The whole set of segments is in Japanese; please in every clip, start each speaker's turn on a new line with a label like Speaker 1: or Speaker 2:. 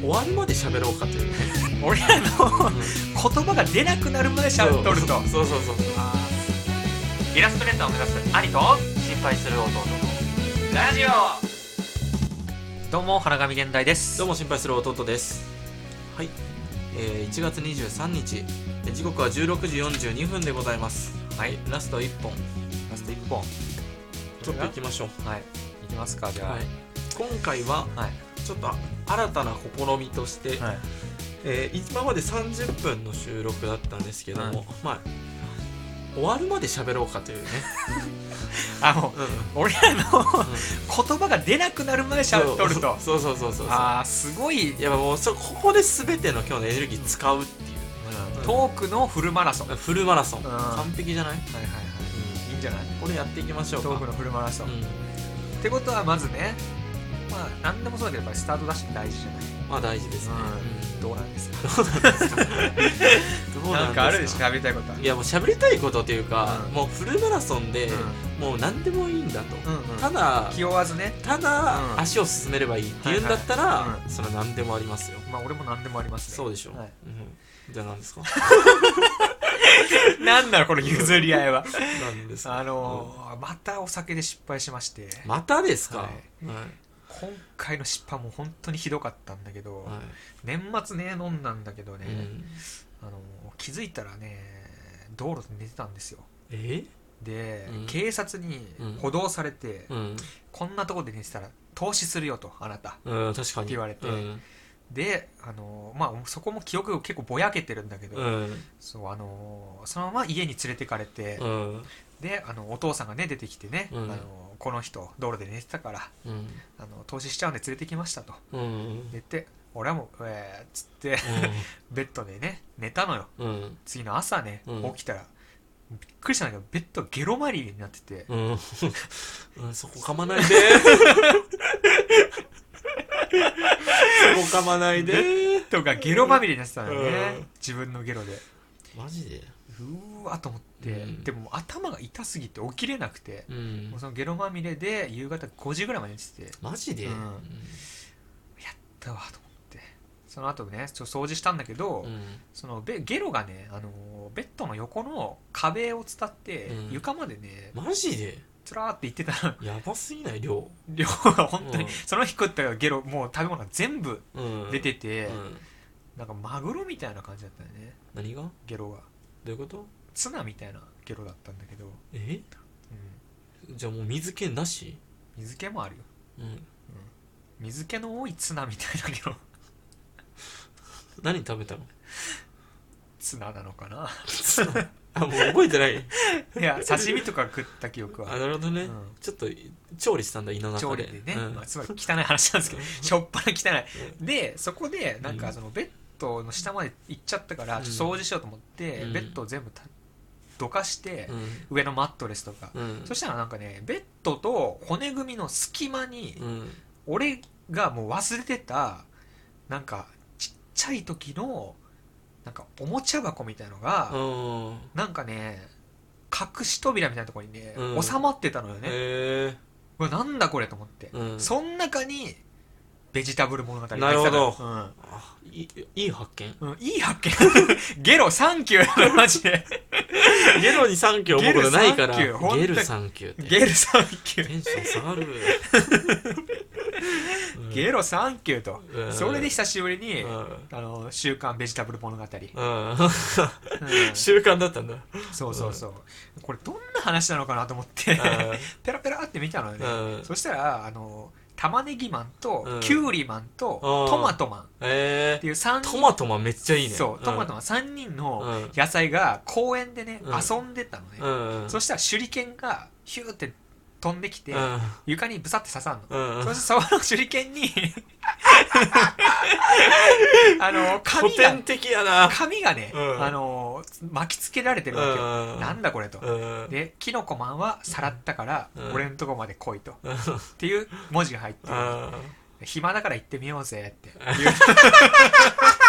Speaker 1: 終わるまで喋ろうかというね
Speaker 2: 俺らの言葉が出なくなるまでしゃべっとると
Speaker 1: そうそうそうそう
Speaker 2: イラストレーターを目指す兄と心配する弟のラジオどうも花神現代です
Speaker 1: どうも心配する弟ですはい、えー、1月23日えー時刻は16時42分でございますはいラスト1本
Speaker 2: ラスト一本
Speaker 1: ちょっと行きましょう
Speaker 2: はいいきますかじゃ
Speaker 1: はい今回は
Speaker 2: あはい
Speaker 1: ちょっと新たな試みとして、
Speaker 2: はい
Speaker 1: えー今まで30分の収録だったんですけども、
Speaker 2: は
Speaker 1: まあ終わるまで喋ろうか というね、
Speaker 2: あの
Speaker 1: うん
Speaker 2: 俺らの言葉が出なくなるまでしゃべっとると
Speaker 1: そうそうそうそうそう
Speaker 2: ああすごい
Speaker 1: やっぱもうそここで全ての今日のエネルギー使うっていう
Speaker 2: トークのフルマラソン
Speaker 1: フルマラソン
Speaker 2: うん
Speaker 1: 完璧じゃない、
Speaker 2: はいはいはいいいんじゃない
Speaker 1: これやっていきましょうか
Speaker 2: トークのフルマラソン、
Speaker 1: うん
Speaker 2: ってことはまずねまあ何でもそうだけどやっぱりスタートダッシュって大事じゃない
Speaker 1: まあ大事ですね、
Speaker 2: うんどうなんですか
Speaker 1: うんどう
Speaker 2: なんかあるでしょ
Speaker 1: か
Speaker 2: 喋りたいことは、
Speaker 1: いやもう喋りたいことというか、
Speaker 2: うん
Speaker 1: もうフルマラソンで、もう何でもいいんだと、
Speaker 2: うんうんうん
Speaker 1: ただ
Speaker 2: 気負わずね
Speaker 1: ただ、
Speaker 2: うん
Speaker 1: 足を進めればいいっていうんだったら、
Speaker 2: はいはいうん
Speaker 1: それは何でもありますよ
Speaker 2: まあ俺も何でもありますね
Speaker 1: そうでしょ、
Speaker 2: はい
Speaker 1: うん、じゃあ何ですか
Speaker 2: なんだろうこの譲り合いは
Speaker 1: 何ですか
Speaker 2: あのーまたお酒で失敗しまして、
Speaker 1: またですか、
Speaker 2: は
Speaker 1: はい
Speaker 2: 今回の失敗も本当にひどかったんだけど、
Speaker 1: はい
Speaker 2: 年末ね飲んだんだけどね、
Speaker 1: うん
Speaker 2: あのー気づいたらね道路で寝てたんですよ
Speaker 1: え
Speaker 2: で、
Speaker 1: うん
Speaker 2: 警察に補導されて、
Speaker 1: うん、
Speaker 2: こんなとこで寝てたら投資するよとあなた
Speaker 1: うん、確かに
Speaker 2: 言われて
Speaker 1: うん
Speaker 2: であのーまあそこも記憶が結構ぼやけてるんだけど、
Speaker 1: うん
Speaker 2: そうあのーそのまま家に連れてかれて、
Speaker 1: うん
Speaker 2: であのお父さんがね出てきてね、
Speaker 1: うん
Speaker 2: あのこの人道路で寝てたから
Speaker 1: うん
Speaker 2: あの投資しちゃうんで連れてきましたと
Speaker 1: うんうん
Speaker 2: 言って俺はもうえーっつってベッドでね寝たのよ
Speaker 1: うん
Speaker 2: 次の朝ね、
Speaker 1: うん
Speaker 2: 起きたらびっくりしたんだけどベッドゲロまりれになってて、
Speaker 1: うんうんそこ噛ま ないでそこ噛まないで
Speaker 2: ベッドがゲロまみれになってたのよね、
Speaker 1: うん
Speaker 2: 自分のゲロで
Speaker 1: マジで
Speaker 2: うーわと思って、
Speaker 1: うん
Speaker 2: でも頭が痛すぎて起きれなくて、
Speaker 1: うん
Speaker 2: もうそのゲロまみれで夕方5時ぐらいまで寝ててやっ
Speaker 1: マジで、
Speaker 2: う
Speaker 1: うんん
Speaker 2: たわと思ってその後ねちょっと掃除したんだけど、そのベゲロがね、あのーベッドの横の壁を伝って、
Speaker 1: うん
Speaker 2: 床までね
Speaker 1: マジで
Speaker 2: つらーって行ってたの
Speaker 1: やばすぎない量、
Speaker 2: 量が本当に、
Speaker 1: うん
Speaker 2: その日食ったゲロもう食べ物が全部
Speaker 1: うん、
Speaker 2: 出てて、
Speaker 1: うん、
Speaker 2: なんかマグロみたいな感じだったよね
Speaker 1: 何がど
Speaker 2: ゲロが
Speaker 1: ういうこと
Speaker 2: ツナみたいなゲロだったんだけど、うん、
Speaker 1: えじゃあもう水気なし、
Speaker 2: 水気もあるよ
Speaker 1: うん、
Speaker 2: 水気の多いツナみたいなゲロ
Speaker 1: 何食べたの
Speaker 2: ツナなの かな
Speaker 1: あもう覚えてない
Speaker 2: いや刺身とか食った記憶
Speaker 1: あ
Speaker 2: は
Speaker 1: なるほどね、
Speaker 2: うん
Speaker 1: ちょっと調理したんだ胃の中で
Speaker 2: 調理でね、
Speaker 1: うん
Speaker 2: まあ、すごい汚い話なんで すけどしょっぱな汚いでそこでなん
Speaker 1: う
Speaker 2: か
Speaker 1: ん
Speaker 2: そのベッドの下まで行っちゃったから、
Speaker 1: うん
Speaker 2: ちょっと掃除しようと思って、
Speaker 1: うん
Speaker 2: ベッドを全部たどかして
Speaker 1: う、ん
Speaker 2: 上のマットレスとか、
Speaker 1: うん
Speaker 2: そしたらなんかねベッドと骨組みの隙間に、
Speaker 1: うん
Speaker 2: 俺がもう忘れてたなんかちっちゃい時のなんかおもちゃ箱みたいのが、
Speaker 1: うん
Speaker 2: なんかね隠し扉みたいなところにね、
Speaker 1: うん
Speaker 2: 収まってたのよね、
Speaker 1: へえ
Speaker 2: うわなんだこれと思って、
Speaker 1: うん
Speaker 2: そん中にベジタブル物語が入って
Speaker 1: な
Speaker 2: た
Speaker 1: るほ
Speaker 2: ど、うん
Speaker 1: あいいいい発見
Speaker 2: うん、いい発見ゲロサンキ ューマジで
Speaker 1: ゲロに3級思うことないから
Speaker 2: ゲル三級ほんとに
Speaker 1: ゲル3級って
Speaker 2: ゲロサンキュー
Speaker 1: テンション下がる
Speaker 2: ゲロサンキューと、
Speaker 1: うん
Speaker 2: それで久しぶりに、
Speaker 1: うん
Speaker 2: あの「週刊ベジタブル物語」うん
Speaker 1: うん習慣だった んだ
Speaker 2: そうそうそう、これどんな話なのかなと思って ペラペラって見たのよ
Speaker 1: う
Speaker 2: ね、
Speaker 1: ん
Speaker 2: そしたらあの玉ねぎマンと、
Speaker 1: うん
Speaker 2: キュウリマンと、
Speaker 1: うん
Speaker 2: トマトマンっ
Speaker 1: え
Speaker 2: ていう3人
Speaker 1: トマトマンめっちゃいいね
Speaker 2: そうトマト
Speaker 1: マ
Speaker 2: マン3人の
Speaker 1: うん
Speaker 2: 野菜が公園でね、
Speaker 1: うん
Speaker 2: 遊んでたのね、
Speaker 1: うんうん
Speaker 2: そしたら手裏剣がヒューって飛んできて、
Speaker 1: うん
Speaker 2: 床にブサって刺さんの、
Speaker 1: うん
Speaker 2: そしてその手裏 剣にあの
Speaker 1: 古
Speaker 2: 紙が
Speaker 1: 典的やな
Speaker 2: 紙がね、
Speaker 1: うん
Speaker 2: あの巻きつけられてるわけよ、
Speaker 1: うん
Speaker 2: なんだこれと、
Speaker 1: うん
Speaker 2: でキノコマンはさらったから、
Speaker 1: うん
Speaker 2: 俺のとこまで来いとっ
Speaker 1: うん
Speaker 2: ていう文字が入って る
Speaker 1: あ
Speaker 2: 暇だから行ってみようぜって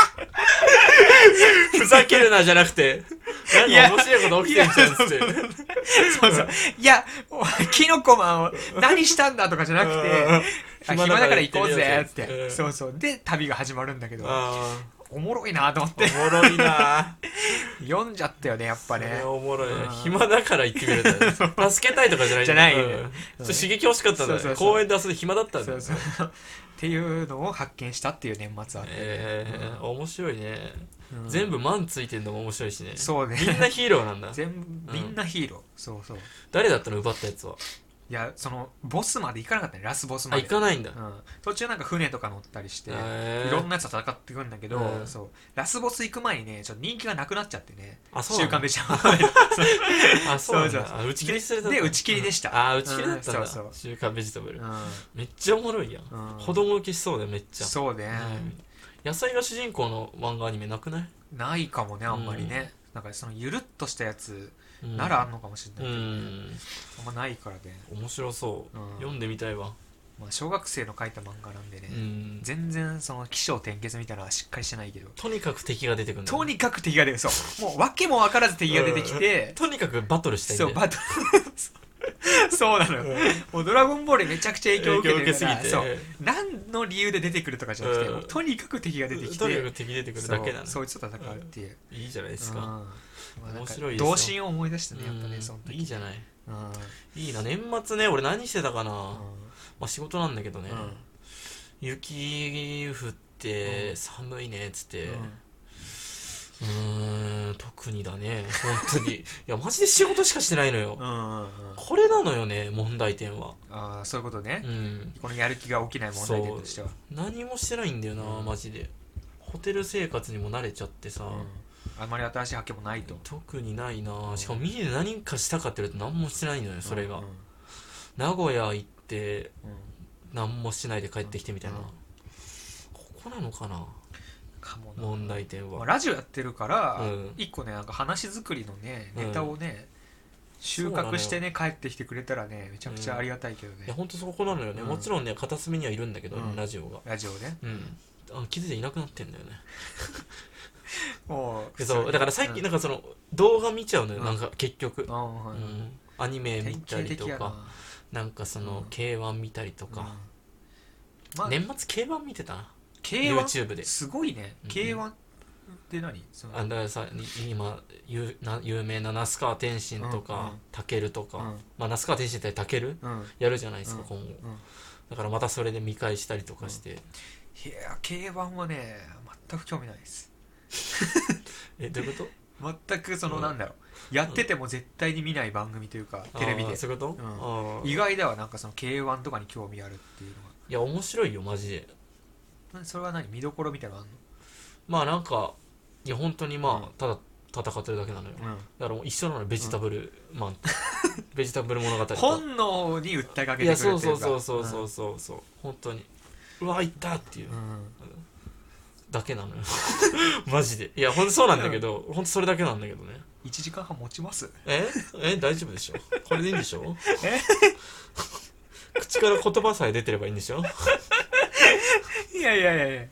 Speaker 1: ーふざけるなじゃなくて、 何
Speaker 2: いや
Speaker 1: か面白いこと起きてんじゃんっつって。
Speaker 2: そうそういやお前キノコマンを何したんだとかじゃなくて暇だから行こう
Speaker 1: や
Speaker 2: ぜっ
Speaker 1: っててみようぜ
Speaker 2: そうそうで旅が始まるんだけど
Speaker 1: あ
Speaker 2: おもろいなと思っ
Speaker 1: ー
Speaker 2: て
Speaker 1: おも ろいな
Speaker 2: 読んじゃったよねやっぱ
Speaker 1: そ
Speaker 2: ね
Speaker 1: れおもろいな
Speaker 2: うん
Speaker 1: 暇だから行ってみるんだ よ助けたいとかじゃないんだ
Speaker 2: じゃない
Speaker 1: うん
Speaker 2: よね
Speaker 1: ちょっと刺激欲しかったんだ
Speaker 2: そうそ
Speaker 1: ね
Speaker 2: うそう
Speaker 1: 公園出す暇だったんだ
Speaker 2: そ
Speaker 1: ね
Speaker 2: うそうっていうのを発見したっていう年末はね、
Speaker 1: えー面白いね
Speaker 2: うん
Speaker 1: 全部マンついてんのも面白いしね
Speaker 2: そうね
Speaker 1: みんなヒーロー なんだ
Speaker 2: 全部みんなヒーロー、そうそう
Speaker 1: 誰だったの奪ったやつはい
Speaker 2: やそのボスまで行かなかったねラスボスま
Speaker 1: あ
Speaker 2: で
Speaker 1: 行かないんだ
Speaker 2: うん、途中なんか船とか乗ったりして、
Speaker 1: へー
Speaker 2: いろんなやつと戦ってくんだけど、
Speaker 1: うん
Speaker 2: そうラスボス行く前にねちょっと人気がなくなっちゃってね
Speaker 1: あそう
Speaker 2: 週
Speaker 1: な
Speaker 2: 刊
Speaker 1: んだ
Speaker 2: でちゃん
Speaker 1: あそうなん
Speaker 2: そう
Speaker 1: だあ打ち切りされたんだ
Speaker 2: で打ち切りでした
Speaker 1: あー打ち切りだったん
Speaker 2: うん
Speaker 1: だ
Speaker 2: そうそう
Speaker 1: 週刊ベジタブル
Speaker 2: うん
Speaker 1: めっちゃおもろいやん
Speaker 2: うん
Speaker 1: 子供受けしそうだよめっちゃ
Speaker 2: そうね、
Speaker 1: うん野菜が主人公の漫画アニメなくない
Speaker 2: ないかもねあんまりね、なんかそのゆるっとしたやつ
Speaker 1: うん
Speaker 2: ならあんのかもしれ
Speaker 1: う
Speaker 2: ないけど、
Speaker 1: ん
Speaker 2: あんまないからね、
Speaker 1: 面白そう
Speaker 2: うん
Speaker 1: 読んでみたいわ
Speaker 2: まあ、小学生の描いた漫画なんでね、
Speaker 1: うん
Speaker 2: 全然その起承転結みたいなのはしっかりしてないけど
Speaker 1: とにかく敵が出てくるんだね
Speaker 2: とにかく敵が出るそうもう訳も分からず敵が出てきて、
Speaker 1: とにかくバトルしたいんだ
Speaker 2: そ
Speaker 1: よ
Speaker 2: うバトル そうなのよ、もうドラゴンボールめちゃくちゃ影響を受けてるから
Speaker 1: 影響
Speaker 2: そ
Speaker 1: を受
Speaker 2: う
Speaker 1: けすぎて
Speaker 2: 何の理由で出てくるとかじゃなくて、
Speaker 1: うん
Speaker 2: もうとにかく敵が出てきて
Speaker 1: とにかく敵出てくるだけなの
Speaker 2: そうそいつと戦うっていう、
Speaker 1: いいじゃないです
Speaker 2: う
Speaker 1: か
Speaker 2: んまあなん
Speaker 1: 面
Speaker 2: か
Speaker 1: 白いですよ
Speaker 2: 童心を思い出したねやっぱ
Speaker 1: う
Speaker 2: ね
Speaker 1: ん
Speaker 2: その時
Speaker 1: いいじゃない
Speaker 2: うんうん
Speaker 1: いいな年末ね俺何してたかなまあ仕事なんだけどね
Speaker 2: うん
Speaker 1: 雪降って
Speaker 2: うん
Speaker 1: 寒いねっつってう
Speaker 2: う
Speaker 1: んーん特にだね本当に いやマジで仕事しかしてないのよ
Speaker 2: うんうんうん
Speaker 1: これなのよね問題点は
Speaker 2: ああそういうことね
Speaker 1: う、ん
Speaker 2: このやる気が起きない問題点としては
Speaker 1: 何もしてないんだよな
Speaker 2: うん
Speaker 1: マジでホテル生活にも慣れちゃってさ
Speaker 2: うんあんまり新しい発見もないと
Speaker 1: 特にないな
Speaker 2: うん
Speaker 1: しかもミリで何かしたかって言われると何もしてないのよそれ
Speaker 2: う
Speaker 1: が
Speaker 2: んうん
Speaker 1: 名古屋行って
Speaker 2: うん
Speaker 1: 何もしないで帰ってきてみたいな
Speaker 2: うん
Speaker 1: ここなのかな
Speaker 2: かもな
Speaker 1: 問題点
Speaker 2: まあ
Speaker 1: は
Speaker 2: ラジオやってるから
Speaker 1: うん
Speaker 2: 一個ねなんか話作りのね
Speaker 1: うん
Speaker 2: ネタをね収穫してね帰ってきてくれたらねめちゃくちゃありがたいけど
Speaker 1: いや
Speaker 2: ね
Speaker 1: 本当そこなのよね
Speaker 2: うん
Speaker 1: もちろんね片隅にはいるんだけど
Speaker 2: うん
Speaker 1: ラジオが
Speaker 2: ラジオね
Speaker 1: うんあ気づいていなくなってんだよね
Speaker 2: もう
Speaker 1: でそうだから最近
Speaker 2: の
Speaker 1: なんかその動画見ちゃうのよ
Speaker 2: うん
Speaker 1: なんか結局う
Speaker 2: 典
Speaker 1: んアニメ見た
Speaker 2: 型
Speaker 1: りと
Speaker 2: 的や
Speaker 1: か
Speaker 2: な
Speaker 1: なんかそうの
Speaker 2: ん
Speaker 1: k 1見たりと
Speaker 2: うん
Speaker 1: か
Speaker 2: まあ
Speaker 1: 年末 k 1見てたな
Speaker 2: K1
Speaker 1: YouTube です
Speaker 2: ごいね
Speaker 1: うん
Speaker 2: K1 って何その
Speaker 1: あだからさい今有な有名な那須川天心と
Speaker 2: うんう
Speaker 1: か
Speaker 2: ん
Speaker 1: たけるとか、
Speaker 2: うん
Speaker 1: まあ、那須川天心ってたける
Speaker 2: うん
Speaker 1: やるじゃないですか、
Speaker 2: うん
Speaker 1: 今後
Speaker 2: うん
Speaker 1: だからまたそれで見返したりとかして、
Speaker 2: いや K1 はね全く興味ないです
Speaker 1: えどういうこと
Speaker 2: 全くその
Speaker 1: うん
Speaker 2: なんだろうやってても絶対に見ない番組というかテレビ
Speaker 1: あ
Speaker 2: で
Speaker 1: ーそういうこと、
Speaker 2: うん
Speaker 1: あー
Speaker 2: 意外だわなんかその K1 とかに興味あるっていうのが
Speaker 1: いや面白いよマジで
Speaker 2: なそれは何見どころみたいなの
Speaker 1: まあなんかいや本当にまあ、
Speaker 2: うん
Speaker 1: ただ戦ってるだけなのよ
Speaker 2: あんの、
Speaker 1: だからもう一緒なのベジタブルマン、 ベジタブル物語と
Speaker 2: 本能に訴えかけてくる
Speaker 1: い
Speaker 2: っていうか
Speaker 1: やそうそうそうそうそうそうそう本当にうわ行ったっていう、
Speaker 2: うん、うん
Speaker 1: だけなのよ マジでいやほんとそうなんだけど、ほんとそれだけなんだけどね
Speaker 2: 1時間半持 ちます
Speaker 1: ええ大丈夫でしょこれでいいんでしょ口から言葉さえ出てればいいんでしょ、
Speaker 2: いやいやいやいや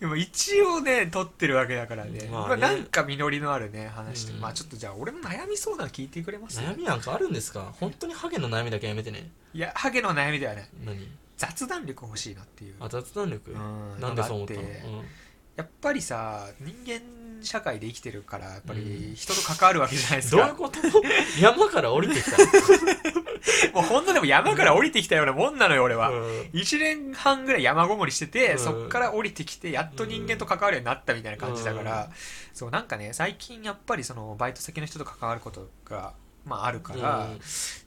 Speaker 2: でも一応ね撮ってるわけだからね,、
Speaker 1: ま
Speaker 2: ま
Speaker 1: あ
Speaker 2: あ
Speaker 1: ね
Speaker 2: なんか実りのあるね話で、
Speaker 1: うん
Speaker 2: まあちょっとじゃあ俺の悩み相談聞いてくれます
Speaker 1: 悩みなんかあるんですか本当にハゲの悩みだけやめてね
Speaker 2: いやハゲの悩みではない
Speaker 1: 何
Speaker 2: 雑談力欲しいなっていう
Speaker 1: あ雑談力、
Speaker 2: うん
Speaker 1: なんでそう思った
Speaker 2: な
Speaker 1: の、
Speaker 2: ん
Speaker 1: うん
Speaker 2: かあってやっぱりさ人間社会で生きてるからやっぱり人と関わるわけじゃないです
Speaker 1: どう
Speaker 2: か、
Speaker 1: いうこと山から降りてきた、
Speaker 2: もうほんとでも山から降りてきた ようなもんなのよ俺は、
Speaker 1: うん
Speaker 2: 1年半ぐらい山ごもりしてて、
Speaker 1: うん
Speaker 2: そっから降りてきてやっと人間と関わるようになったみたいな感じだから、
Speaker 1: う
Speaker 2: そうなんかね最近やっぱりそのバイト先の人と関わることが、まあ、あるから、
Speaker 1: うん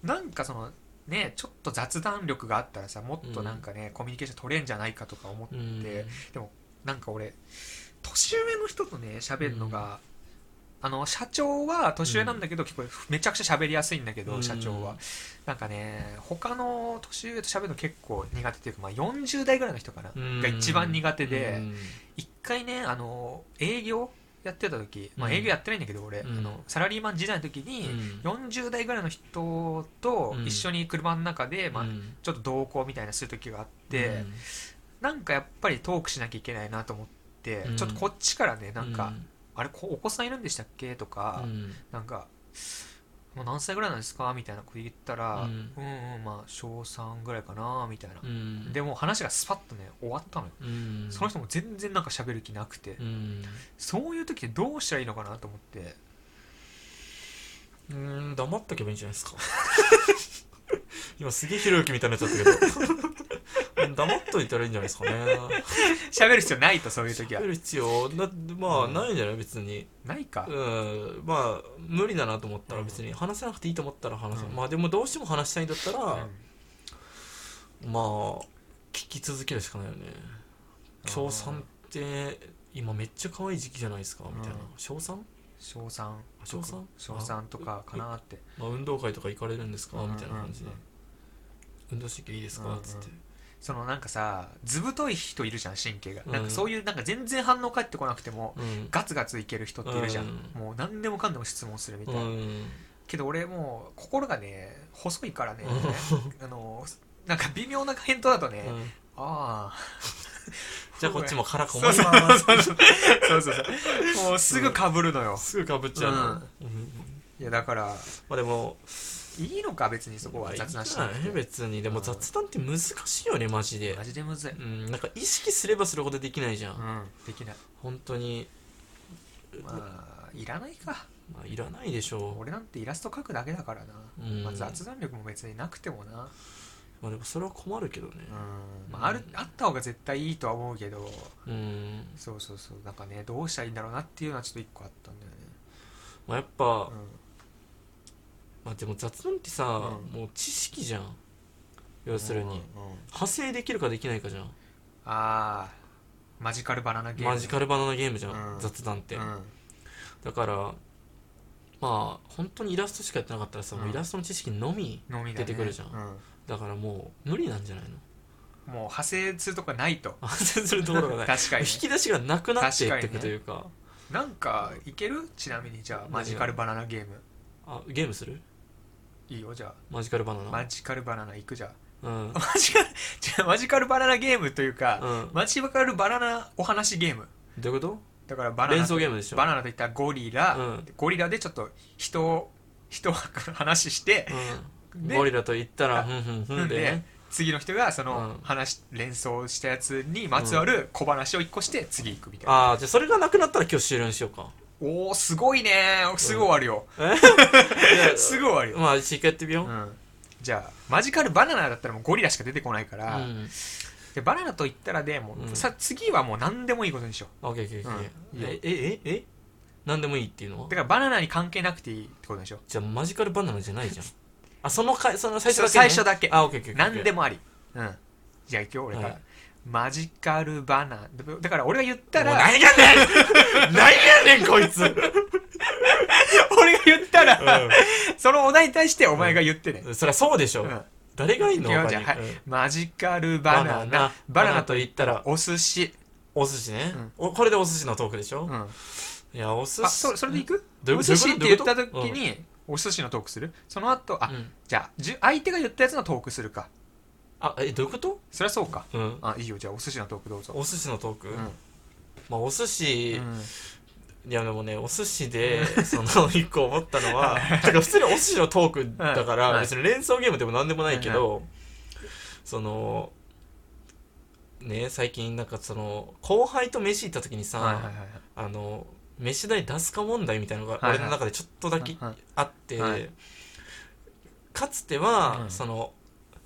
Speaker 2: なんかそのねちょっと雑談力があったらさもっとなんかね、コミュニケーション取れんじゃないかとか思って、
Speaker 1: うん
Speaker 2: なんか俺年上の人とね喋るのが、あの社長は年上なんだけど、結構めちゃくちゃ喋りやすいんだけど、
Speaker 1: うん
Speaker 2: 社長はなんかね他の年上と喋るの結構苦手っていうか、まあ、40代ぐらいの人かな、
Speaker 1: うん
Speaker 2: が一番苦手
Speaker 1: う
Speaker 2: で
Speaker 1: ん
Speaker 2: 一、回ねあの営業やってた時、まあ、
Speaker 1: うん
Speaker 2: 営業やってないんだけど俺、
Speaker 1: うん
Speaker 2: あのサラリーマン時代の時に、40代ぐらいの人と一緒に車の中で、まあ、
Speaker 1: うん
Speaker 2: ちょっと同行みたいなする時があって、なんかやっぱりトークしなきゃいけないなと思って、
Speaker 1: うん
Speaker 2: ちょっとこっちからね
Speaker 1: う
Speaker 2: なんか、あれこお子さんいるんでしたっけ?」とか、
Speaker 1: うん
Speaker 2: なんか「うもう何歳ぐらいなんですかみたいなこと言ったら、
Speaker 1: うん
Speaker 2: うんうんまあ小3ぐらいかなみたいな、
Speaker 1: うん
Speaker 2: でもう話がスパッとね終わったのよ、
Speaker 1: うん
Speaker 2: その人も全然なんか喋る気なくて、
Speaker 1: うん
Speaker 2: そういう時ってどうしたらいいのかなと思って
Speaker 1: うん黙っとけばいいんじゃないですか 今すげえひろゆきみたいになっちゃったけど 黙っといたらいいんじゃないですかね
Speaker 2: 喋る必要ないとそういう時は
Speaker 1: 喋る必要なまあ、
Speaker 2: うん
Speaker 1: ないんじゃない別に
Speaker 2: ないか、
Speaker 1: うんまあ無理だなと思ったら別に話せなくていいと思ったら話せ、
Speaker 2: うん
Speaker 1: まあでもどうしても話したいんだったら、
Speaker 2: うん
Speaker 1: まあ聞き続けるしかないよね小3って今めっちゃ可愛い時期じゃないですかみたいな
Speaker 2: うん
Speaker 1: 小 3?
Speaker 2: 小3
Speaker 1: 小三
Speaker 2: 小3とかかなって
Speaker 1: まあ、運動会とか行かれるんですかみたいな感じで
Speaker 2: うんうんうん
Speaker 1: 運動神経いいです
Speaker 2: うんう
Speaker 1: か
Speaker 2: ん
Speaker 1: つって
Speaker 2: そのなんかさ図太い人いるじゃん神経が、
Speaker 1: うん
Speaker 2: なんかそういうなんか全然反応返ってこなくても
Speaker 1: うん
Speaker 2: ガツガツいける人っているじゃん、
Speaker 1: うん
Speaker 2: もう何でもかんでも質問するみたいな、
Speaker 1: うん
Speaker 2: けど俺もう心がね細いからね、あのなんか微妙な返答だとね、
Speaker 1: うん
Speaker 2: ああ
Speaker 1: じゃあこっちも腹こ
Speaker 2: そ
Speaker 1: ま
Speaker 2: う
Speaker 1: り
Speaker 2: そう
Speaker 1: ま
Speaker 2: そうそうそうそうそうもうすぐかぶるのよ
Speaker 1: す、 すぐかぶっちゃうの、うん
Speaker 2: いやだから
Speaker 1: まあでも
Speaker 2: いいのか別にそこは雑なし
Speaker 1: ま
Speaker 2: な
Speaker 1: あ
Speaker 2: く
Speaker 1: いいんじゃ
Speaker 2: て
Speaker 1: ない別にでも雑談って難しいよねマジで
Speaker 2: マジでむずい、
Speaker 1: うんなんか意識すればするほどできないじゃん、
Speaker 2: うん、できない
Speaker 1: 本当に
Speaker 2: まあいらないか
Speaker 1: まあいらないでしょ
Speaker 2: 俺なんてイラスト描くだけだからな、
Speaker 1: う、うん
Speaker 2: まあ、雑談力も別になくてもな、
Speaker 1: まあでもそれは困るけどね
Speaker 2: うんまあ、あるあった方が絶対いいとは思うけど
Speaker 1: うん、
Speaker 2: そうそうそうなんかねどうしたらいいんだろうなっていうのはちょっと一個あったんだよね
Speaker 1: まあ、やっぱ、
Speaker 2: うん
Speaker 1: まあでも雑談ってさ、
Speaker 2: うん
Speaker 1: もう知識じゃん要するに、
Speaker 2: うんうん
Speaker 1: 派生できるかできないかじゃん
Speaker 2: ああマジカルバナナゲーム
Speaker 1: マジカルバナナゲームじゃん、
Speaker 2: うん
Speaker 1: 雑談って、
Speaker 2: うん
Speaker 1: だからまあ本当にイラストしかやってなかったらさ、もうイラストの知識のみ
Speaker 2: のみだ、ね、
Speaker 1: 出てくるじゃんだからもう無理なんじゃないの
Speaker 2: うんもう派生するとこないと
Speaker 1: 安定するところがない
Speaker 2: 確かに
Speaker 1: 引き出しがなくなっていってくというか
Speaker 2: なんかいけるちなみにじゃあマジカルバナナゲーム
Speaker 1: あゲームする
Speaker 2: いいよじゃ
Speaker 1: マジカルバナ
Speaker 2: あ
Speaker 1: ナ
Speaker 2: マジカルバナナ行くじゃん
Speaker 1: うん、 うん、
Speaker 2: マジカルじゃあマジカルバナナゲームというか、マジカルバナナお話ゲーム
Speaker 1: どういうこ
Speaker 2: だから
Speaker 1: と
Speaker 2: バナナ
Speaker 1: 連
Speaker 2: と
Speaker 1: 想ゲームでしょ
Speaker 2: バナナといったらゴリラ、
Speaker 1: うん
Speaker 2: ゴリラでちょっと人を人を話して、
Speaker 1: うん
Speaker 2: で
Speaker 1: ゴリラと言ったら
Speaker 2: あ
Speaker 1: ふんふんふ
Speaker 2: なん
Speaker 1: んで
Speaker 2: で
Speaker 1: ね
Speaker 2: 次の人がその
Speaker 1: うん
Speaker 2: 話、連想したやつにまつわる小話を一個して次行くみたいな、
Speaker 1: ああじゃあそれがなくなったら今日終了にしようか
Speaker 2: おおすごいねすぐ終わるよ、すぐ終わるよ、
Speaker 1: まあ一回やってみよう、
Speaker 2: うんじゃあマジカルバナナだったらもうゴリラしか出てこないから、
Speaker 1: うん
Speaker 2: でバナナと言ったらでもう、
Speaker 1: うん
Speaker 2: さ次はもう何でもいいことにしよう
Speaker 1: オッケーオッケーオッケ
Speaker 2: うんいいよ
Speaker 1: ーええええ何でもいいっていうのは
Speaker 2: だからバナナに関係なくていいってことでしょ
Speaker 1: じゃあマジカルバナナじゃないじゃんあそのかその最初だけ、ね、
Speaker 2: 最初だけ
Speaker 1: あオッケーオッケーオッケー
Speaker 2: 何でもあり、うん、じゃあ今日俺から、
Speaker 1: はい
Speaker 2: マジカルバナナだから俺が言った
Speaker 1: もう
Speaker 2: ら
Speaker 1: 何やね ん何やねんこいつ、
Speaker 2: 俺が言ったら、そのお題に対してお前が言ってね、
Speaker 1: うんそりゃそうでしょ、
Speaker 2: うん
Speaker 1: 誰がいいの
Speaker 2: いや
Speaker 1: 他に
Speaker 2: じゃあはい
Speaker 1: うん
Speaker 2: マジカルバナナバナナ
Speaker 1: バナナと言ったら
Speaker 2: お寿司、
Speaker 1: お寿司ね、
Speaker 2: うん
Speaker 1: おこれでお寿司のトークでしょ、
Speaker 2: う
Speaker 1: い
Speaker 2: ん、
Speaker 1: やお寿司
Speaker 2: あそそれでいく
Speaker 1: どういう
Speaker 2: お
Speaker 1: こと
Speaker 2: 寿司って言った時
Speaker 1: どういうこと
Speaker 2: に、お寿司のトークするその後あ、
Speaker 1: うん
Speaker 2: じゃあじゅ相手が言ったやつのトークするか
Speaker 1: あえどういうこと、
Speaker 2: そりゃそうか
Speaker 1: うん、
Speaker 2: あいいよじゃあお寿司のトークどうぞ
Speaker 1: お寿司のトーク、
Speaker 2: うん
Speaker 1: まあお寿司、
Speaker 2: うん
Speaker 1: いやでもねお寿司でその一個思ったのはてか普通にお寿司のトークだか
Speaker 2: はい
Speaker 1: ら
Speaker 2: はい
Speaker 1: 別に連想ゲームでも何でもないけどそのね最近なんかその後輩と飯行った時に
Speaker 2: はいはいは
Speaker 1: さ
Speaker 2: いはい
Speaker 1: あの飯代出すか問題みたいなのが
Speaker 2: はいはい
Speaker 1: 俺の中でちょっとだけ
Speaker 2: はい
Speaker 1: あって
Speaker 2: はい
Speaker 1: かつては
Speaker 2: うん
Speaker 1: その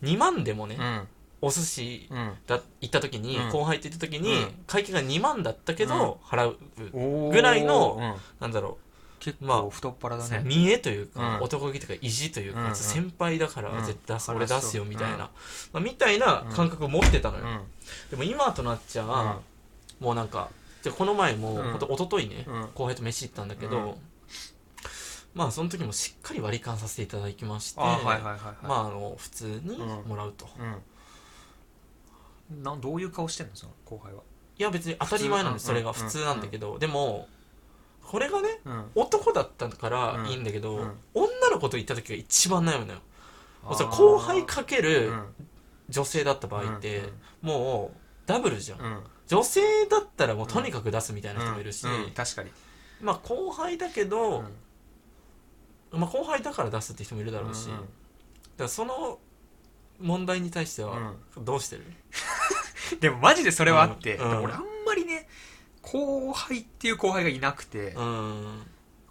Speaker 1: 2万でもね
Speaker 2: うん
Speaker 1: お寿司
Speaker 2: うん
Speaker 1: だ行った時に
Speaker 2: うん
Speaker 1: 後輩と行った時
Speaker 2: う
Speaker 1: に
Speaker 2: ん
Speaker 1: 会計が2万だったけど払う
Speaker 2: おー
Speaker 1: ぐらいの
Speaker 2: うん
Speaker 1: なんだろう
Speaker 2: 結
Speaker 1: ま
Speaker 2: 構
Speaker 1: あ
Speaker 2: 太っ腹だ
Speaker 1: その
Speaker 2: ね、
Speaker 1: 見栄というか、
Speaker 2: うん
Speaker 1: 男気というか意地というか、
Speaker 2: うんうん
Speaker 1: 先輩だから
Speaker 2: うん
Speaker 1: 絶対出す、
Speaker 2: うん
Speaker 1: 俺出すよみたいな、
Speaker 2: うん
Speaker 1: まあ、みたいな感覚を持ってたの
Speaker 2: う
Speaker 1: よ、
Speaker 2: ん
Speaker 1: でも今となっちゃ、もうなんかでこの前も、
Speaker 2: うん
Speaker 1: ほんと一昨日ね、
Speaker 2: うん
Speaker 1: 後輩と飯行ったんだけど、
Speaker 2: うん
Speaker 1: まあその時もしっかり割り勘させていただきまして
Speaker 2: あはいはいはいはい
Speaker 1: まああの普通にもらうと、
Speaker 2: うんなんどういう顔してんのその後輩は、
Speaker 1: いや別に当たり前なんです
Speaker 2: 普
Speaker 1: そ
Speaker 2: 通
Speaker 1: れが
Speaker 2: うん
Speaker 1: 普通なんだけど、でもこれがね
Speaker 2: うん、
Speaker 1: 男だったからいいんだけど、
Speaker 2: うんうん
Speaker 1: 女の子と行った時が一番悩むのよそう後輩かける女性だった場合って、もうダブルじゃん、
Speaker 2: うんうん
Speaker 1: 女性だったらもうとにかく出すみたいな人もいるし、
Speaker 2: うんうん確かに、
Speaker 1: まあ後輩だけど、
Speaker 2: うん
Speaker 1: まあ、後輩だから出すって人もいるだろうし、
Speaker 2: うん
Speaker 1: だからその問題に対してはどうしてる、
Speaker 2: でもマジでそれはあって、
Speaker 1: うん
Speaker 2: でも俺あんまりね後輩っていう後輩がいなくて、
Speaker 1: うん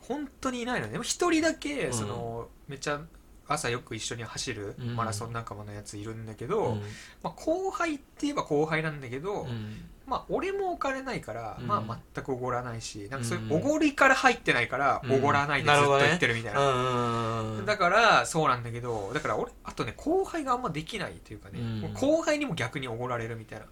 Speaker 2: 本当にいないのねでも一人だ
Speaker 1: う
Speaker 2: け
Speaker 1: ん
Speaker 2: その、めっちゃ朝よく一緒に走る
Speaker 1: うん
Speaker 2: マラソン仲間のやついるんだけ
Speaker 1: う
Speaker 2: ど、
Speaker 1: ん
Speaker 2: まあ、後輩って言えば後輩なんだけど、
Speaker 1: うん
Speaker 2: まあ、俺もお金ないから、
Speaker 1: うん
Speaker 2: まあ、全くおごらないしなんかそうい
Speaker 1: ん
Speaker 2: うおごりから入ってないから
Speaker 1: うん
Speaker 2: おごらないでずっと言ってるみたいな,、
Speaker 1: うんうん
Speaker 2: だからそうなんだけどだから俺あとね後輩があんまできないというかね、
Speaker 1: うん
Speaker 2: 後輩にも逆におごられるみたいな
Speaker 1: う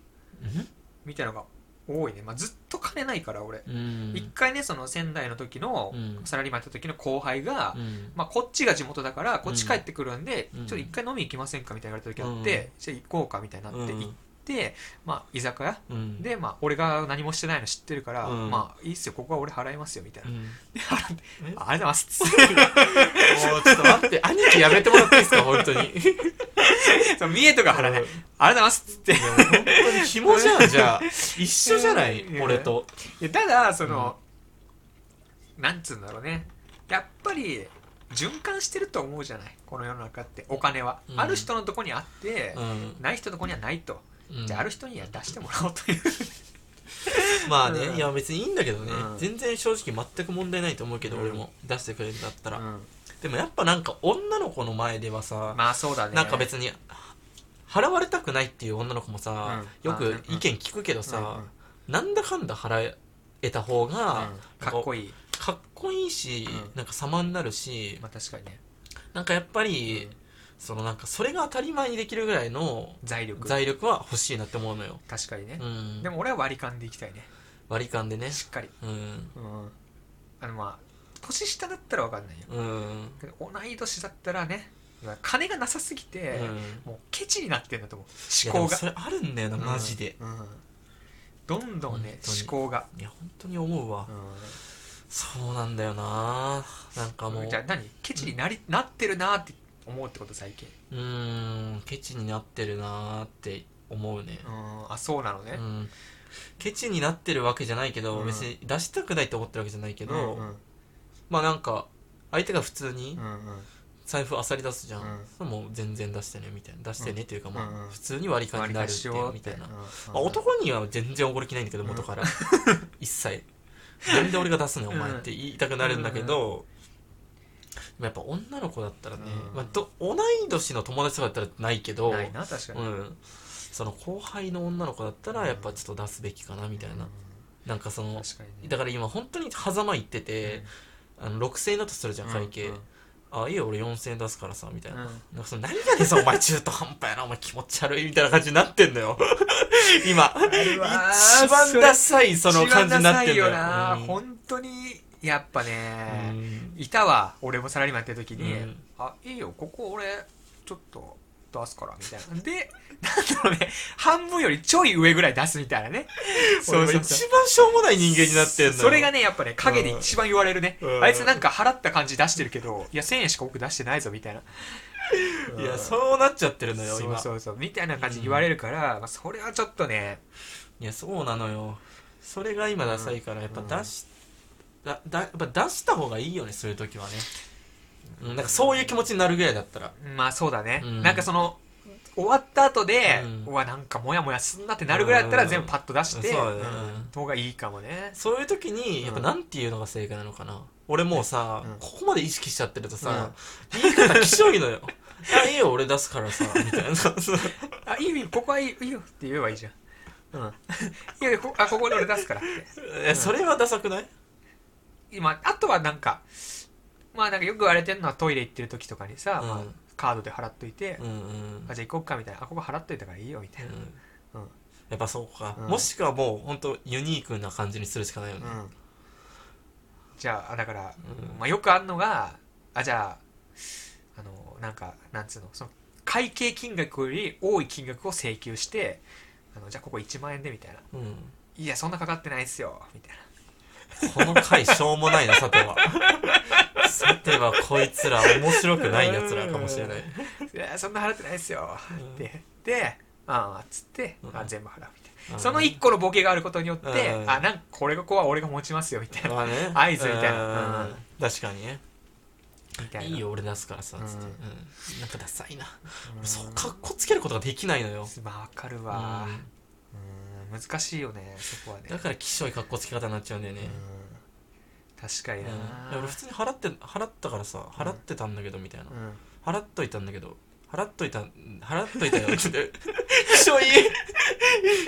Speaker 1: ん
Speaker 2: みたいなのが多いね、まあ、ずっと金ないから俺
Speaker 1: うん
Speaker 2: 一、回ねその仙台の時の、
Speaker 1: うん
Speaker 2: サラリーマンやった時の後輩が、
Speaker 1: うん
Speaker 2: まあ、こっちが地元だからこっち帰ってくるんで、
Speaker 1: うん
Speaker 2: ちょっと一回飲み行きませんかみたいな言われた時あって、じゃあ行こうかみたいになって行って、まあ、居酒屋
Speaker 1: うん
Speaker 2: で、まあ、俺が何もしてないの知ってるから、
Speaker 1: うん
Speaker 2: まあいいっすよここは俺払いますよみたいな、
Speaker 1: うん
Speaker 2: で払って
Speaker 1: え
Speaker 2: あありがとうございます
Speaker 1: もうちょっと待って、兄貴やめてもらっていいですか、本当に。
Speaker 2: つってそう三重とか払えない、
Speaker 1: うん
Speaker 2: ありがとうございますっつってい
Speaker 1: いやもう本当に紐じゃん、じゃ あ。一緒じゃない
Speaker 2: うん、
Speaker 1: 俺と。
Speaker 2: やただその、なんつうんだろうねやっぱり循環してると思うじゃないこの世の中ってお金は、
Speaker 1: うん
Speaker 2: ある人のとこにあって、
Speaker 1: うん
Speaker 2: ない人のとこにはないと、
Speaker 1: うん
Speaker 2: じゃあある人には出してもらおうという
Speaker 1: まあね、
Speaker 2: うん
Speaker 1: いや別にいいんだけどね、
Speaker 2: うん
Speaker 1: 全然正直全く問題ないと思うけど、
Speaker 2: うん
Speaker 1: 俺も出してくれるんだったら、
Speaker 2: うん
Speaker 1: でもやっぱなんか女の子の前ではさ、
Speaker 2: まあそうだね
Speaker 1: なんか別に払われたくないっていう女の子もさ、
Speaker 2: うん
Speaker 1: よく意見聞くけどさ、
Speaker 2: うんうん
Speaker 1: なんだかんだ払えた方が
Speaker 2: うんかっこいい
Speaker 1: かっこいいし、
Speaker 2: うん
Speaker 1: なんか様になるし、
Speaker 2: まあ確かにね、
Speaker 1: なんかやっぱり、
Speaker 2: うん
Speaker 1: そのなんかそれが当たり前にできるぐらいの
Speaker 2: 財力
Speaker 1: 財力は欲しいなって思うのよ、
Speaker 2: 確かにね
Speaker 1: う、ん、
Speaker 2: でも俺は割り勘でいきたいね
Speaker 1: 割り勘でね
Speaker 2: しっかり
Speaker 1: うん
Speaker 2: うんあのまあ年下だったら分かんないよ
Speaker 1: うん
Speaker 2: けど同い年だったらね金がなさすぎて、
Speaker 1: うん
Speaker 2: もうケチになってんだと思
Speaker 1: いうやでも
Speaker 2: 思考が
Speaker 1: それあるんだよな、マジで
Speaker 2: うんうんどんどんね
Speaker 1: 本当に
Speaker 2: 思考が、
Speaker 1: いや本当に思うわ、
Speaker 2: う
Speaker 1: そうなんだよななんかもう
Speaker 2: ん、じゃあ何ケチになり、なってるなって思うってこと最近
Speaker 1: うーんケチになってるなーって思うね
Speaker 2: うんあそうなのね、
Speaker 1: うんケチになってるわけじゃないけど、
Speaker 2: うん
Speaker 1: 別に出したくないと思ってるわけじゃないけど、
Speaker 2: うんうん
Speaker 1: まあなんか相手が普通に
Speaker 2: うんうん
Speaker 1: 財布あさり出すじゃん、
Speaker 2: うん
Speaker 1: それもう全然出してねみたいな出してねっていうか、
Speaker 2: うん
Speaker 1: ま
Speaker 2: う
Speaker 1: あ
Speaker 2: ん
Speaker 1: 普通に割り勘になるっていうみたいな、
Speaker 2: うん
Speaker 1: ま
Speaker 2: うん
Speaker 1: あ、男には全然おごる気ないんだけど
Speaker 2: うん
Speaker 1: 元から、 一切なんで俺が出すねお前って言いたくなるんだけど、でもやっぱ女の子だったらね、
Speaker 2: うん
Speaker 1: まあ、ど同い年の友達とかだったらないけど
Speaker 2: ないな確かに、
Speaker 1: うん、その後輩の女の子だったらやっぱちょっと出すべきかなみたいな、なんかそ
Speaker 2: うん
Speaker 1: の
Speaker 2: 確かにね
Speaker 1: だから今本当に狭間行ってて、あの6000円だとするじゃん会計、
Speaker 2: うんうん
Speaker 1: あいいよ俺4000円出すからさみたいな,、
Speaker 2: うん
Speaker 1: なんかその何がですお前中途半端やなお前気持ち悪いみたいな感じになってんのよ 今
Speaker 2: 一
Speaker 1: 一番ダサいその感じになってんのよ
Speaker 2: よな、
Speaker 1: うん
Speaker 2: 本当にやっぱ
Speaker 1: う
Speaker 2: ね、
Speaker 1: ん
Speaker 2: いたわ俺もサラリーマンやってる時に、
Speaker 1: うん
Speaker 2: あいいよここ俺ちょっと出すからみたいなでなんだろうね半分よりちょい上ぐらい出すみたいな ね
Speaker 1: そうそう一番しょうもない人間になってんのよ
Speaker 2: それがねやっぱね陰で一番言われるね、
Speaker 1: うん
Speaker 2: あいつなんか払った感じ出してるけどいや1000円しか僕出してないぞみたいな、
Speaker 1: いや
Speaker 2: う
Speaker 1: そうなっちゃってる
Speaker 2: ん
Speaker 1: のよ
Speaker 2: そう
Speaker 1: 今
Speaker 2: そうそうみたいな感じ言われるから、まあ、それはちょっとね
Speaker 1: いやそうなのよそれが今ダサいからやっぱ出し、だだやっぱ出した方がいいよねそういう時はね、うん、なんかそういう気持ちになるぐらいだったら
Speaker 2: まあそうだね、
Speaker 1: うん
Speaker 2: なんかその終わった後で、
Speaker 1: うん
Speaker 2: うわなんかモヤモヤすんなってなるぐらいだった
Speaker 1: う
Speaker 2: ら
Speaker 1: ん
Speaker 2: 全部パッと出して、
Speaker 1: そうだね
Speaker 2: うん方がいいかもね
Speaker 1: そういう時にやっぱなんていうのが正解なのかな、俺もうさ、
Speaker 2: うん
Speaker 1: ここまで意識しちゃってるとさ、言い方きしょいのよ あいいよ俺出すからさみたいな そう
Speaker 2: あいいよいいよここはいいよいいよって言えばいいじゃんうん いやこあここで俺出すからって
Speaker 1: えそれはダサくない
Speaker 2: 今あとはなんかまあなんかよく言われてるのはトイレ行ってる時とかにさ、
Speaker 1: うん
Speaker 2: まあ、カードで払っといて、
Speaker 1: うんうん
Speaker 2: あじゃあ行こっかみたいなあここ払っといたからいいよみたいな、
Speaker 1: うん
Speaker 2: うん
Speaker 1: やっぱそうか、
Speaker 2: うん
Speaker 1: もしくはもう本当ユニークな感じにするしかないよね、
Speaker 2: うんじゃあだから、
Speaker 1: うん
Speaker 2: まあ、よくあるのがあじゃああのなんかなんつうのその会計金額より多い金額を請求してあのじゃあここ1万円でみたいな
Speaker 1: うん
Speaker 2: いやそんなかかってないっすよみたい
Speaker 1: この回しょうもないな、さて は。さてはこいつら面白くない奴らかもしれない。
Speaker 2: ない やそんな払ってないっすよ
Speaker 1: うん
Speaker 2: ってでああっつって、
Speaker 1: うん
Speaker 2: あ全部払うみたい
Speaker 1: うん
Speaker 2: なその1個のボケがあることによって、
Speaker 1: うん
Speaker 2: あなんかこれがここは俺が持ちますよみたいな、
Speaker 1: まあね。
Speaker 2: 合図みたいな
Speaker 1: うん
Speaker 2: うん
Speaker 1: 確かにね。
Speaker 2: みたいな
Speaker 1: い
Speaker 2: い
Speaker 1: よ俺出すからさ
Speaker 2: うん
Speaker 1: つって、うんなんかダサいな、
Speaker 2: うん
Speaker 1: そうかっこつけることができないのよ、
Speaker 2: まあわかるわ
Speaker 1: う
Speaker 2: うん難しいよねそこはね
Speaker 1: ん、だからきっしょいかっこつけ方になっちゃうんだよね、
Speaker 2: うん確か
Speaker 1: うん
Speaker 2: に
Speaker 1: いや
Speaker 2: な
Speaker 1: 俺普通に払って払ったからさ払ってたんだけどみたいな、
Speaker 2: うん
Speaker 1: 払っといたんだけど払っといた払っといたよ ちょっときしょい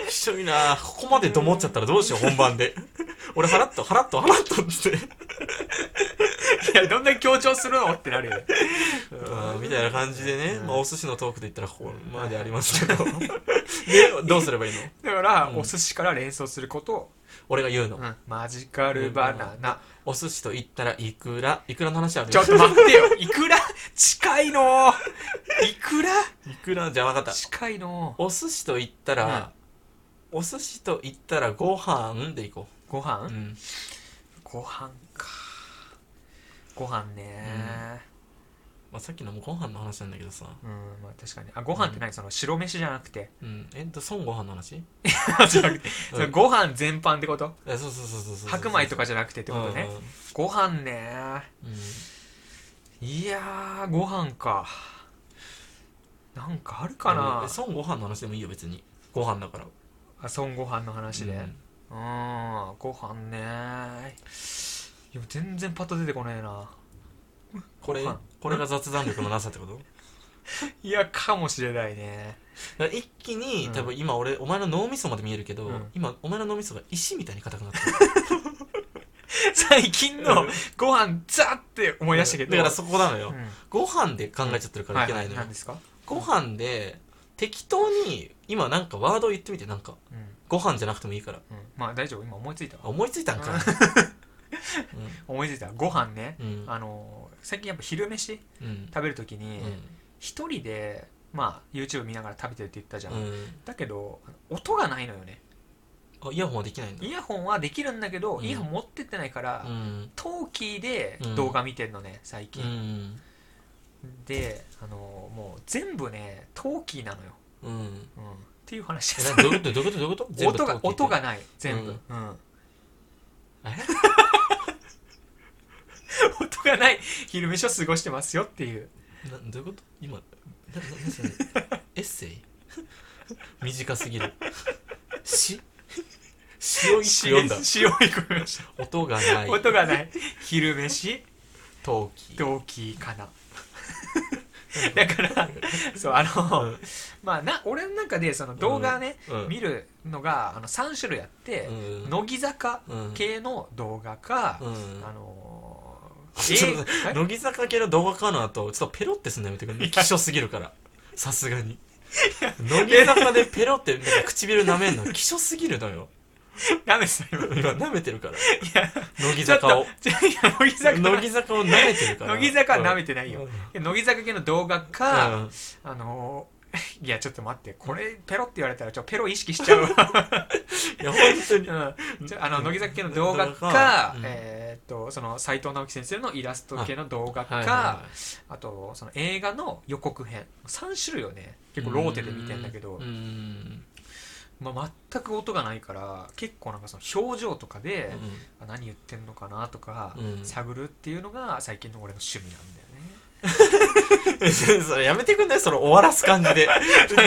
Speaker 1: きしょいなここまでと思っちゃったらどうしよう本番で 俺払っと払っと払っとっつって
Speaker 2: いやどんだけ強調するのってなるよね
Speaker 1: うんみたいな感じでね、
Speaker 2: うん
Speaker 1: まあ、お寿司のトークで言ったらここまであります けどでどうすればいいの
Speaker 2: だから、
Speaker 1: うん
Speaker 2: お寿司から連想すること、
Speaker 1: 俺が言うの、
Speaker 2: マジカルバナナ、
Speaker 1: お寿司と言ったらいくらいくらの話ある
Speaker 2: ちょっと待ってよいくら近いのいくら
Speaker 1: いくらじゃなかった
Speaker 2: 近いの
Speaker 1: お寿司と言ったら、お寿司と言ったらご飯でいこ
Speaker 2: ご飯、
Speaker 1: う、うん、
Speaker 2: ご飯かご飯ね
Speaker 1: まあ、さっきのもご飯の話なんだけどさ、
Speaker 2: うん、まあ確かにあご飯って何、その白飯じゃなくて
Speaker 1: うん、えっと孫悟飯の話
Speaker 2: じゃなくて
Speaker 1: うん
Speaker 2: そのご飯全般ってこと
Speaker 1: えそうそうそうそうそう
Speaker 2: 白米と
Speaker 1: か
Speaker 2: かじゃなくてってことね、ご飯ね
Speaker 1: うん、うん
Speaker 2: いやーご飯かなんかあるかな、
Speaker 1: え孫悟飯の話でもいいよ別にご飯だから
Speaker 2: あ孫ご飯の話で、
Speaker 1: うん
Speaker 2: うーん、ご飯ねいや、全然パッと出てこねえな。
Speaker 1: これ
Speaker 2: ご飯
Speaker 1: これが雑談力のなさって こと
Speaker 2: いや、かもしれないね。
Speaker 1: だから一気に、
Speaker 2: うん
Speaker 1: 多分今俺お前の脳みそまで見えるけど、
Speaker 2: うん
Speaker 1: 今お前の脳みそが石みたいに硬くなってる
Speaker 2: 最近のご飯、ザーって思い出したけど。
Speaker 1: だからそこなのよ、
Speaker 2: うん
Speaker 1: ご飯で考えちゃってるからいけないのよ、
Speaker 2: は何ですか
Speaker 1: ご飯で適当に今なんかワードを言ってみてなんか
Speaker 2: うん。
Speaker 1: ご飯じゃなくてもいいから
Speaker 2: うんまあ大丈夫、今思いついた
Speaker 1: あ
Speaker 2: わ。
Speaker 1: 思いついたんかい、
Speaker 2: 思いついた。ご飯ね。
Speaker 1: うんうん
Speaker 2: あのー、最近やっぱ昼飯
Speaker 1: うん
Speaker 2: 食べるとき
Speaker 1: う
Speaker 2: に、
Speaker 1: ん
Speaker 2: 一人で、まあ YouTube 見ながら食べてるって言ったじゃん。
Speaker 1: うん
Speaker 2: だけど、音がないのよね。
Speaker 1: あイヤホンはできないんだ
Speaker 2: イヤホンはできるんだけど、
Speaker 1: うん
Speaker 2: イヤホン持ってってないから、
Speaker 1: うん
Speaker 2: トーキーで動画見てんのね、最
Speaker 1: う
Speaker 2: 近。
Speaker 1: ん
Speaker 2: であのもう全部ねトーキーなのよ、
Speaker 1: うん
Speaker 2: うん、っていう話で
Speaker 1: え
Speaker 2: す
Speaker 1: などういうことどういうことどういうこと全部
Speaker 2: 音
Speaker 1: 陶器
Speaker 2: が
Speaker 1: って
Speaker 2: 音がない全部、
Speaker 1: うん
Speaker 2: うん
Speaker 1: え
Speaker 2: 音がない昼飯を過ごしてますよっていう
Speaker 1: などういうこと今なな何それエッセイ短すぎる 詩詩を一句読んだ
Speaker 2: 詩を一句読みまし
Speaker 1: 音がな
Speaker 2: た
Speaker 1: い
Speaker 2: 音がない昼飯
Speaker 1: 陶器
Speaker 2: トーキーかな だからそうあの、
Speaker 1: うん
Speaker 2: まあな俺の中でその動画ね、
Speaker 1: うん
Speaker 2: 見るのがあの3種類あって、
Speaker 1: うん
Speaker 2: 乃木坂
Speaker 1: うん
Speaker 2: 系の動画か、
Speaker 1: うん
Speaker 2: あの
Speaker 1: ちょっ
Speaker 2: ー
Speaker 1: と
Speaker 2: えはい
Speaker 1: 乃木坂系の動画かの後ちょっとペロってすんのやめてくれ希少すぎるからさすがに乃木坂でペロってなんか唇舐めんの希少すぎるのよ
Speaker 2: ダメですよ今
Speaker 1: 今舐めてるから
Speaker 2: や
Speaker 1: 乃木
Speaker 2: ちょっと
Speaker 1: 坂を
Speaker 2: ちょいや乃木 坂
Speaker 1: 乃木坂を舐めてるから
Speaker 2: 乃木坂は舐めてないよ
Speaker 1: うん
Speaker 2: 乃木坂系の動画
Speaker 1: う
Speaker 2: か、
Speaker 1: ん
Speaker 2: あのー いやちょっと待ってこれペロって言われたらちょっとペロ意識しちゃうわ、
Speaker 1: いや本当に
Speaker 2: うん、ちょあの乃木坂系の動画
Speaker 1: 動画か
Speaker 2: か、
Speaker 1: うん
Speaker 2: えーっとその斎藤直樹先生のイラスト系の動画か、
Speaker 1: はいは
Speaker 2: あとその映画の予告編3種類をね結構ローテで見てんだけ
Speaker 1: いはい、
Speaker 2: ど
Speaker 1: うん
Speaker 2: まあ、全く音がないから結構なんかその表情とかで、
Speaker 1: う
Speaker 2: あ何言ってんのかなとか、
Speaker 1: うん
Speaker 2: 探るっていうのが最近の俺の趣味なんだよね
Speaker 1: ん それやめてくんないその終わらす感じ で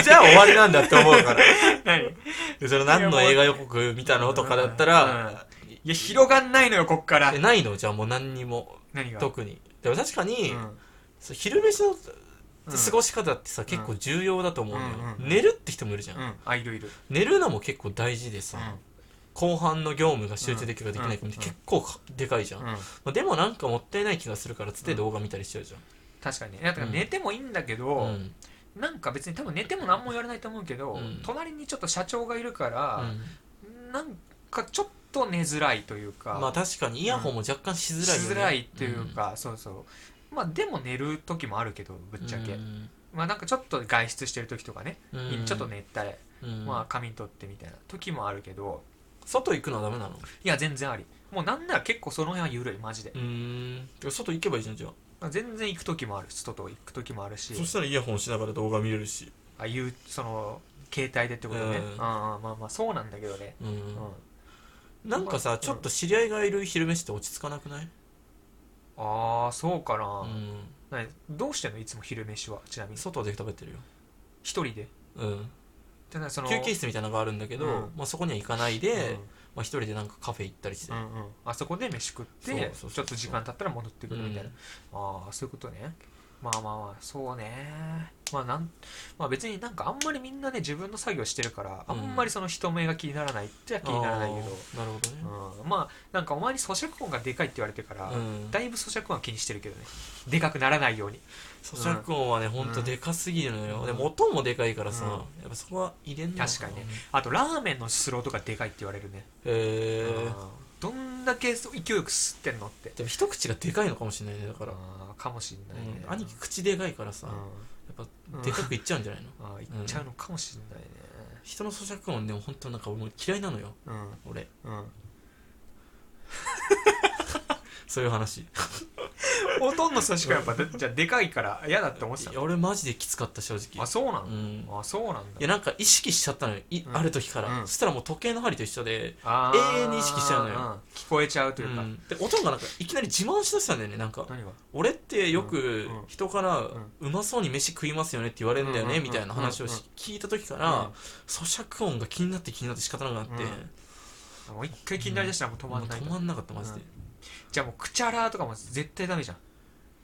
Speaker 1: じゃあ終わりなんだって思うから
Speaker 2: 何い
Speaker 1: でそれ何の映画予告見たのとかだったら、
Speaker 2: や広がんないのよこっから
Speaker 1: えないのじゃあもう何にも
Speaker 2: 何が
Speaker 1: 特にでも確かに、
Speaker 2: うん
Speaker 1: そう昼飯の過
Speaker 2: い
Speaker 1: ごし方ってさ、結構重要だと思うのよ、
Speaker 2: うんうん
Speaker 1: 寝るって人もいるじゃん、
Speaker 2: うんあいるいる
Speaker 1: 寝るのも結構大事でさ、後半の業務が集中できるかできないかも
Speaker 2: うん
Speaker 1: 結構かでかいじゃん、
Speaker 2: うん
Speaker 1: ま
Speaker 2: うん
Speaker 1: あ、でもなんかもったいない気がするからつって
Speaker 2: うん
Speaker 1: 動画見たりしちゃうじゃ
Speaker 2: 確かにねだから寝てもいいんだけど、
Speaker 1: ん、うん
Speaker 2: なんか別に多分寝ても何も言われないと思うけど、
Speaker 1: うん
Speaker 2: 隣にちょっと社長がいるから、なんかちょっと寝づらいというか、
Speaker 1: まあ確かにイヤホンも若干しづらいよ、ね、
Speaker 2: しづらいっていうか、そうそうまあでも寝る時もあるけどぶ
Speaker 1: う
Speaker 2: っ
Speaker 1: ん、
Speaker 2: ちゃけ、
Speaker 1: うん
Speaker 2: まあなんかちょっと外出してる時とかね、
Speaker 1: うん
Speaker 2: ちょっと、寝たり、
Speaker 1: うん
Speaker 2: まあ仮眠取ってみたいな時もあるけど
Speaker 1: 外行くのはダメなの
Speaker 2: いや全然ありもうなんなら結構その辺は緩いマジで
Speaker 1: う、ーんてか外行けばいいじゃんじゃあ、
Speaker 2: まあ全然行く時もある外行く時もあるし
Speaker 1: そしたらイヤホンしながら動画見れるし
Speaker 2: あいうその携帯でってことね、
Speaker 1: うん
Speaker 2: うん、まあまあそうなんだけどね、
Speaker 1: うん、
Speaker 2: うん
Speaker 1: なんかさ、
Speaker 2: まあ
Speaker 1: ちょっと知り合いがいる昼飯って落ち着かなくない
Speaker 2: ああそうかな、
Speaker 1: うん
Speaker 2: 何どうしてんのいつも昼飯はちなみに
Speaker 1: 外で食べてるよ、
Speaker 2: 一人で
Speaker 1: うん、
Speaker 2: でなその
Speaker 1: 休憩室みたいなのがあるんだけど、
Speaker 2: うん
Speaker 1: まあ、そこには行かない
Speaker 2: うん
Speaker 1: で、まあ、一人でなんかカフェ行ったりして、
Speaker 2: うんうんあそこで飯食って
Speaker 1: そうそうそうそう
Speaker 2: ちょっと時間経ったら戻ってくるみた
Speaker 1: う
Speaker 2: いな、
Speaker 1: ん
Speaker 2: ああそういうことねまあまあまあそうねまあなんまあ別になんかあんまりみんなね自分の作業してるからあ
Speaker 1: うん
Speaker 2: んまりその人目が気にならないっちゃ気にならないけど、
Speaker 1: あーなるほどね、
Speaker 2: うん、まあなんかお前に咀嚼音がでかいって言われてから、
Speaker 1: うん、
Speaker 2: だいぶ咀嚼音は気にしてるけどねでかくならないように
Speaker 1: 咀嚼音はね、ほんとでかすぎるのよ、でも音もでかいからさ、
Speaker 2: うん
Speaker 1: やっぱそこは入れんの
Speaker 2: 確かにねあとラーメンのスローとかでかいって言われるね、
Speaker 1: へえ
Speaker 2: うんどんだけ勢いよく吸ってんのって
Speaker 1: でも一口がでかいのかもしれないねだから、
Speaker 2: あーかもしんないね、
Speaker 1: うん兄貴口でかいからさ、
Speaker 2: うん
Speaker 1: やっぱでかくいっちゃうんじゃないの、
Speaker 2: あーいっちゃうのかもしんないね
Speaker 1: 人の咀嚼音でも本当なんかもう嫌いなのよ
Speaker 2: うん
Speaker 1: 俺
Speaker 2: うん、
Speaker 1: そういう話い
Speaker 2: ほとんど差し替えやっぱでじゃあでかいから嫌だって思ってた
Speaker 1: や俺マジできつかった正直
Speaker 2: あそうな
Speaker 1: う
Speaker 2: の、
Speaker 1: ん
Speaker 2: あそうなん
Speaker 1: い
Speaker 2: だ
Speaker 1: やなんか意識しちゃったのよい、
Speaker 2: うん
Speaker 1: ある時から、
Speaker 2: うん
Speaker 1: そしたらもう時計の針と一緒で,、
Speaker 2: あー
Speaker 1: 永遠に意識しちゃうのよ
Speaker 2: ん聞こえちゃうと
Speaker 1: う
Speaker 2: いうか、
Speaker 1: ん、で音がなんかいきなり自慢しだしたんだよねなんか
Speaker 2: 何が
Speaker 1: 俺ってよく
Speaker 2: うんうん
Speaker 1: 人から
Speaker 2: ん
Speaker 1: うまそうに飯食いますよねって言われるんだよ
Speaker 2: うんう
Speaker 1: ね
Speaker 2: ん
Speaker 1: みたいな話を
Speaker 2: うん
Speaker 1: し
Speaker 2: う
Speaker 1: 聞いた時か
Speaker 2: う
Speaker 1: ら
Speaker 2: ん
Speaker 1: 咀嚼音が気になって気になって仕方なくなって
Speaker 2: うんもう一回気になりだしたらもう止
Speaker 1: も
Speaker 2: ま
Speaker 1: うん
Speaker 2: ないと、
Speaker 1: 止まんなかったマジで
Speaker 2: うんじゃあもうクチャラーとかも絶対ダメじゃん、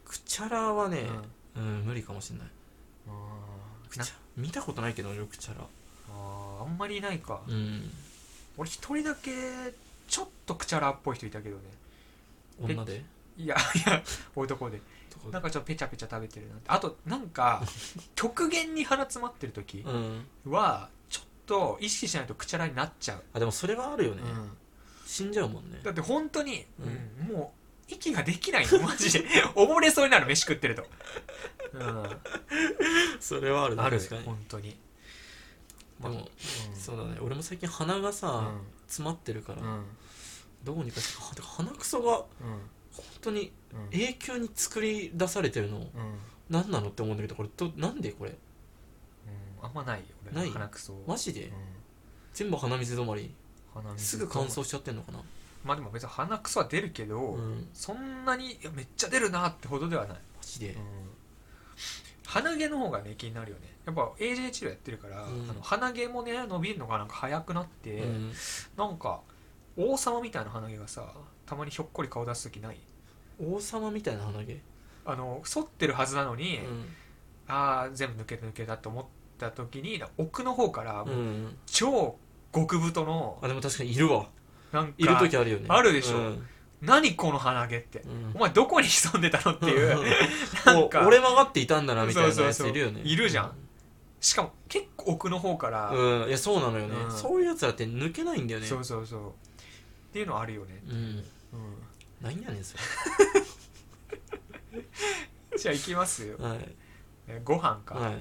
Speaker 1: くちゃらはね
Speaker 2: うん
Speaker 1: うん無理かもしんないくち
Speaker 2: うん
Speaker 1: ゃ
Speaker 2: な
Speaker 1: ら見たことないけど俺くちゃら
Speaker 2: あーあんまりいないか、
Speaker 1: うん
Speaker 2: 俺一人だけちょっとクチャラーっぽい人いたけどね
Speaker 1: 女で
Speaker 2: いや いや男で
Speaker 1: と
Speaker 2: な
Speaker 1: か
Speaker 2: んかちょっとペチャペチャ食べてるなってあとなん か極限に鼻詰まってる時
Speaker 1: うん
Speaker 2: はちょっと意識しないとクチャラになっちゃう、
Speaker 1: あでもそれはあるよね
Speaker 2: うん
Speaker 1: 死んじゃうもんね
Speaker 2: だって本当に、
Speaker 1: う
Speaker 2: うんもう息ができないのマジで 溺れそうになる飯食ってると、うん、
Speaker 1: それはあるね
Speaker 2: ある
Speaker 1: 確かに
Speaker 2: 本当に
Speaker 1: でも
Speaker 2: うん
Speaker 1: そうだね俺も最近鼻が
Speaker 2: うん
Speaker 1: さ詰まってるから
Speaker 2: うん
Speaker 1: どうにかしてあてか鼻くそが
Speaker 2: うん
Speaker 1: 本当に
Speaker 2: うん
Speaker 1: 永久に作り出されてるの
Speaker 2: うんうん
Speaker 1: 何なのって思うんだけどこれどなんでこれ
Speaker 2: あんまないよ俺
Speaker 1: ない
Speaker 2: 鼻くそ
Speaker 1: マジで
Speaker 2: うん
Speaker 1: 全部鼻水止まり
Speaker 2: 鼻水
Speaker 1: すぐ乾燥しちゃってんのかな
Speaker 2: まあでも別に鼻くそは出るけど、
Speaker 1: うん
Speaker 2: そんなにいやめっちゃ出るなってほどではない、
Speaker 1: マジで
Speaker 2: 鼻毛の方がね気になるよねやっぱ AJ 治療やってるから、
Speaker 1: うん
Speaker 2: あの鼻毛もね伸びるのがなんか早くなって、
Speaker 1: うん
Speaker 2: なんか王様みたいな鼻毛がさたまにひょっこり顔出す時ない
Speaker 1: 王様みたいな鼻毛
Speaker 2: あの剃ってるはずなのに、
Speaker 1: うん
Speaker 2: ああ全部抜けた抜けたと思った時に奥の方からもう
Speaker 1: うん
Speaker 2: 超極太の、
Speaker 1: あでも確かにいるわ
Speaker 2: なんか
Speaker 1: いる時あるよね
Speaker 2: あるでしょ
Speaker 1: うん
Speaker 2: 何この鼻毛って、
Speaker 1: うん
Speaker 2: お前どこに潜んでたのっていうなんか
Speaker 1: お俺曲がっていたんだなみたいなや
Speaker 2: そうそう
Speaker 1: つ
Speaker 2: そう
Speaker 1: いるよね
Speaker 2: いるじゃんしかも結構奥の方から、
Speaker 1: うんいやそうなのよね
Speaker 2: うん
Speaker 1: そういうやつらって抜けないんだよね
Speaker 2: そうそうそうっていうのあるよね、
Speaker 1: うん
Speaker 2: う
Speaker 1: なんやねんそれ
Speaker 2: ん、じゃあ行きますよ
Speaker 1: はい
Speaker 2: えご飯か、
Speaker 1: はい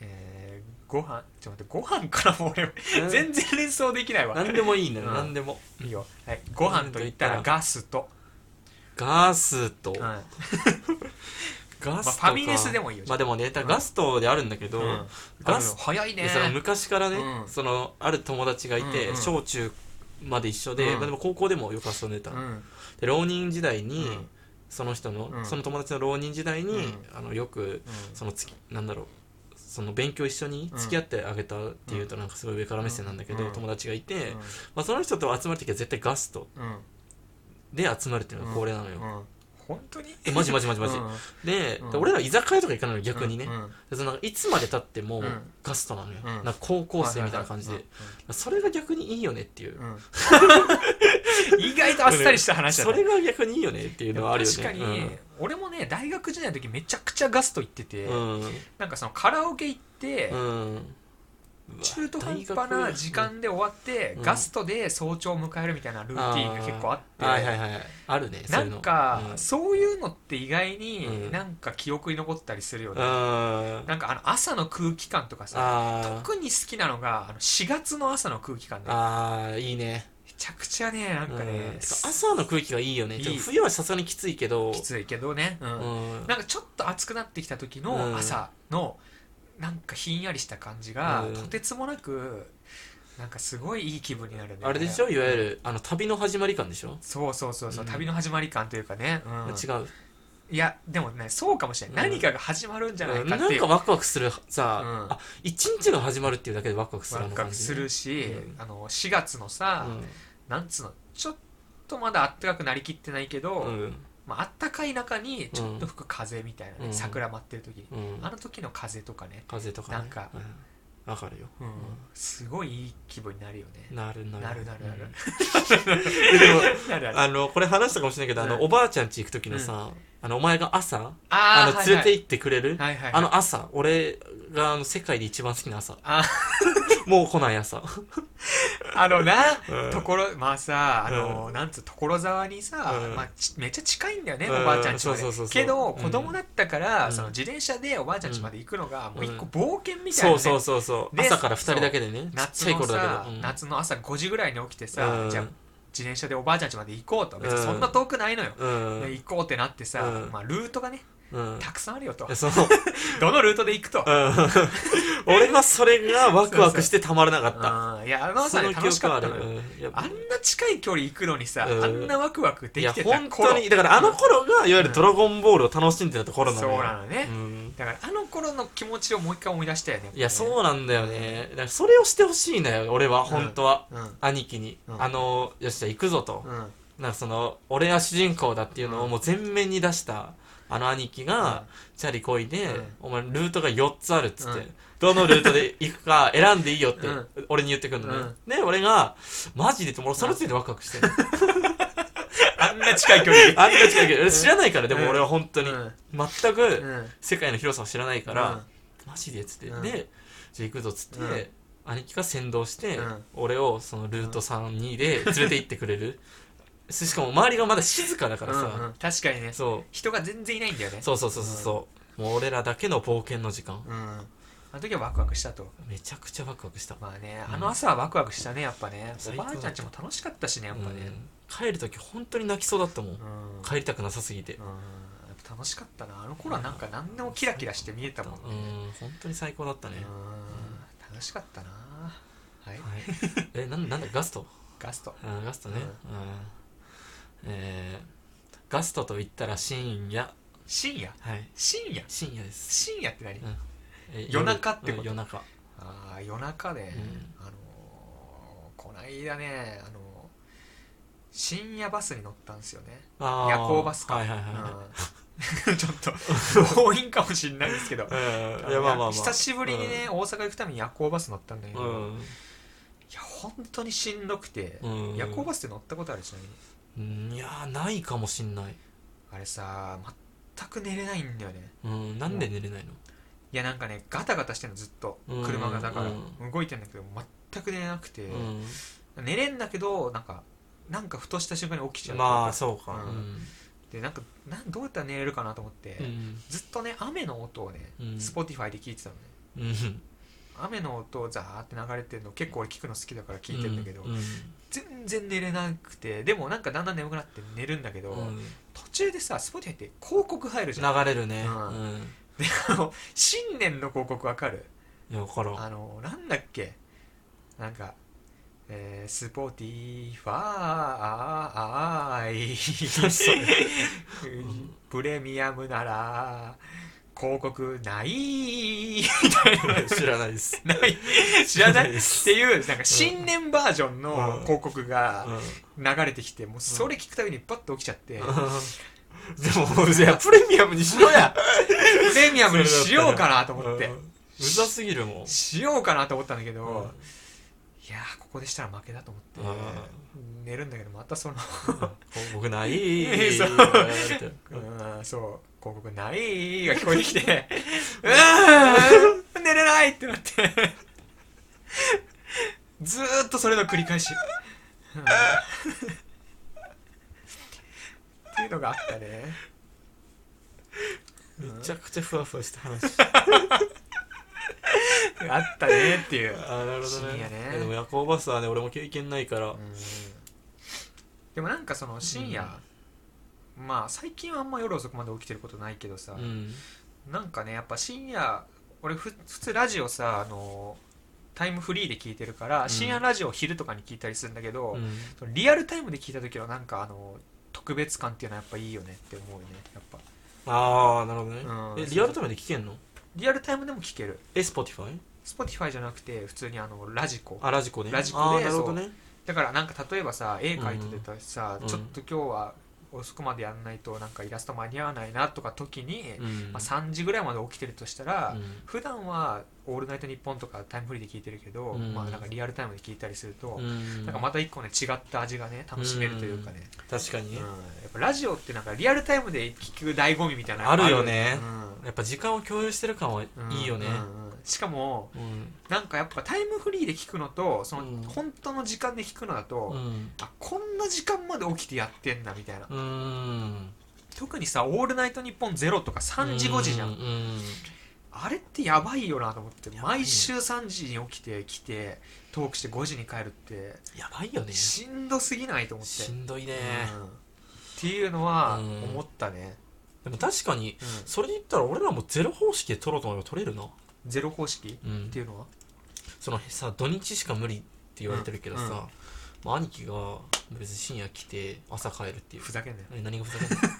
Speaker 2: えーご飯ちょっと待ってご飯からもう俺全然連想できないわ
Speaker 1: 何でもいいんだよ
Speaker 2: うん
Speaker 1: 何でも
Speaker 2: いいよ、はい、ご飯と言ったらガスと、
Speaker 1: ガスと
Speaker 2: うんま
Speaker 1: ガ
Speaker 2: あ、
Speaker 1: スト
Speaker 2: フ
Speaker 1: か
Speaker 2: ァミレスでもいいよ
Speaker 1: まあでもねだからガストであるんだけど、
Speaker 2: うん
Speaker 1: ガ
Speaker 2: あ
Speaker 1: ス
Speaker 2: の早い
Speaker 1: で
Speaker 2: ね
Speaker 1: その昔からね、
Speaker 2: うん
Speaker 1: そのある友達がいて、
Speaker 2: うんうん
Speaker 1: 小中まで一緒で、
Speaker 2: うん
Speaker 1: まあ、でも高校でもよく遊んでた、
Speaker 2: うん
Speaker 1: で浪人時代に、
Speaker 2: うん
Speaker 1: その人の、
Speaker 2: うん
Speaker 1: その友達の浪人時代に、
Speaker 2: うん
Speaker 1: あのよくそのつきなんだろうその勉強一緒に
Speaker 2: うん
Speaker 1: 付き合ってあげたっていうとなんかすごい上から目線なんだけど、
Speaker 2: うん
Speaker 1: 友達がいて、
Speaker 2: うん
Speaker 1: まあ、その人と集まる時は絶対ガスト
Speaker 2: うん
Speaker 1: で集まるっていうのが恒例なのよ、
Speaker 2: うん本当に
Speaker 1: えマジマジマジマジ、
Speaker 2: うん
Speaker 1: で,で、
Speaker 2: うん
Speaker 1: 俺ら居酒屋とか行かないの逆にね、
Speaker 2: うんうん
Speaker 1: でそのなんかいつまでたっても
Speaker 2: うん
Speaker 1: ガストなのよ、
Speaker 2: うん
Speaker 1: なんか高校生みたいな感じで、
Speaker 2: はい
Speaker 1: それが逆にいいよねっていう、
Speaker 2: はいはいうん意外とあっさりした話だ
Speaker 1: そ
Speaker 2: ね
Speaker 1: れが逆にいいよねっていうのはあるよね
Speaker 2: 確かに、俺もね大学時代の時めちゃくちゃガスト行ってて、
Speaker 1: うん
Speaker 2: なんかそのカラオケ行って、
Speaker 1: うん、うん
Speaker 2: 中途半端な時間で終わって、
Speaker 1: うん
Speaker 2: ガストで早朝を迎えるみたいなルーティンが結構あって
Speaker 1: はいはいはいあるねそう
Speaker 2: ない
Speaker 1: うんの
Speaker 2: か
Speaker 1: うん
Speaker 2: そういうのって意外
Speaker 1: う
Speaker 2: に
Speaker 1: ん
Speaker 2: なんか記憶に残ったりするよね、
Speaker 1: あー
Speaker 2: なんかあの朝の空気感とかさ
Speaker 1: あー
Speaker 2: 特に好きなのがあの4月の朝の空気感でめ
Speaker 1: あーいいね
Speaker 2: ちゃくちゃねなんか
Speaker 1: うん
Speaker 2: ね、
Speaker 1: てか朝の空気がいいよね
Speaker 2: いい
Speaker 1: ちょっと冬はさすがにきついけど
Speaker 2: きついけどね、うん
Speaker 1: うん
Speaker 2: なんかちょっと暑くなってきた時
Speaker 1: うん
Speaker 2: の朝のなんかひんやりした感じが
Speaker 1: うん
Speaker 2: とてつもなくなんかすごいいい気分になるね
Speaker 1: あれでしょいわゆるあの旅の始まり感でしょ
Speaker 2: そうそうそうそう、
Speaker 1: うん
Speaker 2: 旅の始まり感というかね、う
Speaker 1: 違
Speaker 2: ん
Speaker 1: う
Speaker 2: いやでもねそうかもしれない、
Speaker 1: うん
Speaker 2: 何かが始まるんじゃない
Speaker 1: うん
Speaker 2: か
Speaker 1: な
Speaker 2: って
Speaker 1: ん
Speaker 2: いう
Speaker 1: かワクワクするさ、
Speaker 2: うん
Speaker 1: あ一日が始まるっていうだけでワクワクする
Speaker 2: ワクワクするし、
Speaker 1: うん
Speaker 2: あの4月のさ、なんつうのちょっとまだあったかくなりきってないけど、
Speaker 1: うんうん
Speaker 2: まああったかい中にちょっと吹く風みたいなね、
Speaker 1: うん
Speaker 2: 桜舞ってる時に、
Speaker 1: うん
Speaker 2: あの時の風とかね、
Speaker 1: 風とか、ね、
Speaker 2: なんか
Speaker 1: うんわかるよ、
Speaker 2: うんすごいいい気分になるよね
Speaker 1: なるなる
Speaker 2: なるなるなる
Speaker 1: うんえ でも
Speaker 2: なるなる
Speaker 1: あのこれ話したかもしれないけど、あ
Speaker 2: う
Speaker 1: の
Speaker 2: ん
Speaker 1: おばあちゃん家行く時のさ、あのお前が朝
Speaker 2: あ
Speaker 1: あ
Speaker 2: ー
Speaker 1: の連れて行ってくれる、
Speaker 2: はいはいはいはい
Speaker 1: あの朝俺があの世界で一番好きな朝
Speaker 2: あ
Speaker 1: もう来ない朝、
Speaker 2: あのな、
Speaker 1: うん
Speaker 2: ところまあさあの、
Speaker 1: うん
Speaker 2: なんつう所沢にさ、
Speaker 1: うん
Speaker 2: まあ、ちめっちゃ近いんだよね、
Speaker 1: うん
Speaker 2: おばあちゃんちまで
Speaker 1: そうそうそうそう
Speaker 2: けど
Speaker 1: うん
Speaker 2: 子供だったから、
Speaker 1: うん
Speaker 2: その自転車でおばあちゃんちまで行くのが、もう一個
Speaker 1: うん
Speaker 2: 冒険みたいな、
Speaker 1: そ
Speaker 2: ね
Speaker 1: うそうそうそう
Speaker 2: で
Speaker 1: 朝から二人だけでねちっ
Speaker 2: 夏
Speaker 1: ちゃい
Speaker 2: の
Speaker 1: 頃だ
Speaker 2: さ、
Speaker 1: けど、うん
Speaker 2: 夏の朝5時ぐらいに起きてさ、
Speaker 1: うん
Speaker 2: じゃあ自転車でおばあちゃんちまで行こうと別にそんな遠くないのよ、
Speaker 1: うん
Speaker 2: で行こうってなってさ、
Speaker 1: うん
Speaker 2: まあ、ルートがね
Speaker 1: うん
Speaker 2: たくさんあるよと、
Speaker 1: いやその
Speaker 2: どのルートで行くと、
Speaker 1: うん 俺はそれがワクワクしてたまらなかった。
Speaker 2: うんいやあの朝ね楽しかったのよ、
Speaker 1: うんいや
Speaker 2: あんな近い距離行くのにさ、
Speaker 1: うん
Speaker 2: あんなワクワクで
Speaker 1: い
Speaker 2: き
Speaker 1: や、
Speaker 2: てた
Speaker 1: 本当に、だからあの頃が、いわゆるドラゴンボールを楽しんでたところなのよ
Speaker 2: そうなのね
Speaker 1: うん
Speaker 2: だからあの頃の気持ちをもう一回思い出したよね
Speaker 1: いや、そうなんだよね。だからそれをしてほしいんだよ、俺は、本当は。
Speaker 2: うんうん
Speaker 1: 兄貴に、
Speaker 2: うん
Speaker 1: あのよしじゃあ行くぞと、
Speaker 2: うん
Speaker 1: なんかその俺が主人公だっていうのをもう全面に出したあの兄貴が、チャリこいで、
Speaker 2: うん
Speaker 1: お前ルートが4つあるっつって、
Speaker 2: うん
Speaker 1: どのルートで行くか選んでいいよって
Speaker 2: うん
Speaker 1: 俺に言ってくるのね、で俺がマジでってもうその時点でワクワクしてる
Speaker 2: あんな近い距離
Speaker 1: あんな近いけど俺知らないからで
Speaker 2: うん
Speaker 1: も俺は本当に、
Speaker 2: うん
Speaker 1: 全く
Speaker 2: うん
Speaker 1: 世界の広さを知らないから、
Speaker 2: うん
Speaker 1: マジでっつって、
Speaker 2: うん
Speaker 1: でじゃあ行くぞっつって、
Speaker 2: うん
Speaker 1: 兄貴が先導して、
Speaker 2: うん
Speaker 1: 俺をそのルート32で連れて行ってくれるしかも周りがまだ静かだからさ、
Speaker 2: うんうん確かにね
Speaker 1: そ
Speaker 2: 人が全然いないんだよね
Speaker 1: うそうそうそうそうそうもう俺らだけの冒険の時間
Speaker 2: うんあの時はワクワクしたと
Speaker 1: めちゃくちゃワクワクした、
Speaker 2: まあね
Speaker 1: うん
Speaker 2: あの朝はワクワクしたねやっぱねお
Speaker 1: 最高
Speaker 2: ばあちゃんちも楽しかったしねやっぱ
Speaker 1: う
Speaker 2: ね
Speaker 1: ん帰る時本当に泣きそうだったもん、
Speaker 2: うん
Speaker 1: 帰りたくなさすぎて
Speaker 2: うんやっぱ楽しかったなあの頃はなんか何でもキラキラして見えたもん
Speaker 1: う
Speaker 2: ね
Speaker 1: ん本当に最高だったね、
Speaker 2: うん楽しかったな
Speaker 1: は
Speaker 2: はい
Speaker 1: い、えなんなんだガスト
Speaker 2: ガスト
Speaker 1: あーガストね、うんえーガストと言ったら深夜
Speaker 2: 深夜
Speaker 1: はい
Speaker 2: 深夜
Speaker 1: 深夜です、
Speaker 2: 深夜って何
Speaker 1: うんえー
Speaker 2: 夜中ってこと
Speaker 1: うん夜中
Speaker 2: ああ夜中で、
Speaker 1: うん
Speaker 2: あのーこないだね、あのー深夜バスに乗ったんですよね、
Speaker 1: あー
Speaker 2: 夜行バスか
Speaker 1: はいはいはい
Speaker 2: うん ちょっと多いんかもしれないですけど
Speaker 1: はい、うんいやまあまあまあ
Speaker 2: 久しぶりにね、大阪行くために夜行バス乗ったんだけ
Speaker 1: う
Speaker 2: ど、い
Speaker 1: ん、
Speaker 2: や本当にしんどくて、
Speaker 1: うん、
Speaker 2: 夜行バスって乗ったことあるちなみ
Speaker 1: う
Speaker 2: に
Speaker 1: んいやーないかもしんない、
Speaker 2: あれさ全く寝れないんだよね
Speaker 1: うん、なんで寝れないの
Speaker 2: いやなんかねガタガタしてんのずっと
Speaker 1: うん
Speaker 2: 車がだから、
Speaker 1: う
Speaker 2: 動いてんだけど全く寝れなくて、
Speaker 1: うん、
Speaker 2: 寝れんだけどなんかなんかふとした瞬間に起きちゃう
Speaker 1: まあそうか
Speaker 2: うでなんかなんどうやったら寝れるかなと思って、
Speaker 1: うん
Speaker 2: ずっとね雨の音をね、
Speaker 1: うん
Speaker 2: Spotify で聞いてたのね
Speaker 1: うん
Speaker 2: 雨の音をザーって流れてるの結構俺聞くの好きだから聞いてるんだけど、
Speaker 1: うん
Speaker 2: 全然寝れなくてでもなんかだんだん眠くなって寝るんだけど、
Speaker 1: うん
Speaker 2: 途中でさ Spotify って広告入るじゃん
Speaker 1: 流れるね、
Speaker 2: う
Speaker 1: うんん
Speaker 2: であの新年の広告わかる
Speaker 1: いや分からん
Speaker 2: あのなんだっけなんかえー、スポーティファイ
Speaker 1: ん
Speaker 2: プレミアムなら広告ない
Speaker 1: 知らないです
Speaker 2: ない知ら
Speaker 1: 知らな
Speaker 2: ない
Speaker 1: い
Speaker 2: っ
Speaker 1: です
Speaker 2: ていうなんか新年バージョンの
Speaker 1: うん
Speaker 2: 広告が
Speaker 1: うん
Speaker 2: 流れてきてもうそれ聞くたびにバッと起きちゃって
Speaker 1: うん でも、いや、プレミアムにしろや
Speaker 2: プレミアムにしようかなと思って
Speaker 1: うんうざすぎるもん。
Speaker 2: しようかなと思ったんだけど、
Speaker 1: うん
Speaker 2: いやーここでしたら負けだと思って寝るんだけどまたその
Speaker 1: 僕ない。
Speaker 2: そう
Speaker 1: って
Speaker 2: うんそう広告ないが聞こえてきてうーん寝れないってなってずーっとそれの繰り返し、うんっていうのがあったね
Speaker 1: めちゃくちゃふわふわした話。
Speaker 2: あったねっていう、
Speaker 1: あなるほど
Speaker 2: 深夜
Speaker 1: ね
Speaker 2: ね
Speaker 1: でも夜行バスはね俺も経験ないから、
Speaker 2: うんでもなんかその深夜、まあ最近はあんま夜遅くまで起きてることないけどさ、
Speaker 1: うん
Speaker 2: なんかねやっぱ深夜俺ふ普通ラジオさあのタイムフリーで聞いてるから、
Speaker 1: うん
Speaker 2: 深夜ラジオ昼とかに聞いたりするんだけど、
Speaker 1: うん
Speaker 2: そのリアルタイムで聞いた時のなんかあの特別感っていうのはやっぱいいよねって思うよねやっぱ
Speaker 1: ああなるほどね、
Speaker 2: うん
Speaker 1: えリアルタイムで聞けんの
Speaker 2: リアルタイムでも聞ける
Speaker 1: え Spotify?
Speaker 2: Spotify じゃなくて普通にあのラジコ
Speaker 1: あラジコね
Speaker 2: ラジコで
Speaker 1: ああなるほどね
Speaker 2: だからなんか例えばさ絵描いててたしさ、
Speaker 1: うん
Speaker 2: ちょっと今日は遅くまでやんないとなんかイラスト間に合わないなとか時に、
Speaker 1: うん
Speaker 2: まあ、3時ぐらいまで起きてるとしたら、
Speaker 1: うん
Speaker 2: 普段は「オールナイトニッポン」とかタイムフリーで聞いてるけど、
Speaker 1: うん
Speaker 2: まあ、なんかリアルタイムで聞いたりすると、
Speaker 1: うん
Speaker 2: なんかまた一個ね違った味がね楽しめるというかね、
Speaker 1: 確かにね
Speaker 2: うん、やっぱラジオってなんかリアルタイムで聞く醍醐味みたいなの
Speaker 1: あるよね
Speaker 2: う
Speaker 1: やっぱ時間を共有してる感は
Speaker 2: ん
Speaker 1: いいよね
Speaker 2: うんうんしかも
Speaker 1: うん
Speaker 2: なんかやっぱタイムフリーで聞くのとその
Speaker 1: うん
Speaker 2: 本当の時間で聞くのだと、
Speaker 1: うん
Speaker 2: あこんな時間まで起きてやってんだみたいな
Speaker 1: うん
Speaker 2: 特にさ「オールナイトニッポンゼロとか3時5時じゃん、
Speaker 1: ううん
Speaker 2: あれってやばいよなと思って
Speaker 1: やばいね
Speaker 2: 毎週3時に起きて来てトークして5時に帰るって
Speaker 1: やばいよねし
Speaker 2: しんどすぎないと思って、
Speaker 1: んどいね
Speaker 2: うんっていうのは
Speaker 1: うん
Speaker 2: 思ったね、
Speaker 1: でも確かに
Speaker 2: うん
Speaker 1: それで言ったら俺らもゼロ方式で取ろうと思えば取れるな
Speaker 2: ゼロ方式
Speaker 1: う
Speaker 2: っ
Speaker 1: ん
Speaker 2: ていうのは
Speaker 1: そのさ土日しか無理って言われてるけど
Speaker 2: うんうん
Speaker 1: さまあ兄貴が別に深夜来て朝帰るっていう
Speaker 2: ふざけんなよ
Speaker 1: え何がふざけ んの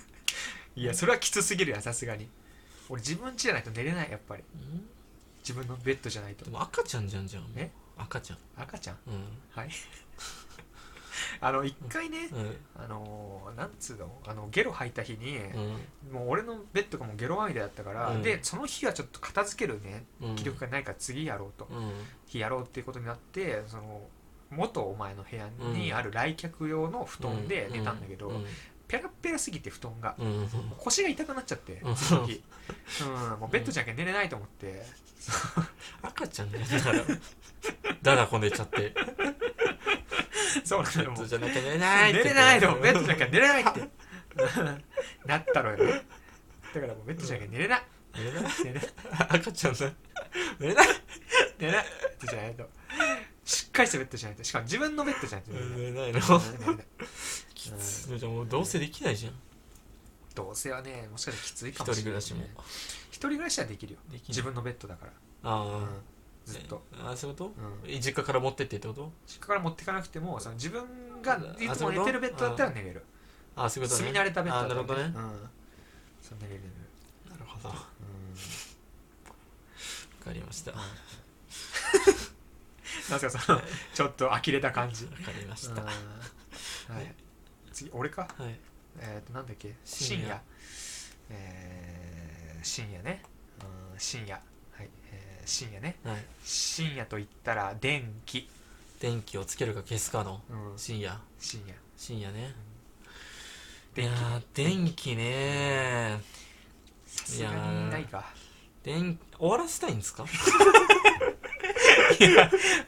Speaker 2: いやそれはきつすぎるやさすがに俺自分家じゃないと寝れないやっぱり
Speaker 1: うん
Speaker 2: 自分のベッドじゃないと
Speaker 1: でも赤ちゃんじゃんじゃん
Speaker 2: え
Speaker 1: 赤ちゃん
Speaker 2: 赤ちゃん
Speaker 1: うん
Speaker 2: はいあの一回ね、
Speaker 1: うん
Speaker 2: あのーなんつうのあのゲロ吐いた日に、
Speaker 1: うん
Speaker 2: もう俺のベッドがもうゲロまみれだったから、
Speaker 1: うん
Speaker 2: でその日はちょっと片付けるね
Speaker 1: うん
Speaker 2: 気力がないから次やろうと、
Speaker 1: うん
Speaker 2: 日やろうっていうことになってその元お前の部屋にある来客用の布団で寝たんだけど、
Speaker 1: うん
Speaker 2: ペラッペラすぎて布団が、
Speaker 1: うんうん
Speaker 2: もう腰が痛くなっちゃって、
Speaker 1: うん
Speaker 2: その日、うん、もうベッドじゃなきゃ寝れないと思って、
Speaker 1: 赤ちゃんがだから だだこねちゃって
Speaker 2: そうなの
Speaker 1: ベ
Speaker 2: よ
Speaker 1: ッ
Speaker 2: も
Speaker 1: ド
Speaker 2: う
Speaker 1: じゃなきゃ寝れないって
Speaker 2: 寝れないのベッドじゃなきゃ寝れないってなったのよだからもうベッドじゃなきゃ寝れない
Speaker 1: 寝れない
Speaker 2: 寝れない
Speaker 1: 赤ちゃんだ寝れない
Speaker 2: 寝れないベッドじゃないとしっかりしたベッドじゃないとしかも自分のベッドじゃないと寝れな
Speaker 1: 寝
Speaker 2: い
Speaker 1: れないの
Speaker 2: 寝れない
Speaker 1: きついじゃあもうどうせできないじゃん
Speaker 2: どうせはねもしかしたらきつい
Speaker 1: 一
Speaker 2: かも
Speaker 1: 人
Speaker 2: しれ
Speaker 1: 暮
Speaker 2: ない
Speaker 1: ら
Speaker 2: ね
Speaker 1: しも
Speaker 2: 一人暮らしはできるよ
Speaker 1: できない
Speaker 2: 自分のベッドだから、う
Speaker 1: あ
Speaker 2: んずっと、
Speaker 1: ああそういうこ
Speaker 2: うん
Speaker 1: と実家から持ってってってこと
Speaker 2: 実家から持ってかなくてもその自分がい
Speaker 1: あ
Speaker 2: つ
Speaker 1: そ
Speaker 2: も
Speaker 1: ういうこと
Speaker 2: 寝てるベッドだったら寝れる
Speaker 1: ああそういうこと
Speaker 2: 住
Speaker 1: ね
Speaker 2: み慣れたベッ
Speaker 1: あ
Speaker 2: ド
Speaker 1: あな
Speaker 2: だ
Speaker 1: る
Speaker 2: っ
Speaker 1: ほ
Speaker 2: た
Speaker 1: ど
Speaker 2: ら
Speaker 1: ね
Speaker 2: うんそう寝れる寝れる
Speaker 1: なるほどわ
Speaker 2: うん
Speaker 1: かりましたわ
Speaker 2: なんすか そのちょっと呆れた感じ
Speaker 1: かりまし
Speaker 2: うん
Speaker 1: た
Speaker 2: は
Speaker 1: はい
Speaker 2: い、次俺か
Speaker 1: い
Speaker 2: えっ、となんだっけ深
Speaker 1: 深夜
Speaker 2: 夜えー深夜ね、うん、深夜はい、えー深夜ね
Speaker 1: はい
Speaker 2: 深夜と言ったら電気、
Speaker 1: 電気をつけるか消すかの
Speaker 2: うん、
Speaker 1: 深夜
Speaker 2: 深夜
Speaker 1: 深夜ねい
Speaker 2: 電
Speaker 1: や
Speaker 2: 気
Speaker 1: ー電気ね
Speaker 2: さすがにないか
Speaker 1: 電終わらせたいんですか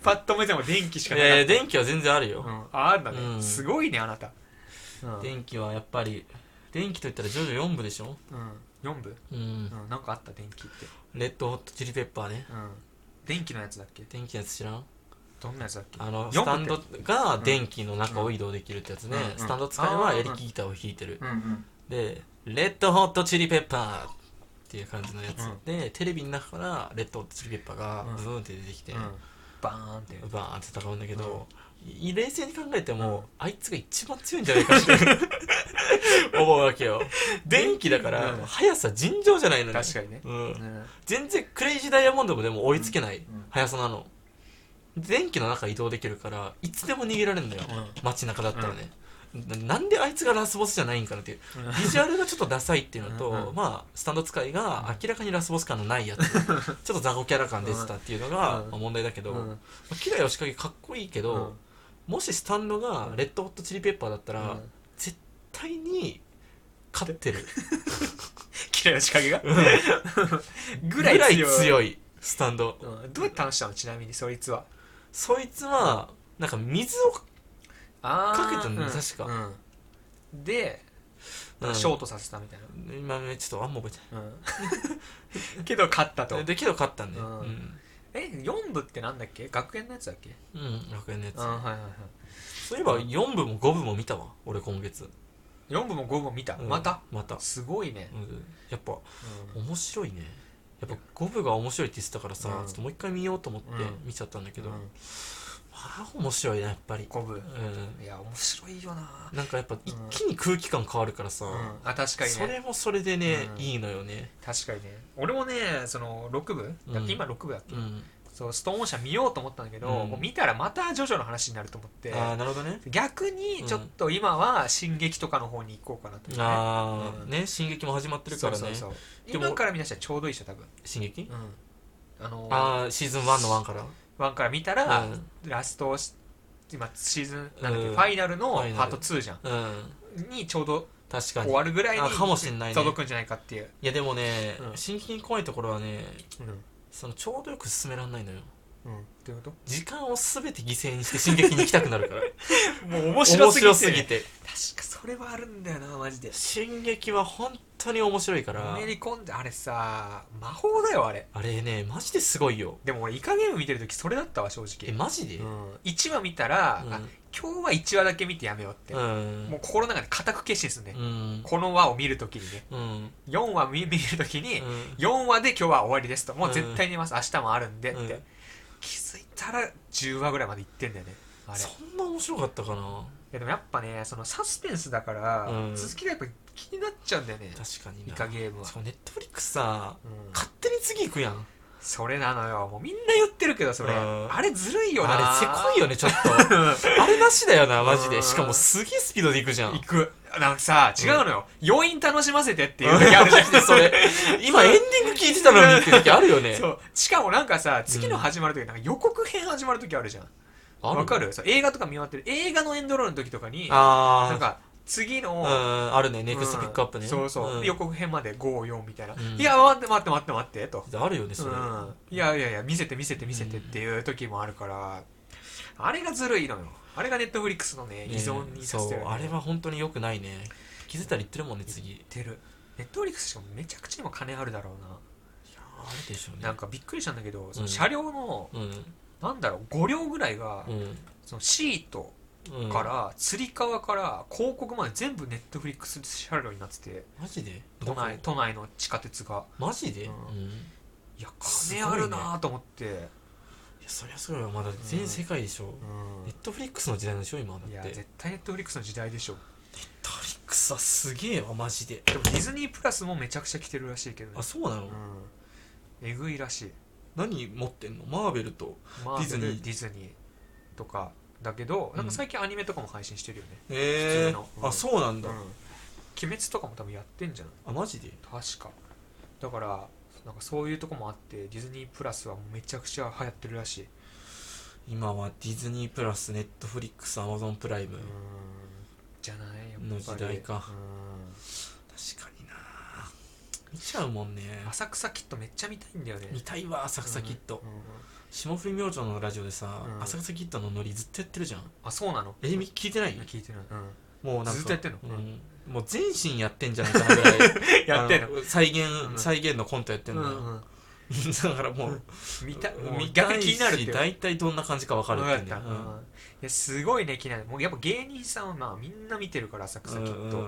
Speaker 2: パッと目でも電気しかなかった、
Speaker 1: えー電気は全然あるよ、
Speaker 2: うん、ああんだね、
Speaker 1: うん
Speaker 2: すごいねあなた、うん
Speaker 1: 電気はやっぱり電気といったら徐々4部でしょ
Speaker 2: うん、4部、
Speaker 1: うん
Speaker 2: うん、なんかあった電気って、
Speaker 1: レッドホットチリペッパーね
Speaker 2: うん、電気のやつだっけ
Speaker 1: 電気のやつ知らん
Speaker 2: どんなやつだっけ
Speaker 1: あの
Speaker 2: 四
Speaker 1: ス
Speaker 2: 部
Speaker 1: タ
Speaker 2: っ
Speaker 1: ン
Speaker 2: て
Speaker 1: ドが電気の中を移動できるってやつね、
Speaker 2: うんうん
Speaker 1: スタンド使え
Speaker 2: あ
Speaker 1: ば
Speaker 2: ー
Speaker 1: エレキギターを弾いてる、
Speaker 2: うんうん
Speaker 1: でレッドホットチリペッパーっていう感じのやつ、でテレビの中からレッドホットチリペッパーが
Speaker 2: う
Speaker 1: ブ
Speaker 2: ん
Speaker 1: ーンって出てきて、
Speaker 2: うん、バーンって
Speaker 1: バーンって戦うんだけど、い冷静に考えても、あいつが一番強いんじゃないかって 思うわけよ電気だから
Speaker 2: うん
Speaker 1: 速さ尋常じゃないのに
Speaker 2: 確かにね、
Speaker 1: うん
Speaker 2: う、ん
Speaker 1: 全然クレイジーダイヤモンドもでも追いつけない
Speaker 2: ん
Speaker 1: 速さなの、電気の中移動できるからいつでも逃げられるんだよ、
Speaker 2: う
Speaker 1: 街中だったらね、ななんであいつがラスボスじゃないんかなっていうビジュアルがちょっとダサいっていうのと
Speaker 2: うんうん
Speaker 1: まあスタンド使いが明らかにラスボス感のないや つちょっと雑魚キャラ感出てたっていうのが、
Speaker 2: うん
Speaker 1: まあ問題だけど、
Speaker 2: う
Speaker 1: ま
Speaker 2: ん
Speaker 1: あ、キラヨシカゲかっこいいけど、もしスタンドがレッドホットチリペッパーだったら、
Speaker 2: うん
Speaker 1: 絶対に勝ってる
Speaker 2: 嫌いな仕掛けが ぐ
Speaker 1: ぐ
Speaker 2: らい
Speaker 1: らい
Speaker 2: 強い
Speaker 1: 強いスタンド
Speaker 2: うん、どうやって話したのちなみにそいつは
Speaker 1: そいつはなんか水を
Speaker 2: あ
Speaker 1: ーかけたのね確か、
Speaker 2: うんで
Speaker 1: うん
Speaker 2: ショートさせたみたい
Speaker 1: 今ねちょっとあんま覚
Speaker 2: な、 うんけど勝った
Speaker 1: えて
Speaker 2: と
Speaker 1: ないでけど勝ったんで
Speaker 2: う
Speaker 1: うんん、
Speaker 2: え4部ってなんだっけ学園のやつだっけ
Speaker 1: うん、楽園のやつ
Speaker 2: あはいはいはい
Speaker 1: そういえば4部も5部も見たわ俺今月、
Speaker 2: 4部も5部も見た、
Speaker 1: うん
Speaker 2: また
Speaker 1: また、
Speaker 2: すごいね
Speaker 1: う、ん、やっぱ
Speaker 2: うん
Speaker 1: 面白いねやっぱ5部が面白いって言ってたからさ、
Speaker 2: うん
Speaker 1: ちょっともう一回見ようと思って
Speaker 2: うん
Speaker 1: 見ちゃったんだけど、
Speaker 2: うん
Speaker 1: まあ面白いなやっぱり
Speaker 2: 五部
Speaker 1: う
Speaker 2: いや面白いよな、
Speaker 1: んなんかやっぱ一気に空気感変わるからさ、
Speaker 2: うん、あ確かに
Speaker 1: そ
Speaker 2: ね
Speaker 1: れもそれでね、
Speaker 2: うん
Speaker 1: いいのよね
Speaker 2: 確かにね俺もねその6部だっ
Speaker 1: うん
Speaker 2: て今6部だっけ、
Speaker 1: うん
Speaker 2: そうストーンオン社見ようと思ったんだけど、
Speaker 1: うん
Speaker 2: もう見たらまたジョジョの話になると思って
Speaker 1: ああなるほどね
Speaker 2: 逆にちょっと今は「進撃」とかの方に行こうかなと思ってね
Speaker 1: ああ、
Speaker 2: うん
Speaker 1: ね進撃も始まってるからね
Speaker 2: そうそうそう
Speaker 1: でも
Speaker 2: 今から見出したらちょうどいいでしょ多分、
Speaker 1: 進撃
Speaker 2: うん、あのー、
Speaker 1: ああシーズン1の1から
Speaker 2: 1から見たら、
Speaker 1: うん
Speaker 2: ラストし今シーズンなんだっけ、
Speaker 1: うん
Speaker 2: ファイナルの
Speaker 1: ファイナル
Speaker 2: パート2じゃん
Speaker 1: うん
Speaker 2: にちょうど
Speaker 1: 確か
Speaker 2: 終
Speaker 1: に
Speaker 2: わるぐらいに
Speaker 1: あかもしんないね
Speaker 2: 届くんじゃないかっていう、
Speaker 1: いやでもね、
Speaker 2: うん
Speaker 1: 進撃に怖いところはね
Speaker 2: うん
Speaker 1: そのちょうどよく進めらんないのよ
Speaker 2: うん、っていうこと
Speaker 1: 時間を全て犠牲にして進撃に行きたくなるから
Speaker 2: もう 面
Speaker 1: 面
Speaker 2: 白
Speaker 1: 白
Speaker 2: す
Speaker 1: す
Speaker 2: ぎて
Speaker 1: ぎて
Speaker 2: 確かそれはあるんだよなマジで
Speaker 1: 進撃は本当に面白いから
Speaker 2: のめり込んであれさ魔法だよあれ
Speaker 1: あれねマジですごいよ
Speaker 2: でも俺イカゲーム見てる時それだったわ正
Speaker 1: え
Speaker 2: 直、
Speaker 1: マジで
Speaker 2: う
Speaker 1: うん
Speaker 2: ん、1話見たら、あ今日は1話だけ見てやめようって、
Speaker 1: うん
Speaker 2: もう心の中で固く決心すんね、
Speaker 1: うん
Speaker 2: この輪を見るときにね
Speaker 1: うん
Speaker 2: 4話見見るときに、
Speaker 1: うん
Speaker 2: 4話で今日は終わりですともう絶対寝ます、明日もあるんでって、
Speaker 1: うん
Speaker 2: 気づいたら10話ぐらいまでいってんだよねあれい
Speaker 1: そんな面白かったかな
Speaker 2: やでもやっぱねそのサスペンスだから、
Speaker 1: うん
Speaker 2: 続きがやっぱ気になっちゃうんだよね
Speaker 1: 確かに
Speaker 2: イ
Speaker 1: な
Speaker 2: カゲームは
Speaker 1: し、かもネットフリックスさ
Speaker 2: うん
Speaker 1: 勝手に次行くやん
Speaker 2: それなのよもうみんな言ってるけどそれ、
Speaker 1: うん
Speaker 2: あれずるいよな
Speaker 1: あれせこいよねちょっと
Speaker 2: う
Speaker 1: あれなしだよなマジ
Speaker 2: う
Speaker 1: で
Speaker 2: ん
Speaker 1: しかもすげえスピードで行くじゃん
Speaker 2: ん行くなんかさ違うのよ、余韻楽しませてっていう時あるじゃん
Speaker 1: でそれ今エンディング聞いてたのにって時あるよね
Speaker 2: そうしかもなんかさ次の始まる時、なんか予告編始まる時あるじゃん
Speaker 1: あ
Speaker 2: わかるそう映画とか見終わってる映画のエンドロールの時とかに
Speaker 1: あー
Speaker 2: なんか次の、
Speaker 1: うんあるねネクストピックアップね、
Speaker 2: うんそうそう、
Speaker 1: ん
Speaker 2: 予告編まで54みたいな、
Speaker 1: うん
Speaker 2: いや待って待って待って待ってと、
Speaker 1: あるよね
Speaker 2: う
Speaker 1: それ、
Speaker 2: ん、いやいやいや見せて見せて見せてっていう時もあるから、あれがずるいのよあれがネットフリックスのね依存にさせてる、
Speaker 1: そうあれは本当に良くないね気づいたら言ってるもんね次
Speaker 2: 言ってるネットフリックスしかもめちゃくちゃ今金あるだろうな、
Speaker 1: あるでしょうね
Speaker 2: なんかびっくりしたんだけどその
Speaker 1: うん
Speaker 2: 車両の、
Speaker 1: うん
Speaker 2: なんだろう5両ぐらいが、
Speaker 1: う
Speaker 2: そのシート
Speaker 1: ん、うん、
Speaker 2: からつり革から広告まで全部ネットフリックス車両になってて
Speaker 1: マジで
Speaker 2: 都
Speaker 1: どこ
Speaker 2: 内都内の地下鉄が
Speaker 1: マジで、
Speaker 2: う
Speaker 1: うんんい
Speaker 2: いや
Speaker 1: すごい
Speaker 2: 金
Speaker 1: ね
Speaker 2: あるなと思って、
Speaker 1: やそりゃそうよまだ全世界でしょ、ネットフリックスの時代でしょ今だって
Speaker 2: い
Speaker 1: ネ
Speaker 2: や
Speaker 1: ットフリッ
Speaker 2: 絶対ネットフリックスの時代でしょ
Speaker 1: クスはすげえわマジで
Speaker 2: でもディズニープラスもめちゃくちゃ来てるらしいけどね
Speaker 1: あそうなの、
Speaker 2: うんえぐいらしい
Speaker 1: 何持ってんのマーベルと
Speaker 2: マーベ
Speaker 1: デ
Speaker 2: ルデ
Speaker 1: ィ
Speaker 2: ィ
Speaker 1: ズニー
Speaker 2: ズニーとかだけどなんか最近アニメとかも配信してるよね、
Speaker 1: え
Speaker 2: 普通のうん
Speaker 1: あそうなんだ、
Speaker 2: うん鬼滅とかも多分やってんじゃない
Speaker 1: あマジで
Speaker 2: 確かだからなんかそういうとこもあってディズニープラスはめちゃくちゃ流行ってるらしい
Speaker 1: 今はディズニープラスネットフリックスアマゾンプライム、
Speaker 2: うんじゃないやっぱり
Speaker 1: の時代か
Speaker 2: うん
Speaker 1: 確かにな見ちゃうもんね
Speaker 2: 浅草キッドめっちゃ見たいんだよね
Speaker 1: 見たいわ浅草キッド、
Speaker 2: うんうん
Speaker 1: 霜降り明星のラジオでさ、
Speaker 2: うん
Speaker 1: 浅草キッドのノリずっとやってるじゃん
Speaker 2: あそうなの
Speaker 1: えみ聞いてない
Speaker 2: 聞いてない、うん
Speaker 1: もうなんか
Speaker 2: ずっとやってんの
Speaker 1: うんもう全身やってんじゃないかなぐらい
Speaker 2: やってんの
Speaker 1: あ再現、
Speaker 2: うん
Speaker 1: 再現のコントやってんの、
Speaker 2: うんうん
Speaker 1: だからもう
Speaker 2: 見た
Speaker 1: もう
Speaker 2: もう逆に気になるって
Speaker 1: 見
Speaker 2: いう
Speaker 1: たいし大体どんな感じか分かるっていうね
Speaker 2: わかったうんいやすごいね気になるもうやっぱ芸人さんはまあみんな見てるから浅草
Speaker 1: うん
Speaker 2: キ
Speaker 1: うん
Speaker 2: ッ
Speaker 1: う
Speaker 2: ド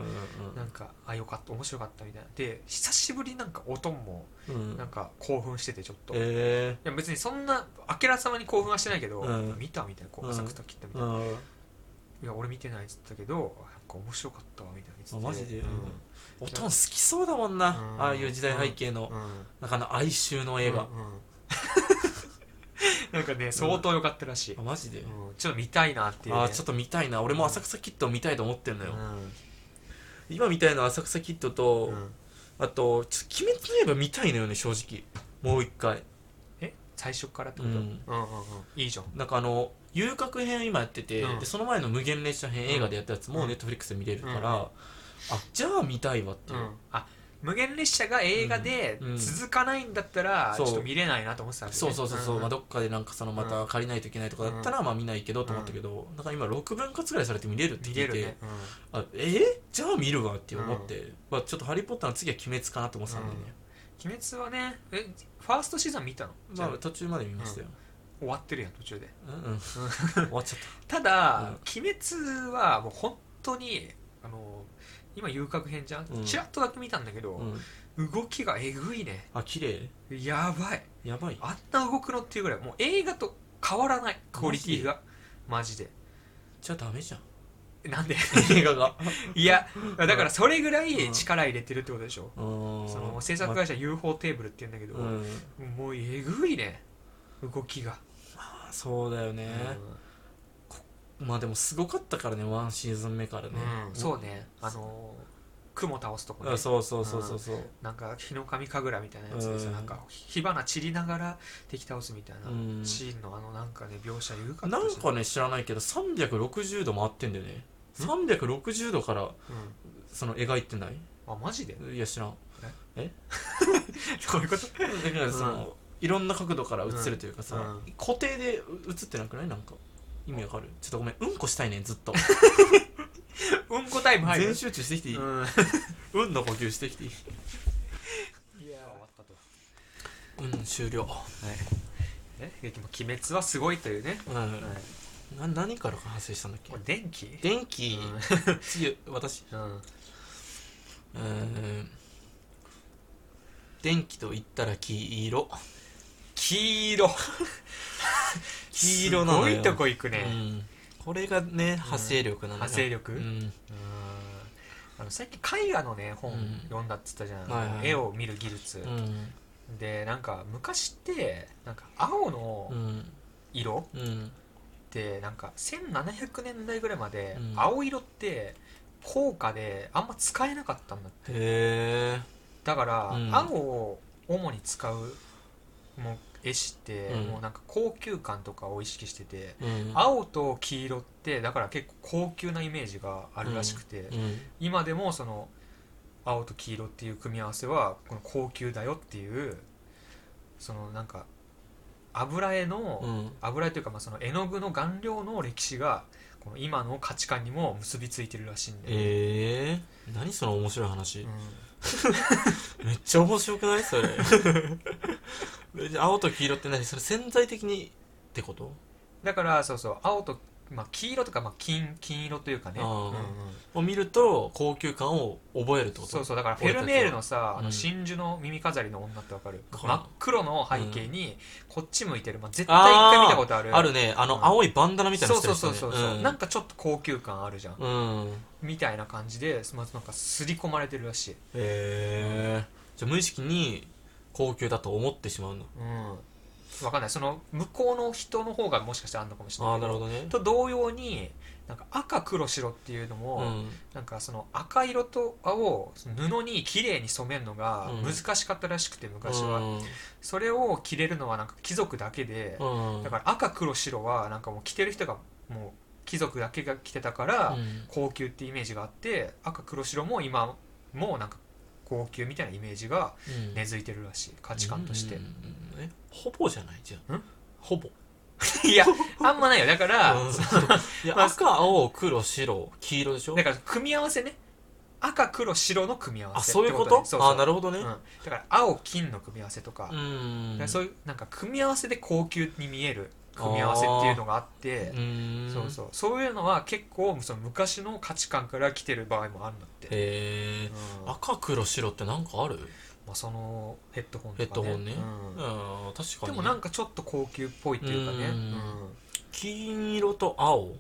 Speaker 1: ん
Speaker 2: なんかあよかった面白かったみたいなで久しぶりになんかおとんも
Speaker 1: うんうん
Speaker 2: なんか興奮しててちょっと、い
Speaker 1: え
Speaker 2: や別にそんなあけらさまに興奮はしてないけど、
Speaker 1: うん
Speaker 2: 見たみたいなこ
Speaker 1: う
Speaker 2: うん浅草キッドみ
Speaker 1: ー
Speaker 2: たいな、
Speaker 1: うん
Speaker 2: いや俺見てないっつったけどあなんか面白かったわみたいな言ってて
Speaker 1: あマジで
Speaker 2: うん
Speaker 1: おとん好きそうだもんな、
Speaker 2: うん
Speaker 1: ああいう時代背景の、
Speaker 2: うん
Speaker 1: なんかあの哀愁の映画、
Speaker 2: うんうん なんかね相当良かったらしい、
Speaker 1: あマジで、
Speaker 2: うんちょっと見たいなっていう、ね、
Speaker 1: あーちょっと見たいな俺も浅草キッド見たいと思ってるのよ、
Speaker 2: うん
Speaker 1: 今見たいのは浅草キッドと、
Speaker 2: うん
Speaker 1: あとちょっと鬼滅の刃見たいのよね正直もう一回
Speaker 2: え最初からってこと、
Speaker 1: うん
Speaker 2: うんうんうんいいじゃん
Speaker 1: なんかあの遊郭編今やってて、
Speaker 2: うん
Speaker 1: でその前の無限列車編映画でやったやつ
Speaker 2: う
Speaker 1: も
Speaker 2: ん
Speaker 1: ネットフリックスで見れるから、
Speaker 2: うん
Speaker 1: あじゃあ見たいわっていう、
Speaker 2: あ無限列車が映画で
Speaker 1: うん
Speaker 2: 続かないんだったら、
Speaker 1: そう
Speaker 2: ちょっと見れないなと思ってたん
Speaker 1: そうそうそうそう、まあ、どっかでなんかそのま
Speaker 2: う
Speaker 1: た借りないといけないとかだったらまあ見ないけどと思ったけど、なんか今6分割ぐらいされて見れるって聞
Speaker 2: 見
Speaker 1: いて
Speaker 2: れるね、
Speaker 1: あえーじゃあ見るわって思って、まあ、ちょっと「ハリー・ポッター」の次は「鬼滅」かなと思ってたんでね、
Speaker 2: うん鬼滅はねえファーストシーズン見たの、じゃ
Speaker 1: ま
Speaker 2: あ
Speaker 1: あ途中まで見ましたよ、
Speaker 2: 終わってるやん途中で
Speaker 1: うんうん、 終わっちゃった
Speaker 2: だ、鬼滅はもう本当にあの今遊郭編じゃん、
Speaker 1: うん
Speaker 2: ちらっとだけ見たんだけ
Speaker 1: た、
Speaker 2: ど、
Speaker 1: うん、
Speaker 2: 動きがえぐいね
Speaker 1: あ綺麗
Speaker 2: やばい
Speaker 1: やばい
Speaker 2: あんな動くのっていうぐらいもう映画と変わらないクオリティがマジで
Speaker 1: じゃあダメじゃ ん
Speaker 2: えな んで
Speaker 1: 映画が
Speaker 2: いやだからそれぐらい力入れてるってことでしょ、
Speaker 1: そ
Speaker 2: そ
Speaker 1: の
Speaker 2: の制作会社 UFO テーブルって言うんだけど、
Speaker 1: うん
Speaker 2: もうえぐいね動きが、
Speaker 1: あそうだよね、まあでもすごかったからねワンシーズン目からね、
Speaker 2: うんうんそうねあのー雲倒すとこね
Speaker 1: あそうそうそうそうそう
Speaker 2: なんか日の神神楽みたいなやつでさ、
Speaker 1: うん
Speaker 2: なんか火花散りながら敵倒すみたいな、
Speaker 1: うん
Speaker 2: シーンのあのなんかね描写言うかった
Speaker 1: な
Speaker 2: し
Speaker 1: んかね知らないけど360度回ってんだよね360度から
Speaker 2: う
Speaker 1: その描いてない
Speaker 2: ん、あマ ジで
Speaker 1: いや知らん
Speaker 2: ど ういうこと
Speaker 1: だからその、いろんな角度から映るというかさ、
Speaker 2: う
Speaker 1: 固定で映ってなくないなんか意味わかるちょっとごめんうんこしたいねずっ と
Speaker 2: うんこタイム入
Speaker 1: 全
Speaker 2: る
Speaker 1: 集中してきていい、
Speaker 2: うん
Speaker 1: うんの呼吸してきていい
Speaker 2: いや終わったと
Speaker 1: うん終了、
Speaker 2: えでも鬼滅はすごいというね、
Speaker 1: うんな何から発生したんだっけ
Speaker 2: これ電気
Speaker 1: 電気、
Speaker 2: う
Speaker 1: 次私
Speaker 2: んうん
Speaker 1: うーん電気と言ったら黄色
Speaker 2: 黄色
Speaker 1: 黄色なの
Speaker 2: す
Speaker 1: よ
Speaker 2: ごいとこ行く
Speaker 1: う
Speaker 2: ね、
Speaker 1: ん、これがね派生力なのよ
Speaker 2: 派生力
Speaker 1: うん
Speaker 2: うんあの最近絵画のね本
Speaker 1: うん
Speaker 2: 読んだっつったじゃん、
Speaker 1: はいはい
Speaker 2: 絵を見る技術、
Speaker 1: うん
Speaker 2: でなんか昔ってなんか青の
Speaker 1: うん
Speaker 2: 色
Speaker 1: うん
Speaker 2: ってなんか1700年代ぐらいまで
Speaker 1: うん
Speaker 2: 青色って高価であんま使えなかったんだって
Speaker 1: へえ
Speaker 2: だから
Speaker 1: うん
Speaker 2: 青を主に使うもう絵師って
Speaker 1: うん
Speaker 2: もうなんか高級感とかを意識してて
Speaker 1: うん
Speaker 2: 青と黄色ってだから結構高級なイメージがあるらしくて
Speaker 1: うん
Speaker 2: 今でもその青と黄色っていう組み合わせはこの高級だよっていうそのなんか油絵の、
Speaker 1: うん
Speaker 2: 油絵というかまあその絵の具の顔料の歴史がこの今の価値観にも結びついてるらしいんで、
Speaker 1: ええー、何その面白い話
Speaker 2: う、ん
Speaker 1: めっちゃ面白くないそれ え青と黄色って何それ潜在的にってこと
Speaker 2: だからそうそう青と、まあ、黄色とかまあ金金色というかね、
Speaker 1: あー
Speaker 2: うんうん
Speaker 1: を見ると高級感を覚えるってこと
Speaker 2: そうそうだからフ
Speaker 1: 俺
Speaker 2: ェ
Speaker 1: たちは
Speaker 2: ルメールのさ、あ
Speaker 1: う
Speaker 2: の
Speaker 1: ん
Speaker 2: 真珠の耳飾りの女ってわかる、
Speaker 1: わからん
Speaker 2: 真っ黒の背景にこっち向いてる、まあ、絶対一回見たことある
Speaker 1: あるねあの、
Speaker 2: うん
Speaker 1: 青いバンダナみたいな
Speaker 2: そ
Speaker 1: の
Speaker 2: う
Speaker 1: して
Speaker 2: そ
Speaker 1: る人ね
Speaker 2: うそうそうそう、
Speaker 1: うん
Speaker 2: なんかちょっと高級感あるじゃん、
Speaker 1: うんへ
Speaker 2: みたいな感じでまずなんか刷り込まれてるらしい、
Speaker 1: えじゃあ無意識に高級だと思ってしまうの
Speaker 2: うん、分かんないその向こうの人の方がもしかしたらあるのかもしれ
Speaker 1: あ
Speaker 2: な
Speaker 1: あ
Speaker 2: いけ
Speaker 1: なるほ
Speaker 2: ど
Speaker 1: どね
Speaker 2: と同様になんか赤黒白っていうのも、
Speaker 1: うん
Speaker 2: なんかその赤色と青をその布に綺麗に染めるのが
Speaker 1: うん
Speaker 2: 難しかったらしくて昔は、
Speaker 1: うん
Speaker 2: それを着れるのはなんか貴族だけで、
Speaker 1: うん
Speaker 2: だから赤黒白はなんかもう着てる人がもう貴族だけが着てたから、
Speaker 1: うん
Speaker 2: 高級ってイメージがあって赤黒白も今もうなんか高級みたいなイメージが
Speaker 1: うん
Speaker 2: 根付いてるらしい価値観として、
Speaker 1: うんうんうんえほぼじゃないじゃ
Speaker 2: ん
Speaker 1: んほぼ
Speaker 2: いやあんまないよだから、
Speaker 1: うん
Speaker 2: そ
Speaker 1: いや
Speaker 2: まあ
Speaker 1: 赤青黒白黄色でしょ
Speaker 2: だから組み合わせね赤黒白の組み合わ
Speaker 1: あ
Speaker 2: せ
Speaker 1: そういうこと
Speaker 2: ってそうそう
Speaker 1: あなるほどね
Speaker 2: うん、だから青金の組み合わせとか,、
Speaker 1: うん
Speaker 2: そういうなんか組み合わせで高級に見える組み合わせっていうのがあって
Speaker 1: うん
Speaker 2: そうそうそういうのは結構その昔の価値観から来てる場合もあるんだって、
Speaker 1: へえ
Speaker 2: うんま
Speaker 1: 赤黒白ってなんかある
Speaker 2: あ、そのヘッドホンとか、ね、
Speaker 1: ヘッドホンね
Speaker 2: うん
Speaker 1: うん確かに
Speaker 2: でもなんかちょっと高級っぽいっていうかね
Speaker 1: う
Speaker 2: うんん、
Speaker 1: 金色と青
Speaker 2: うん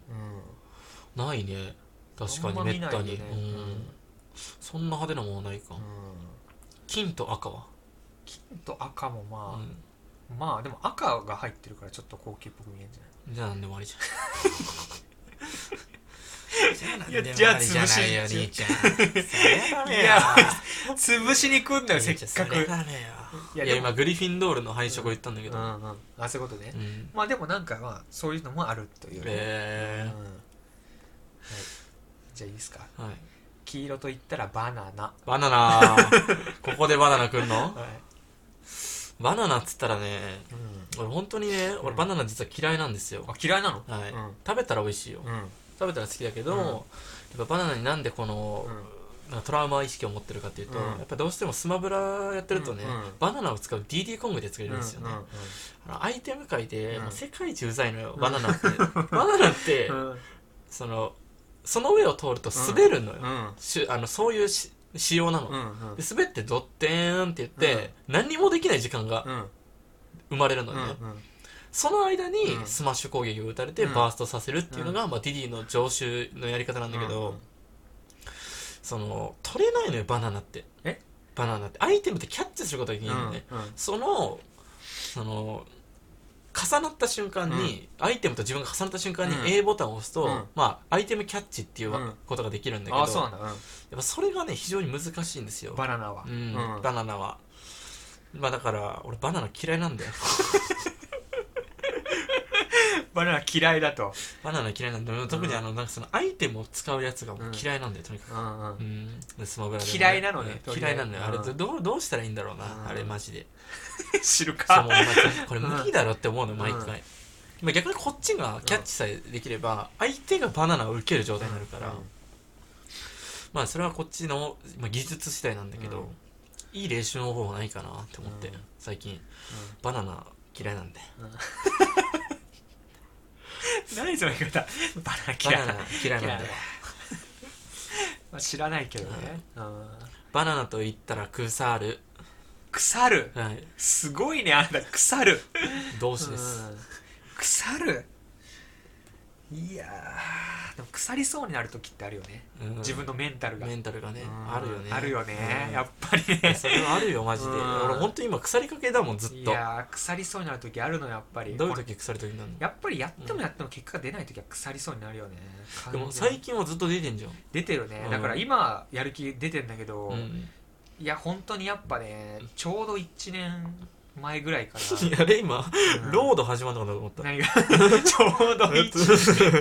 Speaker 1: ないね確か
Speaker 2: あんま
Speaker 1: にめ
Speaker 2: 見
Speaker 1: っ
Speaker 2: ない
Speaker 1: た
Speaker 2: よ
Speaker 1: に
Speaker 2: ね
Speaker 1: う
Speaker 2: うん
Speaker 1: んそんな派手なものはないか
Speaker 2: うん
Speaker 1: 金と赤は
Speaker 2: 金と赤もまあ、
Speaker 1: う
Speaker 2: まあでも赤が入ってるからちょっと高級っぽく見えるんじ ゃない
Speaker 1: んじゃあなんでもありじゃん
Speaker 2: いやじゃあ潰し
Speaker 1: ないよ兄ちゃんそれ
Speaker 2: いや潰しに来んだよせっかく
Speaker 1: いや今グリフィンドールの配色を言ったんだけ
Speaker 2: う
Speaker 1: ど
Speaker 2: んうんあそういうことね、
Speaker 1: うん
Speaker 2: まあでもなんかまあそういうのもあるというね、うん
Speaker 1: え
Speaker 2: はい、じゃあいいですか
Speaker 1: ーはい
Speaker 2: 黄色と言ったらバナナ、
Speaker 1: バナ ナここでバナナくんの
Speaker 2: は
Speaker 1: バナナっつったらね
Speaker 2: いうん、
Speaker 1: 俺本当にね
Speaker 2: う
Speaker 1: 俺
Speaker 2: ん
Speaker 1: バナナ実は嫌いなんですよ
Speaker 2: あ嫌いなの
Speaker 1: はい
Speaker 2: うん
Speaker 1: 食べたら美味しいよ
Speaker 2: うん
Speaker 1: 食べたら好きだけど
Speaker 2: うん
Speaker 1: やっぱバナナになんでこの
Speaker 2: うん
Speaker 1: なんかトラウマ意識を持ってるかっていうと
Speaker 2: うん
Speaker 1: やっぱどうしてもスマブラやってるとね
Speaker 2: うんうん
Speaker 1: バナナを使う DD コングで作れ
Speaker 2: うん
Speaker 1: るんですよねあのアイテム界で
Speaker 2: うん
Speaker 1: もう世界一うざいのよバナナ ってバナナって
Speaker 2: うんうん
Speaker 1: そのその上を通ると滑るのよ
Speaker 2: うん
Speaker 1: しあのそういうし仕様なの、
Speaker 2: うん
Speaker 1: で滑ってドッテーンって言って、何にもできない時間が
Speaker 2: うん
Speaker 1: 生まれるの
Speaker 2: う
Speaker 1: ね、
Speaker 2: ん
Speaker 1: その間に
Speaker 2: うん
Speaker 1: スマッシュ攻撃を打たれて
Speaker 2: うん
Speaker 1: バーストさせるっていうのが、まあ、ディディの常習のやり方なんだけど、
Speaker 2: うん
Speaker 1: その取れないのよバナナって
Speaker 2: え
Speaker 1: バナナってアイテムってキャッチすることができないのね、
Speaker 2: うんうん
Speaker 1: そのその重なった瞬間に、アイテムと自分が重なった瞬間に
Speaker 2: うん
Speaker 1: A ボタンを押すと、
Speaker 2: うん
Speaker 1: まあ、アイテムキャッチっていうわ
Speaker 2: うん
Speaker 1: ことができるんだけど、
Speaker 2: ああ
Speaker 1: や
Speaker 2: そう
Speaker 1: っ
Speaker 2: なんだ、うん
Speaker 1: ぱそれがね非常に難しいんですよ
Speaker 2: バナナは、
Speaker 1: うん
Speaker 2: うん
Speaker 1: バナナはまあだから俺バナナ嫌いなん だよ
Speaker 2: バナナ嫌いだと、
Speaker 1: バナナ嫌いなんだよ特にあのなんかそのアイテムを使うやつがもう嫌いなんだよとにかく
Speaker 2: うんうん
Speaker 1: うん、スマブラでも
Speaker 2: 嫌いなのね
Speaker 1: うん嫌いなのよあれ
Speaker 2: うん
Speaker 1: どうどうしたらいいんだろうな、
Speaker 2: うん
Speaker 1: あれマジで
Speaker 2: 知る
Speaker 1: そうもう
Speaker 2: か
Speaker 1: なんかこれ無理だろって思うの毎回、まあ逆にこっちがキャッチさえできれば相手がバナナを受ける状態になるから、まあそれはこっちの、まあ、技術次第なんだけど、
Speaker 2: うん
Speaker 1: いい練習の方法ないかなって思って、
Speaker 2: うん
Speaker 1: 最近バナナ嫌いなんで
Speaker 2: 何その言い方バナ
Speaker 1: バナ
Speaker 2: ナ嫌い
Speaker 1: ナ嫌いなん
Speaker 2: 嫌
Speaker 1: で
Speaker 2: いまあ知らないけどね、うん、
Speaker 1: バナナと言ったら腐る、
Speaker 2: 腐る
Speaker 1: はい、
Speaker 2: すごいねあんた腐る
Speaker 1: 動詞です、
Speaker 2: うん腐るいやーでも腐りそうになる時ってあるよね、
Speaker 1: うん
Speaker 2: 自分のメンタルが、
Speaker 1: メンタルがね、
Speaker 2: うん
Speaker 1: あるよね
Speaker 2: あるよね、
Speaker 1: うん
Speaker 2: やっぱり
Speaker 1: いや
Speaker 2: ね
Speaker 1: それはあるよマジで、
Speaker 2: うん
Speaker 1: 俺本当に今腐りかけだもんずっ
Speaker 2: い
Speaker 1: と
Speaker 2: やー腐りそうになる時あるのやっぱり
Speaker 1: どういう時腐る時になるの
Speaker 2: やっぱりやってもやっても結果が出ない時は腐りそうになるよね
Speaker 1: でも
Speaker 2: 完全に
Speaker 1: 最近はずっと出てんじゃん、
Speaker 2: 出てるね、
Speaker 1: うん
Speaker 2: だから今やる気出てんだけど、
Speaker 1: うん、
Speaker 2: いや本当にやっぱねちょうど1年前ぐらいか
Speaker 1: あれ今
Speaker 2: ら、う ん
Speaker 1: ロード始まったのかと思った
Speaker 2: 何が ちょうど1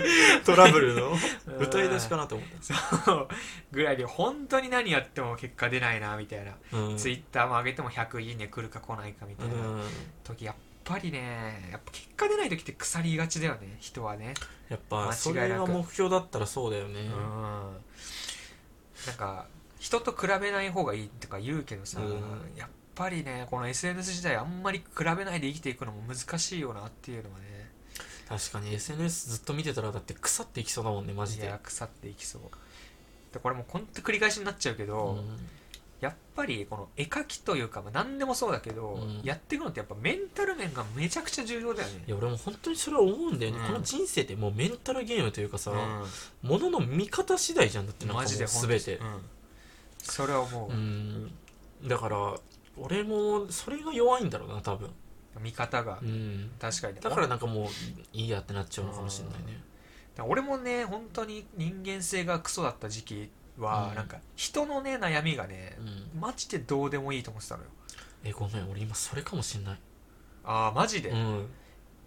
Speaker 2: 年
Speaker 1: トラブルの 歌い出しかなと思っ
Speaker 2: そうぐらいで本当に何やっても結果出ないなみたいな、
Speaker 1: たうん
Speaker 2: ツイッターも上げても100いいね来るか来ないかみた
Speaker 1: う
Speaker 2: いな、
Speaker 1: ん
Speaker 2: 時やっぱりねやっぱ結果出ない時って腐りがちだよね人はね
Speaker 1: やっぱそ
Speaker 2: 間違
Speaker 1: れ
Speaker 2: いなく
Speaker 1: が目標だったらそうだよね
Speaker 2: うん、なんか人と比べない方がいいとか言うけどさ、
Speaker 1: うん
Speaker 2: やっぱりねこの SNS 時代あんまり比べないで生きていくのも難しいよなっていうのはね
Speaker 1: 確かに SNS ずっと見てたらだって腐っていきそうだもんねマジ
Speaker 2: い
Speaker 1: で
Speaker 2: や腐っていきそうでこれもうほんと繰り返しになっちゃうけ
Speaker 1: う
Speaker 2: ど、
Speaker 1: ん
Speaker 2: やっぱりこの絵描きというか、まあ、何でもそうだけど、
Speaker 1: うん
Speaker 2: やっていくのってやっぱメンタル面がめちゃくちゃ重要だよね
Speaker 1: いや俺も本当にそれは思うんだよね
Speaker 2: うん
Speaker 1: この人生ってもうメンタルゲームというかさ
Speaker 2: う
Speaker 1: ものの見方次第じゃんだって
Speaker 2: ん、
Speaker 1: なんかも
Speaker 2: マ
Speaker 1: う
Speaker 2: ジで本当
Speaker 1: 全て
Speaker 2: うんそれは思
Speaker 1: う
Speaker 2: う、
Speaker 1: んだから俺もそれが弱いんだろうな多分
Speaker 2: 見方が、
Speaker 1: うん
Speaker 2: 確かに
Speaker 1: だからなんかもういいやってなっちゃうのかもしれないね
Speaker 2: だから俺もね本当に人間性がクソだった時期は、
Speaker 1: うん
Speaker 2: なんか人のね悩みがね
Speaker 1: うん
Speaker 2: マジでどうでもいいと思ってたのよ
Speaker 1: えごめん俺今それかもしれない
Speaker 2: ああマジで、
Speaker 1: うん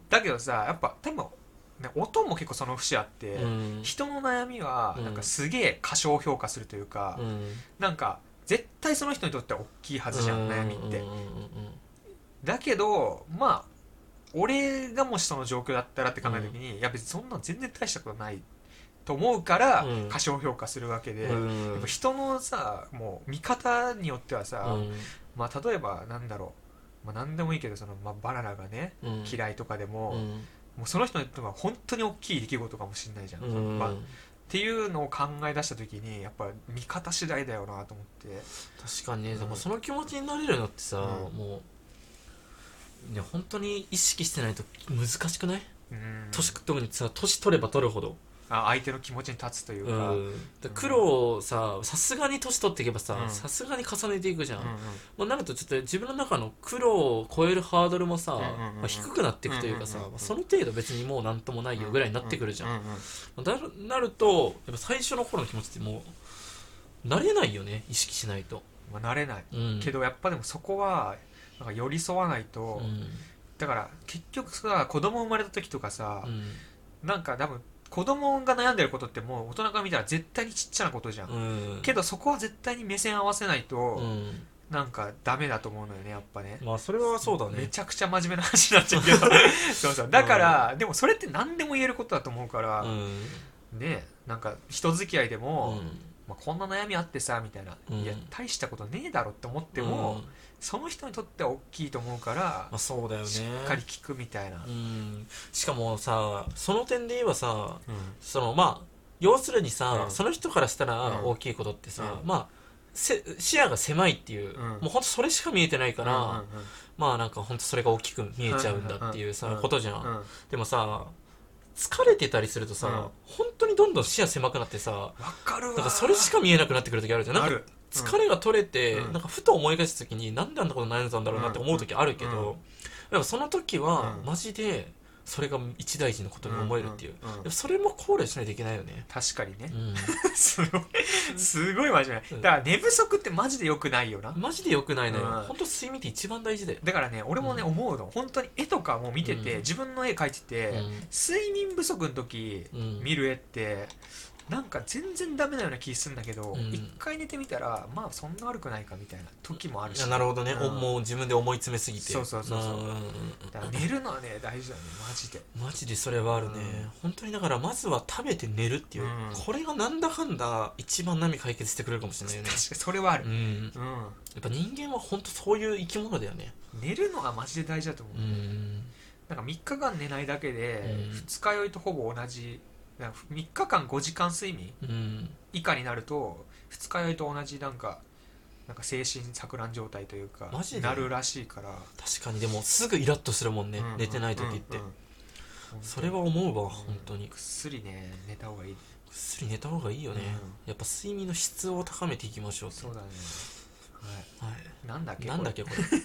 Speaker 2: だけどさやっぱ多分、ね、音も結構その節あって、
Speaker 1: うん
Speaker 2: 人の悩みは
Speaker 1: うん
Speaker 2: なんかすげえ過小評価するというか、
Speaker 1: うん
Speaker 2: なんか絶対その人にとっては大きいはずじゃん悩みって、
Speaker 1: うんうんうん
Speaker 2: だけどまあ俺がもしその状況だったらって考えた時に、いや別にそんなん全然大したことないと思うから、
Speaker 1: うん
Speaker 2: 過小評価するわけで、
Speaker 1: うん
Speaker 2: やっぱ人のさもう見方によってはさ、まあ例えばなんだろう、まあ、何でもいいけどその、まあ、バナナがね
Speaker 1: うん
Speaker 2: 嫌いとかでも、
Speaker 1: う
Speaker 2: も
Speaker 1: ん
Speaker 2: うその人にとっては本当に大きい出来事かもしれないじゃん、
Speaker 1: うん
Speaker 2: まあっていうのを考え出した時にやっぱ見方次第だよなと思って
Speaker 1: 確かにね
Speaker 2: うん
Speaker 1: でもその気持ちになれるのってさ
Speaker 2: うん
Speaker 1: もうね本当に意識してないと難しくない
Speaker 2: うん
Speaker 1: 年特にさ年取れば取るほど
Speaker 2: あ相手の気持ちに立つというか、うんうん
Speaker 1: だから苦労をささすがに年取っていけば
Speaker 2: う
Speaker 1: さ
Speaker 2: ん
Speaker 1: さすがに重ねていくじゃん、まあ、なるとちょっと自分の中の苦労を超えるハードルもさ、
Speaker 2: んうんうん
Speaker 1: まあ、低くなっていくというかさ、
Speaker 2: うんうんうん
Speaker 1: まあその程度別にもうなんともないよぐらいになってくるじゃん、
Speaker 2: ううう
Speaker 1: まあだるなるとやっぱ最初の頃の気持ちってもう慣れないよね意識しないと、
Speaker 2: まあ、慣れない、
Speaker 1: うん、
Speaker 2: けどやっぱでもそこはなんか寄り添わないと、
Speaker 1: うん
Speaker 2: だから結局さ子供生まれた時とかさ、
Speaker 1: うん
Speaker 2: なんか多分子供が悩んでることってもう大人から見たら絶対にちっちゃなことじゃん、
Speaker 1: うん
Speaker 2: けどそこは絶対に目線合わせないと、
Speaker 1: うん
Speaker 2: なんかダメだと思うのよねやっぱね
Speaker 1: まあそれはそうだ
Speaker 2: め
Speaker 1: ね
Speaker 2: ちゃくちゃ真面目な話になっち ゃうけどそうそうだから、でもそれって何でも言えることだと思うから、
Speaker 1: うん
Speaker 2: ねなんか人付き合いで
Speaker 1: う
Speaker 2: も、
Speaker 1: ん
Speaker 2: まあ、こんな悩みあってさみたいな、
Speaker 1: うん
Speaker 2: いや大したことねえだろって思って
Speaker 1: うん
Speaker 2: も、
Speaker 1: ま
Speaker 2: その人にとっては大きいと思うから、
Speaker 1: あ、そうだよね
Speaker 2: しっかり聞くみたいな、
Speaker 1: うんしかもさその点で言えばさ
Speaker 2: うん
Speaker 1: そのまあ要するにさ、
Speaker 2: うん
Speaker 1: その人からしたら
Speaker 2: うん
Speaker 1: 大きいことってさ、
Speaker 2: うん
Speaker 1: まあせ視野が狭いっていう、
Speaker 2: うん
Speaker 1: もうほんとそれしか見えてないから、
Speaker 2: うんうんうん
Speaker 1: まあなんかほんとそれが大きく見えちゃうんだっていうさ、
Speaker 2: うんうんうん
Speaker 1: ことじゃん、
Speaker 2: うん
Speaker 1: でもさ疲れてたりするとさ、
Speaker 2: うん
Speaker 1: 本当にどんどん視野狭くなってさ
Speaker 2: わかるわ
Speaker 1: なんかそれしか見えなくなってくる時あるじゃんなん
Speaker 2: あ
Speaker 1: か
Speaker 2: る
Speaker 1: 疲れが取れて、
Speaker 2: うん
Speaker 1: なんかふと思い返した時になんであんなこと悩んだんだろうなって思う時あるけど、
Speaker 2: うんうん
Speaker 1: でもその時は、
Speaker 2: うん
Speaker 1: マジでそれが一大事のことに思えるっていう、
Speaker 2: んんん
Speaker 1: でもそれも考慮しないといけないよね、
Speaker 2: 確かにね
Speaker 1: うん、
Speaker 2: すごいすごい真面
Speaker 1: う
Speaker 2: 目
Speaker 1: ん
Speaker 2: だから寝不足ってマジでよくないよな
Speaker 1: マジで良くないのよ、
Speaker 2: うん
Speaker 1: ほんと睡眠って一番大事だよ、
Speaker 2: だからね俺もね
Speaker 1: うん
Speaker 2: 思うの本当に絵とかも見てて
Speaker 1: うん
Speaker 2: 自分の絵描いてて睡眠不足の時
Speaker 1: うんうん
Speaker 2: 見る絵ってなんか全然ダメなような気するんだけど
Speaker 1: うん
Speaker 2: 一回寝てみたらまあそんな悪くないかみたいな時もある
Speaker 1: い
Speaker 2: し
Speaker 1: やなるほどね、
Speaker 2: うん
Speaker 1: おもう自分で思い詰めすぎて
Speaker 2: そうそうそうそうん
Speaker 1: んん
Speaker 2: だから寝るのはね大事だよね マジで
Speaker 1: マジでそれはあるね、
Speaker 2: うん
Speaker 1: 本当にだからまずは食べて寝るっていう、
Speaker 2: うん
Speaker 1: これがなんだかんだ一番波解決してくれるかもしれない
Speaker 2: 確
Speaker 1: よ
Speaker 2: か
Speaker 1: ね
Speaker 2: にそれはある
Speaker 1: うん
Speaker 2: うん
Speaker 1: やっぱ人間は本当そういう生き物だよね
Speaker 2: 寝るのはマジで大事だと思う
Speaker 1: うん
Speaker 2: なんか3日間寝ないだけで
Speaker 1: うん
Speaker 2: 二日酔いとほぼ同じなんか3日間5時間睡眠
Speaker 1: うん
Speaker 2: 以下になると二日酔いと同じなんかなんか精神錯乱状態というか
Speaker 1: マジで
Speaker 2: なるらしいから、
Speaker 1: 確かにでもすぐイラッとするもんね、
Speaker 2: うん
Speaker 1: 寝てない時って、
Speaker 2: うんうんうん
Speaker 1: それは思うわ本当に
Speaker 2: ぐっすりね寝た方がいい
Speaker 1: ぐっすり寝た方がいいよね、
Speaker 2: う
Speaker 1: やっぱ睡眠の質を高めていきましょうと
Speaker 2: そうだね、
Speaker 1: は
Speaker 2: はい、なんだっ
Speaker 1: い、
Speaker 2: け
Speaker 1: なんだっ
Speaker 2: こ
Speaker 1: けこれ
Speaker 2: れ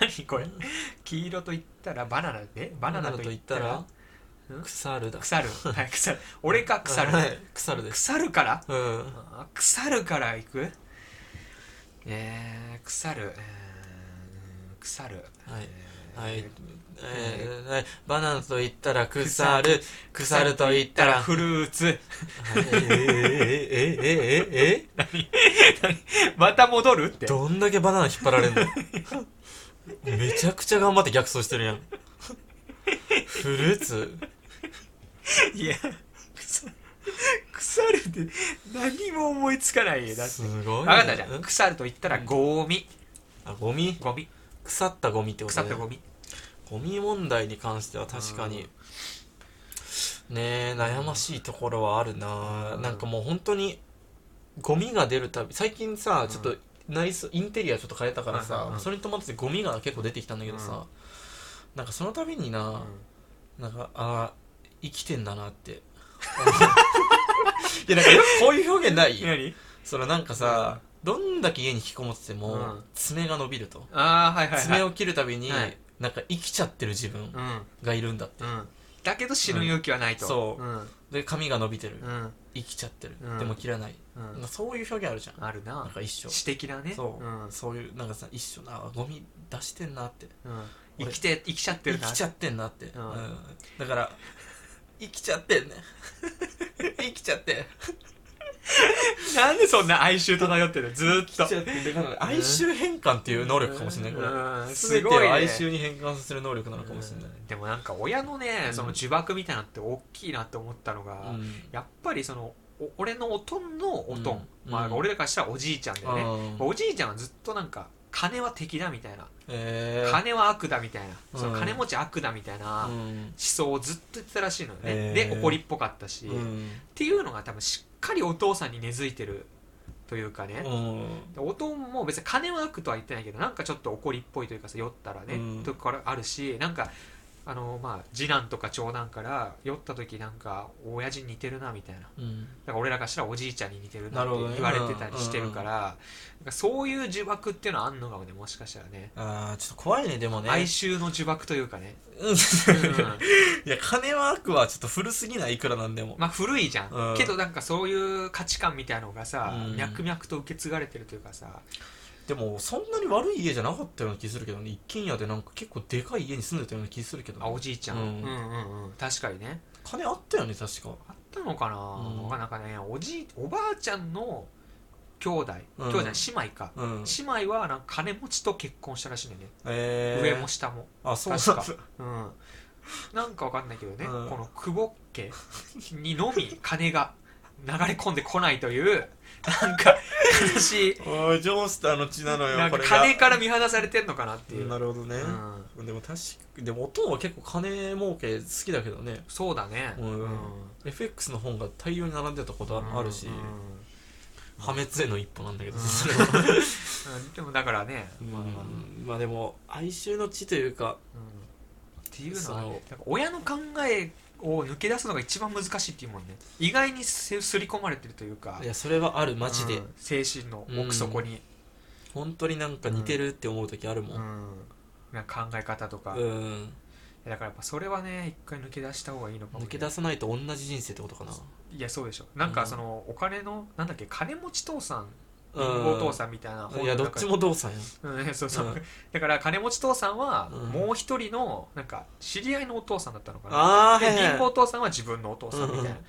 Speaker 2: 何これ黄色と言ったらバナナでバナナと
Speaker 1: と
Speaker 2: 言
Speaker 1: 言っ
Speaker 2: ったた
Speaker 1: ら
Speaker 2: らん
Speaker 1: 腐るだ
Speaker 2: 腐るはい腐る俺か腐る、
Speaker 1: はい腐るです
Speaker 2: 腐るから
Speaker 1: うん
Speaker 2: あ腐るから行くえー、腐る、えー、腐る
Speaker 1: はい
Speaker 2: えー
Speaker 1: はい、えーはいバナナと言ったら腐る腐ると言ったら
Speaker 2: フルーツ
Speaker 1: はいえーえーえーえーえーえ
Speaker 2: また戻るって
Speaker 1: ーどんだけバナナ引っ張られんのめちゃくちゃ頑張って逆走してるやんフルーツ
Speaker 2: いや腐腐るって何も思いつかないよだって
Speaker 1: すごいね
Speaker 2: 分かったじゃ
Speaker 1: うん
Speaker 2: 腐ると言ったらゴミ
Speaker 1: あゴミ
Speaker 2: ゴミ
Speaker 1: 腐ったゴミってこと
Speaker 2: 腐
Speaker 1: ね
Speaker 2: ったゴミ
Speaker 1: ゴミ問題に関しては確かにねえ悩ましいところはあるな、
Speaker 2: うん
Speaker 1: なんかもう本当にゴミが出るたび最近さ、
Speaker 2: うん
Speaker 1: ちょっと内装インテリアちょっと変えたからさ、
Speaker 2: はいはいはい
Speaker 1: それに伴ってゴミが結構出てきたんだけどさ、
Speaker 2: うん
Speaker 1: なんかそのたびにな、なんかあー生きてんだなって いやなんかよくこういう表現ない
Speaker 2: 何
Speaker 1: そのなんかさ、どんだけ家に引きこもってても、
Speaker 2: うん
Speaker 1: 爪が伸びると
Speaker 2: ああはいはいはい
Speaker 1: 爪を切るたびに、
Speaker 2: はい
Speaker 1: なんか生きちゃってる自分
Speaker 2: う
Speaker 1: がいるんだ、
Speaker 2: んうんだけど死ぬ勇気はないと
Speaker 1: うんそう
Speaker 2: うん
Speaker 1: で髪が伸びてる、
Speaker 2: うん
Speaker 1: 生きちゃってる、
Speaker 2: うん
Speaker 1: でも切らない、
Speaker 2: うん
Speaker 1: なんかそういう表現あるじゃん、
Speaker 2: ある
Speaker 1: な
Speaker 2: なん
Speaker 1: か一緒
Speaker 2: 詩的なね
Speaker 1: そう、
Speaker 2: うん
Speaker 1: そういうなんかさ一緒なゴミ出してんなって
Speaker 2: うん生きて生きちゃって
Speaker 1: 生
Speaker 2: るな
Speaker 1: きちゃってんなって、
Speaker 2: うん
Speaker 1: うんだから生きちゃ ってんね生きちゃって
Speaker 2: なんでそんな哀愁漂ってるのずー
Speaker 1: 生
Speaker 2: っ
Speaker 1: きち
Speaker 2: と
Speaker 1: ゃってだから哀愁変換っていう能力かもしれないこれ、
Speaker 2: うんす
Speaker 1: 全て
Speaker 2: ごいね
Speaker 1: を哀愁に変換させる能力なのかもしれない、
Speaker 2: うんでもなんか親のね
Speaker 1: うん
Speaker 2: その呪縛みたいなのって大きいなって思ったのが、
Speaker 1: うん
Speaker 2: やっぱりそのお俺のおとんのおとん、
Speaker 1: うん
Speaker 2: まあ、
Speaker 1: うん
Speaker 2: 俺らからしたらおじいちゃんだよね、
Speaker 1: あー
Speaker 2: おじいちゃんはずっとなんか金は敵だみたいな
Speaker 1: えー
Speaker 2: 金は悪だみたいな、
Speaker 1: うん
Speaker 2: その金持ち悪だみたいな
Speaker 1: う
Speaker 2: 思
Speaker 1: ん
Speaker 2: 想をずっと言ってたらしいのよね、
Speaker 1: へー
Speaker 2: で怒りっぽかったし、
Speaker 1: う
Speaker 2: っ
Speaker 1: ん
Speaker 2: ていうのが多分しっかりお父さんに根付いてるというかね、
Speaker 1: うん
Speaker 2: でおとんも別に金は悪とは言ってないけどなんかちょっと怒りっぽいというかさ酔ったらね、
Speaker 1: うん
Speaker 2: とかあるしなんかあのまあ次男とか長男から酔った時なんか親父に似てるなみたいなだ
Speaker 1: うん
Speaker 2: から俺らがしたらおじいちゃんに似てるな
Speaker 1: なる
Speaker 2: って
Speaker 1: ほどね
Speaker 2: 言われてたりしてるからなんかそういう呪縛っていうのはあんのかもねもしかしたらね
Speaker 1: あーちょっと怖いねでもね
Speaker 2: 哀愁の呪縛というかね、
Speaker 1: うん
Speaker 2: うん
Speaker 1: いや、金は悪はちょっと古すぎない、いくらなんでも。
Speaker 2: まあ古いじゃん、
Speaker 1: うん
Speaker 2: けどなんかそういう価値観みたいのがさ、
Speaker 1: うん
Speaker 2: 脈々と受け継がれてるというかさ
Speaker 1: でも、そんなに悪い家じゃなかったような気するけどね。一軒家でなんか結構でかい家に住んでたような気するけど、
Speaker 2: あおじいちゃん、
Speaker 1: う
Speaker 2: うんん、うんうん確かにね
Speaker 1: 金あったよね、確か。
Speaker 2: あったのかな、
Speaker 1: うん
Speaker 2: なんかねおじいおばあちゃんの兄弟
Speaker 1: うん
Speaker 2: 兄弟、姉妹か、
Speaker 1: うん。
Speaker 2: 姉妹はなんか金持ちと結婚したらしいんだよね、
Speaker 1: えー、
Speaker 2: 上も下も
Speaker 1: あ、そう
Speaker 2: 確かうんなんかわかんないけどね、
Speaker 1: うん
Speaker 2: この久保家にのみ金が流れ込んでこないというなんか悲しい
Speaker 1: おい、ジョースターの血なの
Speaker 2: な
Speaker 1: よ、
Speaker 2: ん
Speaker 1: こ
Speaker 2: か
Speaker 1: れが。
Speaker 2: 金から見放されてんのかなっていう、
Speaker 1: なるほどね。
Speaker 2: うん
Speaker 1: でも確か、でも、お父は結構金儲け好きだけどね。
Speaker 2: そうだね、
Speaker 1: うん FX の本が大量に並んでたことあるし、
Speaker 2: うん
Speaker 1: 破滅への一歩なんだけど、
Speaker 2: うん
Speaker 1: それは
Speaker 2: うんでもだからね、まあまあ
Speaker 1: まあでも哀愁の地というか
Speaker 2: うんっていうのは
Speaker 1: そ
Speaker 2: ね
Speaker 1: の
Speaker 2: なんか親の考えを抜け出すのが一番難しいっていうもんね意外にすすり込まれてるというか
Speaker 1: いやそれはあるマジで、
Speaker 2: うん精神の奥底に、
Speaker 1: 本当になんか似てるって思う時ある
Speaker 2: う
Speaker 1: もん
Speaker 2: んなんか考え方とか、
Speaker 1: うん、
Speaker 2: だからやっぱそれはね一回抜け出した方がいいのかもね、
Speaker 1: 抜け出さないと同じ人生ってことかない
Speaker 2: やそうでしょなんかその、お金のなんだっけ金持ち父さん貧
Speaker 1: うん
Speaker 2: 乏父さんみたいな本
Speaker 1: いや
Speaker 2: の
Speaker 1: どっ
Speaker 2: 中
Speaker 1: ち
Speaker 2: に
Speaker 1: も父さんやん
Speaker 2: うん、 そうそう、
Speaker 1: うん
Speaker 2: だから金持ち父さんは
Speaker 1: うん
Speaker 2: もう一人のなんか知り合いのお父さんだったのかな、
Speaker 1: ああ
Speaker 2: で貧
Speaker 1: ー
Speaker 2: 乏父さんは自分のお父さんみたいな、
Speaker 1: うん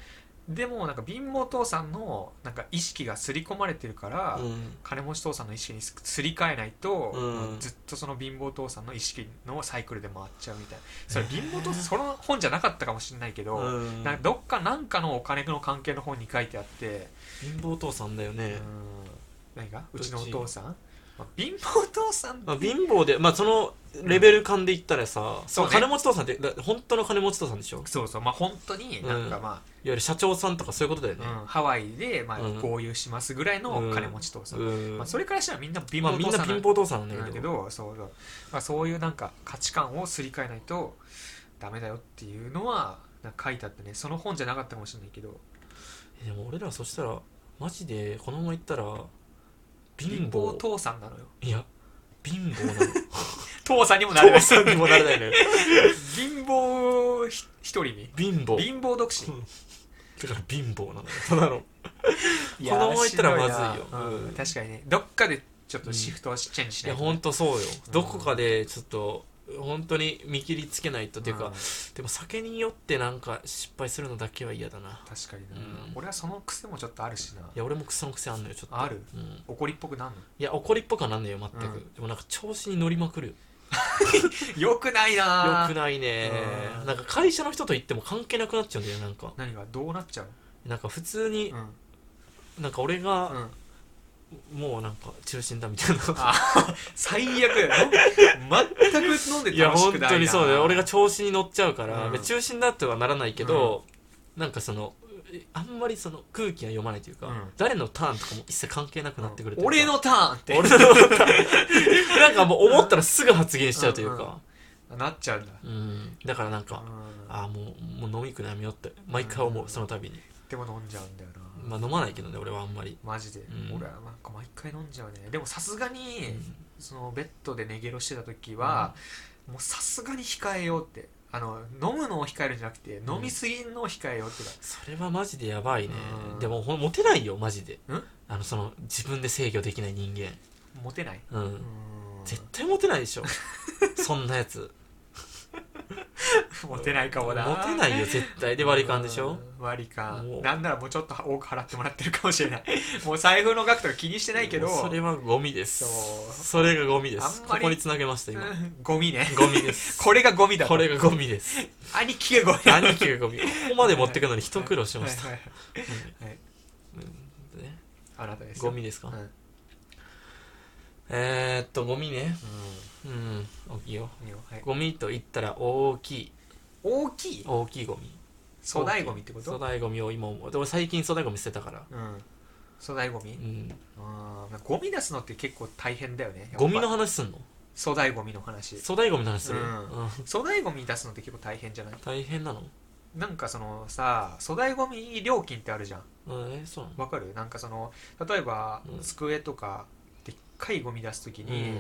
Speaker 2: でもなんか貧乏父さんのなんか意識が刷り込まれてるから、
Speaker 1: うん
Speaker 2: 金持ち父さんの意識にすすり替えないと、
Speaker 1: うん
Speaker 2: ずっとその貧乏父さんの意識のサイクルで回っちゃうみたいなそれ貧乏父さんその本じゃなかったかもしれないけど、
Speaker 1: うん
Speaker 2: なんかどっかなんかのお金の関係の本に書いてあって、
Speaker 1: 貧乏父さんだよ
Speaker 2: う
Speaker 1: ね
Speaker 2: ん、何がう
Speaker 1: どっち
Speaker 2: ちのお父さん、まあ貧乏父さん
Speaker 1: まあ、貧乏でまあそのレベル感で言ったらさ、
Speaker 2: そうね
Speaker 1: 金持ち父さんってだ本当の金持ち父さんでしょいわ
Speaker 2: そうそうまあ本当になんかま
Speaker 1: ゆる社長さんとかそういうことだよね
Speaker 2: あ、うんハワイでまあ
Speaker 1: うん
Speaker 2: 合流しますぐらいの金持ち父さん、
Speaker 1: うん
Speaker 2: まあ、それからしたらみんな貧
Speaker 1: まあ
Speaker 2: 乏
Speaker 1: みん
Speaker 2: 父
Speaker 1: な
Speaker 2: さんな
Speaker 1: 貧
Speaker 2: ん
Speaker 1: 乏父さんなんだ
Speaker 2: だ
Speaker 1: けど
Speaker 2: けどそうそうまあそういうなんか価値観をすり替えないとダメだよっていうのはなんか書いてあってねその本じゃなかったかもしれないけど
Speaker 1: えでも俺らそしたらマジでこのままいったら貧
Speaker 2: 貧
Speaker 1: 乏
Speaker 2: 乏父さんなのよ
Speaker 1: いや貧乏なの
Speaker 2: 父さんにもなれない
Speaker 1: さんにもなれないのよ
Speaker 2: 貧乏ひ一人に
Speaker 1: 貧乏
Speaker 2: 貧乏独身
Speaker 1: だから貧乏なのよただの
Speaker 2: 子
Speaker 1: やーしんどいなうん
Speaker 2: 確かにねどっかでちょっとシフトをチェンジし
Speaker 1: い
Speaker 2: ない
Speaker 1: や
Speaker 2: とね、
Speaker 1: 本当そうよ
Speaker 2: うん
Speaker 1: どこかでちょっと本当に見切りつけないとっていうか、
Speaker 2: ん
Speaker 1: でも酒によってなんか失敗するのだけは嫌だな
Speaker 2: 確かにな、
Speaker 1: うん
Speaker 2: 俺はその癖もちょっとあるしない
Speaker 1: や俺もその癖あんのよちょっと
Speaker 2: ある
Speaker 1: うん、
Speaker 2: 怒りっぽくなんの
Speaker 1: いや怒りっぽくはなんねえよ全く、
Speaker 2: うん
Speaker 1: でもなんか調子に乗りまくるよ
Speaker 2: よくないな
Speaker 1: よくないね
Speaker 2: うん
Speaker 1: なんか会社の人と行っても関係なくなっちゃうんだよなんか
Speaker 2: 何がどうなっちゃう
Speaker 1: なんか普通に
Speaker 2: の、
Speaker 1: なんか俺
Speaker 2: うん
Speaker 1: がもうなんか中心だみたいな
Speaker 2: あ最悪だよ全く飲んで
Speaker 1: いや
Speaker 2: 楽し
Speaker 1: 本
Speaker 2: くないな
Speaker 1: 当にそうだよ俺が調子に乗っちゃうから、
Speaker 2: うん
Speaker 1: 別に中心だとはならないけど、なんかそのえあんまりその空気が読まないというか、
Speaker 2: うん
Speaker 1: 誰のターンとかも一切関係なくなってくるというか
Speaker 2: 俺のターンって
Speaker 1: 俺の ターンなんかもう思ったらすぐ発言しちゃうというか、
Speaker 2: なっちゃうんだ、
Speaker 1: うんだからなんか、
Speaker 2: うん
Speaker 1: ああもうもう飲み行くのやめようって毎回思う、
Speaker 2: うん
Speaker 1: その度に
Speaker 2: でも飲んじゃうんだよな、
Speaker 1: まあ飲まないけどね俺はあんまり、
Speaker 2: マジで、
Speaker 1: うん
Speaker 2: 俺はなんか毎回飲んじゃうねでもさすが
Speaker 1: う
Speaker 2: に、
Speaker 1: ん
Speaker 2: そのベッドで寝ゲロしてた時は、もうさすがに控えようってあの飲むのを控えるんじゃなくて
Speaker 1: ん
Speaker 2: 飲みすぎんのを控えようってか、
Speaker 1: それはマジでやばいね、
Speaker 2: うん
Speaker 1: でもほんモテないよマジで、
Speaker 2: ん
Speaker 1: あのその自分で制御できない人間
Speaker 2: モテない、
Speaker 1: うん、
Speaker 2: う
Speaker 1: 絶対モテないで しょそんなやつ
Speaker 2: ん、モテないかも
Speaker 1: モ
Speaker 2: な
Speaker 1: テないよ絶対で割り勘でしょ
Speaker 2: うん割り
Speaker 1: も
Speaker 2: 勘
Speaker 1: う
Speaker 2: なんならもうちょっと多く払ってもらってるかもしれない もう財布の額とか気にしてないけど
Speaker 1: もうそれはゴミで
Speaker 2: そう
Speaker 1: すそれがゴミです
Speaker 2: あん
Speaker 1: こ
Speaker 2: まり
Speaker 1: こにつなげました今
Speaker 2: うんゴミね
Speaker 1: ゴミです
Speaker 2: これがゴミだと
Speaker 1: これがゴミです
Speaker 2: 兄貴がゴミだ
Speaker 1: 兄貴が ゴミここまで持ってくのに一苦労しました
Speaker 2: はいはいはいはい
Speaker 1: うんね
Speaker 2: あなたですよ
Speaker 1: ゴミです
Speaker 2: う
Speaker 1: か
Speaker 2: ん、
Speaker 1: えーっとゴミねうん大きいよ
Speaker 2: いいよはい
Speaker 1: ゴミと言ったら大きい
Speaker 2: 大きい
Speaker 1: 大きいゴミ
Speaker 2: 粗大ゴミってこ
Speaker 1: 粗
Speaker 2: と
Speaker 1: 大ゴミを今思うで俺最近粗大ゴミ捨てたから
Speaker 2: うん粗大ゴミ、
Speaker 1: うん
Speaker 2: あーゴミ出すのって結構大変だよねやっぱ
Speaker 1: ゴミの話すんの
Speaker 2: 粗大ゴミの話
Speaker 1: 粗大ゴミの話する
Speaker 2: うん
Speaker 1: うん
Speaker 2: 粗大ゴミ出すのって結構大変じゃない
Speaker 1: 大変なの
Speaker 2: なんかそのさ粗大ゴミ料金ってあるじゃん
Speaker 1: うんえそうなの
Speaker 2: わかるなんかその例えば、
Speaker 1: うん
Speaker 2: 机とかでっかいゴミ出す時に、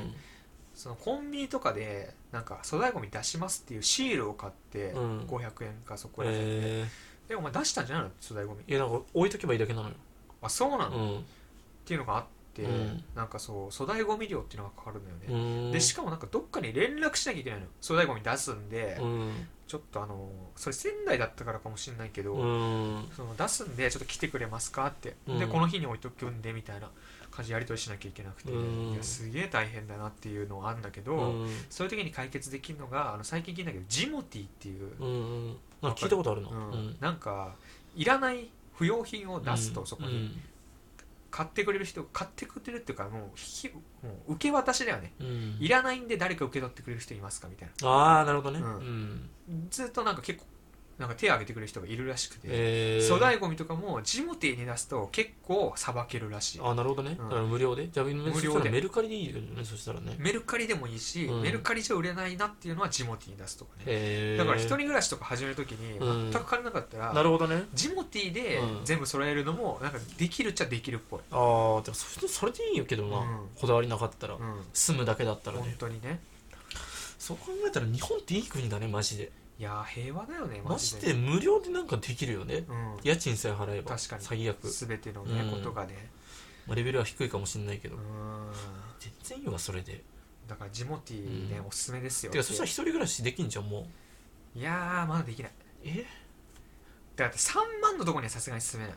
Speaker 2: そのコンビニとかでなんか粗大ゴミ出しますっていうシールを買って、
Speaker 1: うん
Speaker 2: 500円かそこ
Speaker 1: うん
Speaker 2: らへんで、
Speaker 1: え
Speaker 2: でお前出したんじゃないの粗大ゴミ
Speaker 1: ーいやなんか置いとけばいいだけなのよ
Speaker 2: あそうなの、っ
Speaker 1: うん
Speaker 2: ていうのがあって、
Speaker 1: うん
Speaker 2: なんかそう粗大ゴミ料っていうのがかかるんだよね、
Speaker 1: うん
Speaker 2: でしかもなんかどっかに連絡しなきゃいけないのよ粗大ゴミ出すんで、
Speaker 1: うん
Speaker 2: ちょっとあのそれ仙台だったからかもしれないけど、
Speaker 1: うん
Speaker 2: その出すんでちょっと来てくれますかって、
Speaker 1: うん
Speaker 2: でこの日に置いとくんでみたいな感じでやり取りしなきゃいけなくて、
Speaker 1: うん
Speaker 2: いやすげえ大変だなっていうのはあるんだけど、
Speaker 1: うん
Speaker 2: そういう時に解決できるのがあの最近聞いたけどジモティっていう、
Speaker 1: うんなんか聞いたことあるな
Speaker 2: うん
Speaker 1: うん
Speaker 2: なんかいらない不要品を出すと、
Speaker 1: うん
Speaker 2: そこに買ってくれる人買ってくれるっていうかもうひもう受け渡しだよね
Speaker 1: うんうん
Speaker 2: いらないんで誰か受け取ってくれる人いますかみたいな
Speaker 1: ああなるほどね
Speaker 2: うん
Speaker 1: うん
Speaker 2: ずっとなんか結構なんか手を挙げてくれる人がいるらしくて、
Speaker 1: えー、
Speaker 2: 粗大ゴミとかもジモティーに出すと結構さばけるらしい
Speaker 1: あなるほどね、
Speaker 2: うん
Speaker 1: だから無料でじゃあ無
Speaker 2: 料で
Speaker 1: メルカリでいいよねそしたらね
Speaker 2: メルカリでもいいし、
Speaker 1: うん
Speaker 2: メルカリじゃ売れないなっていうのはジモティーに出すとかね、
Speaker 1: えー、
Speaker 2: だから一人暮らしとか始めるときに
Speaker 1: うん
Speaker 2: 全く金なかったら、
Speaker 1: なるほどね
Speaker 2: ジモティーで
Speaker 1: うん
Speaker 2: 全部揃えるのもなんかできるっちゃできるっぽい、
Speaker 1: ああでもそれそれでいいよけどな、
Speaker 2: うん
Speaker 1: こだわりなかったら、
Speaker 2: うん
Speaker 1: 住むだけだったら
Speaker 2: 本
Speaker 1: ね
Speaker 2: 当にね
Speaker 1: そう考えたら日本っていい国だねマジで
Speaker 2: いやー平和だよね
Speaker 1: マジで無料でなんかできるよね
Speaker 2: うん
Speaker 1: 家賃さえ払えば
Speaker 2: 確かに
Speaker 1: 最悪、
Speaker 2: 全てのね、
Speaker 1: うん
Speaker 2: ことがね
Speaker 1: まあ、レベルは低いかもしれないけ
Speaker 2: う
Speaker 1: ど、
Speaker 2: ん
Speaker 1: 全然いいわそれで
Speaker 2: だからジモティーね、
Speaker 1: うん
Speaker 2: おすすめですよ
Speaker 1: てかそしたら一人暮らしできんじゃんもう
Speaker 2: いやーまだできない
Speaker 1: え
Speaker 2: だって3万のとこにはさすがに進めない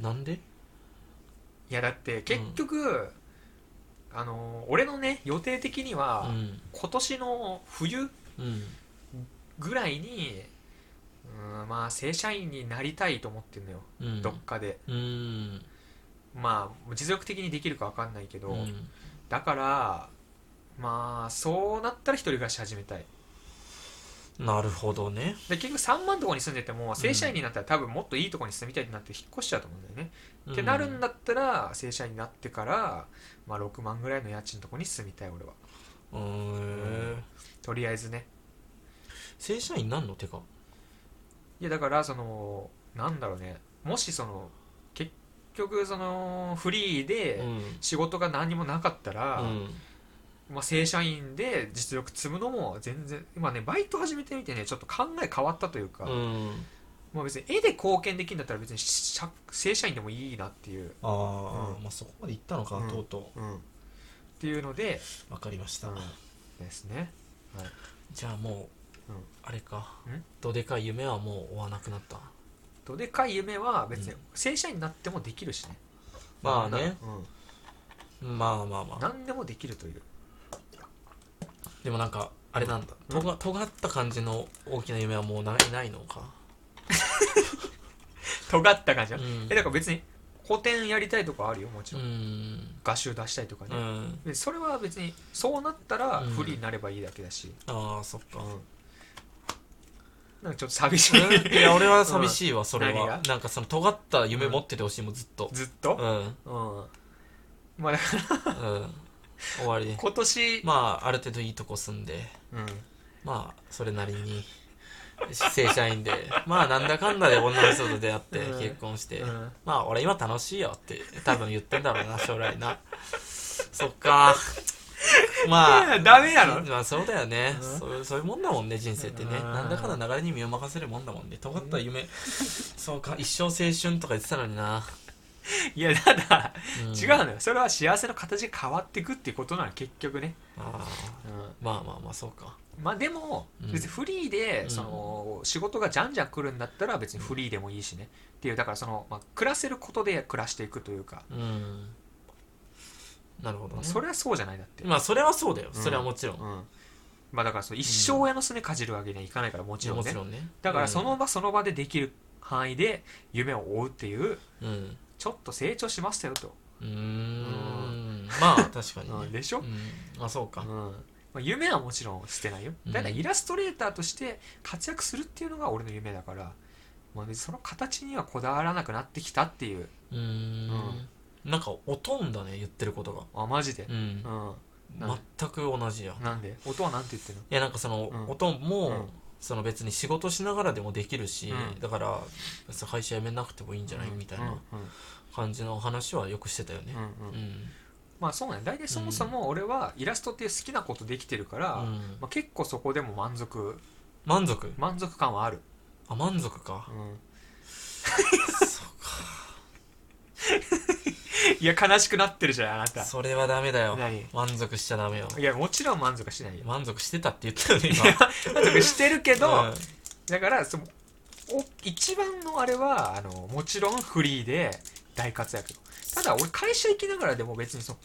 Speaker 1: なんで
Speaker 2: いやだって結局、あのー俺のね予定的には、
Speaker 1: うん
Speaker 2: 今年の冬
Speaker 1: うん
Speaker 2: ぐらいにうんまあ正社員になりたいと思ってるのよ、
Speaker 1: うん
Speaker 2: どっかで
Speaker 1: うん
Speaker 2: まあ持続的にできるか分かんないけど、
Speaker 1: うん
Speaker 2: だからまあそうなったら一人暮らし始めたい
Speaker 1: なるほどね
Speaker 2: で結局3万とこに住んでても正社員になったら多分もっといいとこに住みたいってなって引っ越しちゃうと思うんだよねってなるんだったら正社員になってから、まあ、6万ぐらいの家賃のとこに住みたい俺は
Speaker 1: うんうんへー
Speaker 2: とりあえずね
Speaker 1: 正社員なんのてか
Speaker 2: いやだからそのなんだろうねもしその結局そのフリー
Speaker 1: う
Speaker 2: で
Speaker 1: ん
Speaker 2: 仕事が何もなかったら、
Speaker 1: うん
Speaker 2: まあ、正社員で実力積むのも全然今ねバイト始めてみてねちょっと考え変わったというか、
Speaker 1: うん
Speaker 2: まあ、別に絵で貢献できるんだったら別にし正社員でもいいなっていう、
Speaker 1: ああ、
Speaker 2: うん
Speaker 1: まあそこまで行ったのか、
Speaker 2: うん
Speaker 1: とうと
Speaker 2: っていうので、
Speaker 1: うわかりました、
Speaker 2: うんですね
Speaker 1: じゃあもう、
Speaker 2: うん
Speaker 1: あれか
Speaker 2: ん
Speaker 1: どでかい夢はもう追わなくなった
Speaker 2: どでかい夢は別に
Speaker 1: うん
Speaker 2: 正社員になってもできるしね、
Speaker 1: まあね、
Speaker 2: うん
Speaker 1: まあまあまあ
Speaker 2: 何でもできるという
Speaker 1: でもなんかあれなんだ、
Speaker 2: うん
Speaker 1: とが尖った感じの大きな夢はもうないないのか、
Speaker 2: 尖った感じ
Speaker 1: う
Speaker 2: は、
Speaker 1: ん
Speaker 2: えだから別に古典やりたいとかあるよもち
Speaker 1: う
Speaker 2: ろん、
Speaker 1: ん
Speaker 2: 画集出したいとか
Speaker 1: う
Speaker 2: ね、
Speaker 1: ん
Speaker 2: でそれは別にそうなったら
Speaker 1: うん
Speaker 2: フリーになればいいだけだし、
Speaker 1: ああそっか、
Speaker 2: なんかちょっと寂しい、
Speaker 1: うんいや俺は寂しいわそれ
Speaker 2: 何
Speaker 1: は
Speaker 2: が
Speaker 1: なんかその尖った夢持っててほしいもんずっと
Speaker 2: ずっ
Speaker 1: う
Speaker 2: と、
Speaker 1: ん、うん、
Speaker 2: うんまあだから
Speaker 1: 終わり
Speaker 2: 今年、
Speaker 1: まあある程度いいとこ住んで
Speaker 2: うん
Speaker 1: まあそれなりに正社員でまあなんだかんだで女の人と出会って
Speaker 2: うん
Speaker 1: 結婚して、
Speaker 2: うん
Speaker 1: まあ俺今楽しいよって多分言ってんだろうな将来 なそっか
Speaker 2: い
Speaker 1: まあ
Speaker 2: やダメやろ
Speaker 1: まあそうだよね、
Speaker 2: うん
Speaker 1: そうそういうもんだもんね人生ってね、
Speaker 2: うん
Speaker 1: なんだかんだ流れに身を任せるもんだもんね尖った夢、そうか一生青春とか言ってたのにな、
Speaker 2: いやただ、
Speaker 1: ん
Speaker 2: 違うのよそれは幸せの形が変わっていくっていうことなの結局ね、
Speaker 1: あーまあまあまあそうか
Speaker 2: まあでも
Speaker 1: うん
Speaker 2: 別にフリーで
Speaker 1: うん
Speaker 2: その仕事がじゃんじゃん来るんだったら別にフリーでもいいしねっていうだからそのまあ暮らせることで暮らしていくというか
Speaker 1: うんなるほどね
Speaker 2: それはそうじゃないだって
Speaker 1: まあそれはそうだよ
Speaker 2: うん
Speaker 1: それはもちろん、
Speaker 2: うんまあだからその一生親のすねかじるわけにはいかないからもちろん
Speaker 1: も
Speaker 2: ね
Speaker 1: ちろんね
Speaker 2: だからその場その場でできる範囲で夢を追うっていう
Speaker 1: うん、うん
Speaker 2: ちょっと成長しましたよと
Speaker 1: うーんまあ確かに、
Speaker 2: うん
Speaker 1: ね
Speaker 2: でしょ
Speaker 1: うん、あそうか、
Speaker 2: うんまあ夢はもちろん捨てないよ
Speaker 1: うん
Speaker 2: だからイラストレーターとして活躍するっていうのが俺の夢だからまあ別にその形にはこだわらなくなってきたっていう
Speaker 1: うーん、なんかおとんだね言ってることが
Speaker 2: あマジで
Speaker 1: うん
Speaker 2: うん、なんで
Speaker 1: 全く同じやい
Speaker 2: なんで音はなんて言ってるの
Speaker 1: やなんかその、
Speaker 2: うん
Speaker 1: おとんも、
Speaker 2: うん
Speaker 1: その別に仕事しながらでもできるし、
Speaker 2: うん
Speaker 1: だから別に会社辞めなくてもいいんじゃない、みたいな
Speaker 2: うん
Speaker 1: 感じの話はよくしてたよね
Speaker 2: うん
Speaker 1: う
Speaker 2: うんん
Speaker 1: う
Speaker 2: うん
Speaker 1: ん
Speaker 2: まあそうね大体そもそも俺はイラストっていう好きなことできてるから、まあ、結構そこでも満足
Speaker 1: 満足
Speaker 2: 満足感はある、
Speaker 1: あ満足か
Speaker 2: いや悲しくなってるじゃんあなた
Speaker 1: それはダメだよ
Speaker 2: 何
Speaker 1: 満足しちゃダメよ
Speaker 2: いやもちろん満足はしないよ
Speaker 1: 満足してたって言ったよね
Speaker 2: 満足してる けど、
Speaker 1: 今、うん
Speaker 2: だからそのお一番のあれはあのもちろんフリーで大活躍ただ俺会社行きながらでも別にその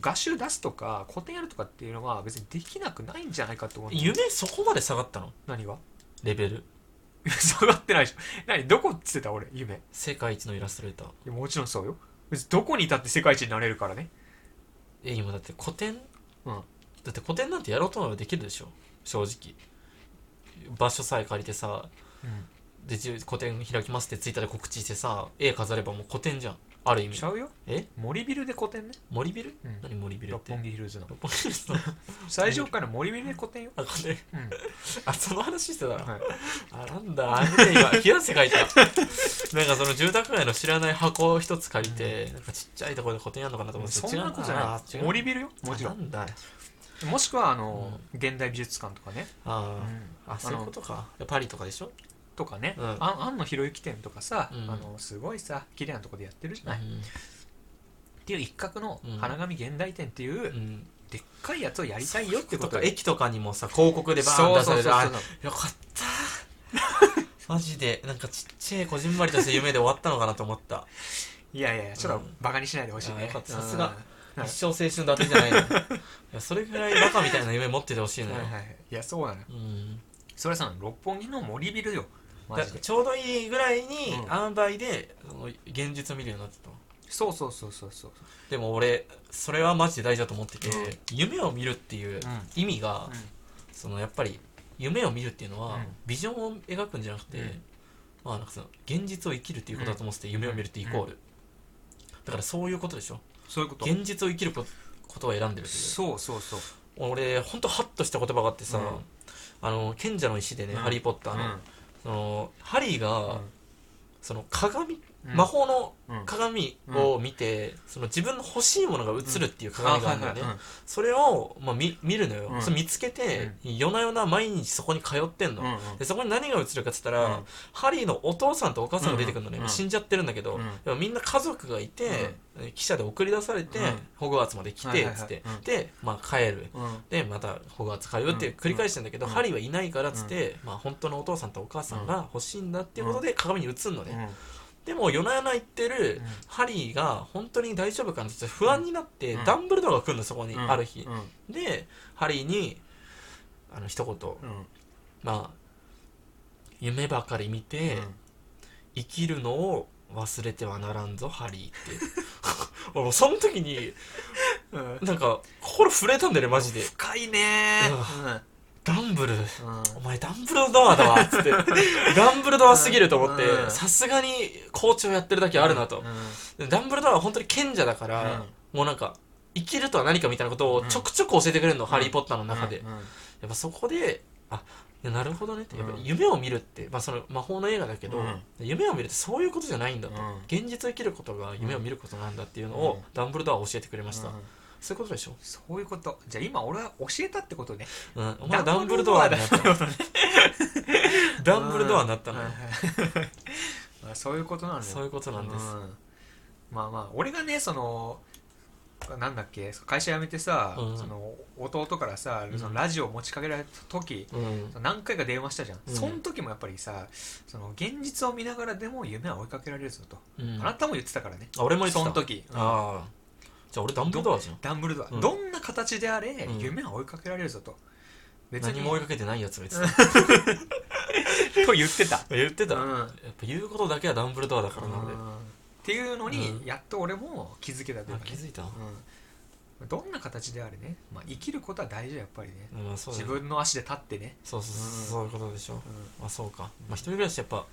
Speaker 2: 画集出すとか個展やるとかっていうのは別にできなくないんじゃないかと思うんだよ
Speaker 1: 夢そこまで下がったの
Speaker 2: 何が
Speaker 1: レベル
Speaker 2: 下がってないでしょ何どこっつってた俺夢い
Speaker 1: 世界一のイラストレーター
Speaker 2: やもちろんそうよ別にどこにいたって世界一になれるからね
Speaker 1: え今だって古典
Speaker 2: うん
Speaker 1: だって古典なんてやろうと思えばできるでしょ正直場所さえ借りてさ
Speaker 2: うん
Speaker 1: でじゅ個展開きますってツイッターで告知してさ絵飾ればもう個展じゃんある意味
Speaker 2: ちゃうよ
Speaker 1: え
Speaker 2: 森ビルで個展ね、
Speaker 1: 森ビル、
Speaker 2: うん
Speaker 1: 何森ビルっ
Speaker 2: 六
Speaker 1: て
Speaker 2: 本木ヒルズの
Speaker 1: 六本木ビルの
Speaker 2: 最上階の森ビルで個展よ、
Speaker 1: あこれ
Speaker 2: うん
Speaker 1: あその話してたな
Speaker 2: はい、
Speaker 1: あなんだあれね今冷や汗かいたなんかその住宅街の知らない箱を一つ借りて、なんかちっちゃいところで個展やるのかなと思って
Speaker 2: そんなことじゃない森ビルよもちろ
Speaker 1: んなんだ
Speaker 2: んもしくはあの、現代美術館とかね、
Speaker 1: あー、
Speaker 2: あ
Speaker 1: あ
Speaker 2: の
Speaker 1: そういうことかパリとかでしょ、
Speaker 2: とかね、
Speaker 1: うん
Speaker 2: あ庵野博之店とかさ、
Speaker 1: うん
Speaker 2: あのすごいさ綺麗なとこでやってるじゃない、っ
Speaker 1: うん
Speaker 2: ていう一角の
Speaker 1: うん
Speaker 2: 花紙現代展っていう、
Speaker 1: うん、
Speaker 2: でっかいやつをやりたいよってことと
Speaker 1: か
Speaker 2: よ
Speaker 1: 駅とかにもさ広告でバーン
Speaker 2: そう
Speaker 1: 出さ
Speaker 2: そ
Speaker 1: れて
Speaker 2: うそうそう
Speaker 1: あよかった マジでなんかちっちゃいこじんまりとした夢で終わったのかなと思った
Speaker 2: いやいやいやちょっとバカにしないでほしい
Speaker 1: あよ
Speaker 2: ね
Speaker 1: かったさすが
Speaker 2: うん
Speaker 1: 一生青春だてじゃ ないのいやそれぐらいバカみたいな夢持っててほしい
Speaker 2: うん
Speaker 1: の
Speaker 2: は
Speaker 1: よ、
Speaker 2: いはいはいいやそうなのよ
Speaker 1: うん
Speaker 2: それさ六本木の森ビルよマ
Speaker 1: だ
Speaker 2: ジで
Speaker 1: ちょうどいいぐらいに、
Speaker 2: うん
Speaker 1: 塩梅でその現実を見るようになってたの
Speaker 2: そうそうそうそうそう
Speaker 1: でも俺それはマジで大事だと思ってて、
Speaker 2: うん
Speaker 1: 夢を見るっていう意味が、
Speaker 2: うん
Speaker 1: そのやっぱり夢を見るっていうのは、
Speaker 2: うん
Speaker 1: ビジョンを描くんじゃなくて、
Speaker 2: うん
Speaker 1: まあなんかその現実を生きるっていうことだと思ってて、夢を見るってイコール、だからそういうことでしょ
Speaker 2: そういうこと
Speaker 1: 現実を生きるこことを選んでるっていう
Speaker 2: そうそうそう
Speaker 1: 俺ほんとハッとした言葉があってさ、
Speaker 2: うん
Speaker 1: あの賢者の石でね「
Speaker 2: うん
Speaker 1: ハリー・ポッターの」そのハリーが、その鏡、
Speaker 2: うん
Speaker 1: 魔法の
Speaker 2: うん
Speaker 1: 鏡を見て、その自分の欲しいものが映るっていう鏡があるんだよね、
Speaker 2: はいはい
Speaker 1: それを、まあ、見見るのよ、
Speaker 2: うん
Speaker 1: それ見つけて、夜な夜な毎日そこに通ってんの、
Speaker 2: うんうん
Speaker 1: でそこに何が映るかっつったら、
Speaker 2: うん
Speaker 1: ハリーのお父さんとお母さんが出てくるのね、
Speaker 2: うんうん
Speaker 1: 死んじゃってるんだけど、
Speaker 2: うん
Speaker 1: でもみんな家族がいて、汽車で送り出されて、
Speaker 2: うん
Speaker 1: ホグワーツまで来
Speaker 2: はい
Speaker 1: て
Speaker 2: はいはい
Speaker 1: つって、
Speaker 2: うん
Speaker 1: で、まあ、帰る
Speaker 2: うん
Speaker 1: でまたホグワーツ通うって繰り返してんだけど、
Speaker 2: うん
Speaker 1: ハリーはいないからっつって、まあ、本当のお父さんとお母さんが欲しいんだっていうことで鏡に映るのね、でも夜な夜な行ってる、
Speaker 2: うん
Speaker 1: ハリーが本当に大丈夫かなって不安になって、
Speaker 2: うん
Speaker 1: ダンブルドアが来るのそこに、
Speaker 2: うん
Speaker 1: ある日
Speaker 2: う、ん
Speaker 1: でハリーにあの一言、
Speaker 2: うん
Speaker 1: まあ夢ばかり見て、生きるのを忘れてはならんぞハリーって 俺もうその時に
Speaker 2: うん
Speaker 1: なんか心震えたんだよねマジで
Speaker 2: 深いね
Speaker 1: ダンブル
Speaker 2: うんうん
Speaker 1: お前ダンブルドアだわっ つってダンブルドアすぎると思って
Speaker 2: うん
Speaker 1: さすがに校長やってるだけあるなと
Speaker 2: うん、
Speaker 1: ダンブルドアは本当に賢者だから、もうなんか生きるとは何かみたいなことをちょくちょく教えてくれるの、ハリー・ポッターの中で、
Speaker 2: うん
Speaker 1: や
Speaker 2: うん
Speaker 1: っぱそこであいやなるほどねってやっぱ
Speaker 2: うん
Speaker 1: 夢を見るって、まあ、その魔法の映画だけど、
Speaker 2: うん
Speaker 1: 夢を見るってそういうことじゃないんだと、
Speaker 2: うん
Speaker 1: 現実を生きることが夢を見ることなんだっていうのを、
Speaker 2: うん
Speaker 1: ダンブルドアは教えてくれました、
Speaker 2: うん
Speaker 1: そういうことでしょ、
Speaker 2: そういうことじゃあ今俺は教えたってことね
Speaker 1: うん、お前はダンブルドアになったダンブルドアになったのよ、
Speaker 2: はいはいまあそういうことなんだよ
Speaker 1: そういうことなんです、
Speaker 2: うんまあまあ俺がねそのなんだっけ会社辞めてさ、
Speaker 1: うん
Speaker 2: その弟からさ、
Speaker 1: うん
Speaker 2: そのラジオを持ちかけられた時
Speaker 1: うん
Speaker 2: 何回か電話したじゃん、
Speaker 1: うん
Speaker 2: その時もやっぱりさその現実を見ながらでも夢は追いかけられるぞと、
Speaker 1: うん
Speaker 2: あなたも言ってたからね
Speaker 1: あ俺も言ってた
Speaker 2: その時
Speaker 1: ああじゃあ俺ダンブルドアじゃん
Speaker 2: ダンブルドア、
Speaker 1: うん
Speaker 2: どんな形であれ、
Speaker 1: うん
Speaker 2: 夢は追いかけられるぞと別
Speaker 1: 何
Speaker 2: に
Speaker 1: も追いかけてないやつが言ってた
Speaker 2: と言ってた
Speaker 1: 言ってた、
Speaker 2: うん
Speaker 1: やっぱ言うことだけはダンブルドアだからな俺、
Speaker 2: うんっていうのに、
Speaker 1: うん
Speaker 2: やっと俺も気づけたという
Speaker 1: あ
Speaker 2: かね
Speaker 1: 気づいた、
Speaker 2: うんどんな形であれね、まあ、生きることは大事だやっぱりね
Speaker 1: うんそうだ
Speaker 2: 自
Speaker 1: ね
Speaker 2: 分の足で立ってね、
Speaker 1: そうそうそうそういうことでしょ、
Speaker 2: うん
Speaker 1: まあそうか、まあ、一人暮らしやっぱ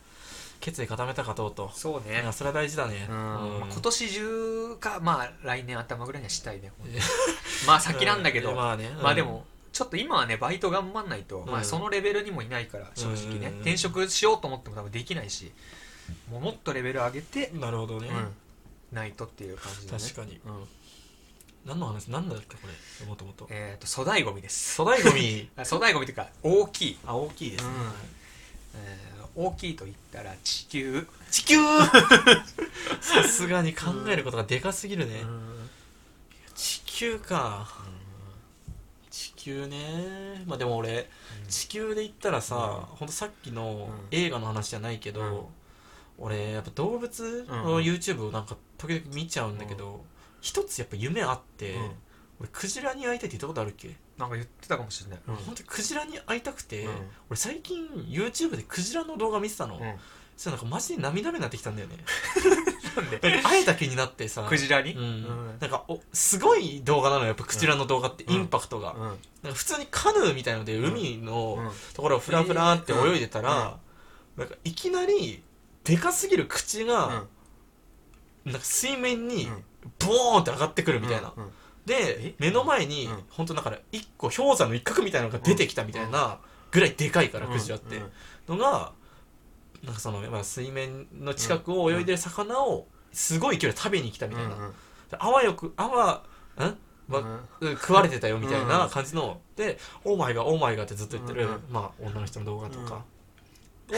Speaker 1: 決意固めたかとうと
Speaker 2: そう
Speaker 1: いや
Speaker 2: ね、
Speaker 1: それは大事だね
Speaker 2: うんまあ、今
Speaker 1: と
Speaker 2: 年中かまあ来年頭ぐらいにはしたいね まあ先なんだけど、ま
Speaker 1: まあね、
Speaker 2: あ、
Speaker 1: うん
Speaker 2: でもちょっと今はねバイト頑張んないと、
Speaker 1: うん
Speaker 2: まあ、そのレベルにもいないから正直ね、
Speaker 1: うん
Speaker 2: 転職しようと思っても多分できないしもうもっとレベル上げて、
Speaker 1: なるほどね、
Speaker 2: うんないとっていう感じでね
Speaker 1: 確かに
Speaker 2: うん
Speaker 1: 何の話何だっけこれもっともっと
Speaker 2: えっ、と粗大ゴミです
Speaker 1: 粗大ゴミ
Speaker 2: あ粗大ゴミというか大きい、
Speaker 1: あ大きいですね、
Speaker 2: うんえー大きいと言ったら地球
Speaker 1: 地 球さすがに考えることがでかすぎるね、地球か地球ねまあでも俺地球で言ったらさ、ほんとさっきの
Speaker 2: うん
Speaker 1: 映画の話じゃないけど、
Speaker 2: うん
Speaker 1: 俺やっぱ動物の
Speaker 2: うん
Speaker 1: YouTube をなんか時々見ちゃうんだけど、一つやっぱ夢あって、
Speaker 2: うん
Speaker 1: 俺クジラに会いたいって言ったことあるっけ、
Speaker 2: なんか言ってたかもしれない、
Speaker 1: ほん、本当クジラに会いたくて、
Speaker 2: うん
Speaker 1: 俺最近 YouTube でクジラの動画見てたの、
Speaker 2: うん
Speaker 1: そしたらなんかマジで涙目になってきたんだよね
Speaker 2: なんで
Speaker 1: 会えだけになってさ
Speaker 2: クジラに
Speaker 1: うん
Speaker 2: うん
Speaker 1: なんかおすごい動画なのよやっぱクジラの動画って
Speaker 2: うん
Speaker 1: インパクトが、
Speaker 2: うん
Speaker 1: なんか普通にカヌーみたいので海の
Speaker 2: うん
Speaker 1: ところをフラフラって泳いでたら、なんかいきなりでかすぎる口が、なんか水面に
Speaker 2: うん
Speaker 1: ボーンって上がってくるみたいな、
Speaker 2: うんうん
Speaker 1: で
Speaker 2: え
Speaker 1: 目の前に、
Speaker 2: うん
Speaker 1: ほんとだから一個氷山の一角みたいなのが出てきたみたいなぐらいでかいから、クジラって、
Speaker 2: う
Speaker 1: の
Speaker 2: ん
Speaker 1: がなんかその、まあ、水面の近くを泳いでる魚をすごい勢いで食べに来たみたいな、
Speaker 2: うん
Speaker 1: であわよくあわん、ま
Speaker 2: うん
Speaker 1: 食われてたよみたい
Speaker 2: うん
Speaker 1: な感じの、で「オーマイガーオーマイガー」ってずっと言ってる、
Speaker 2: うん
Speaker 1: まあ女の人の動画とか。を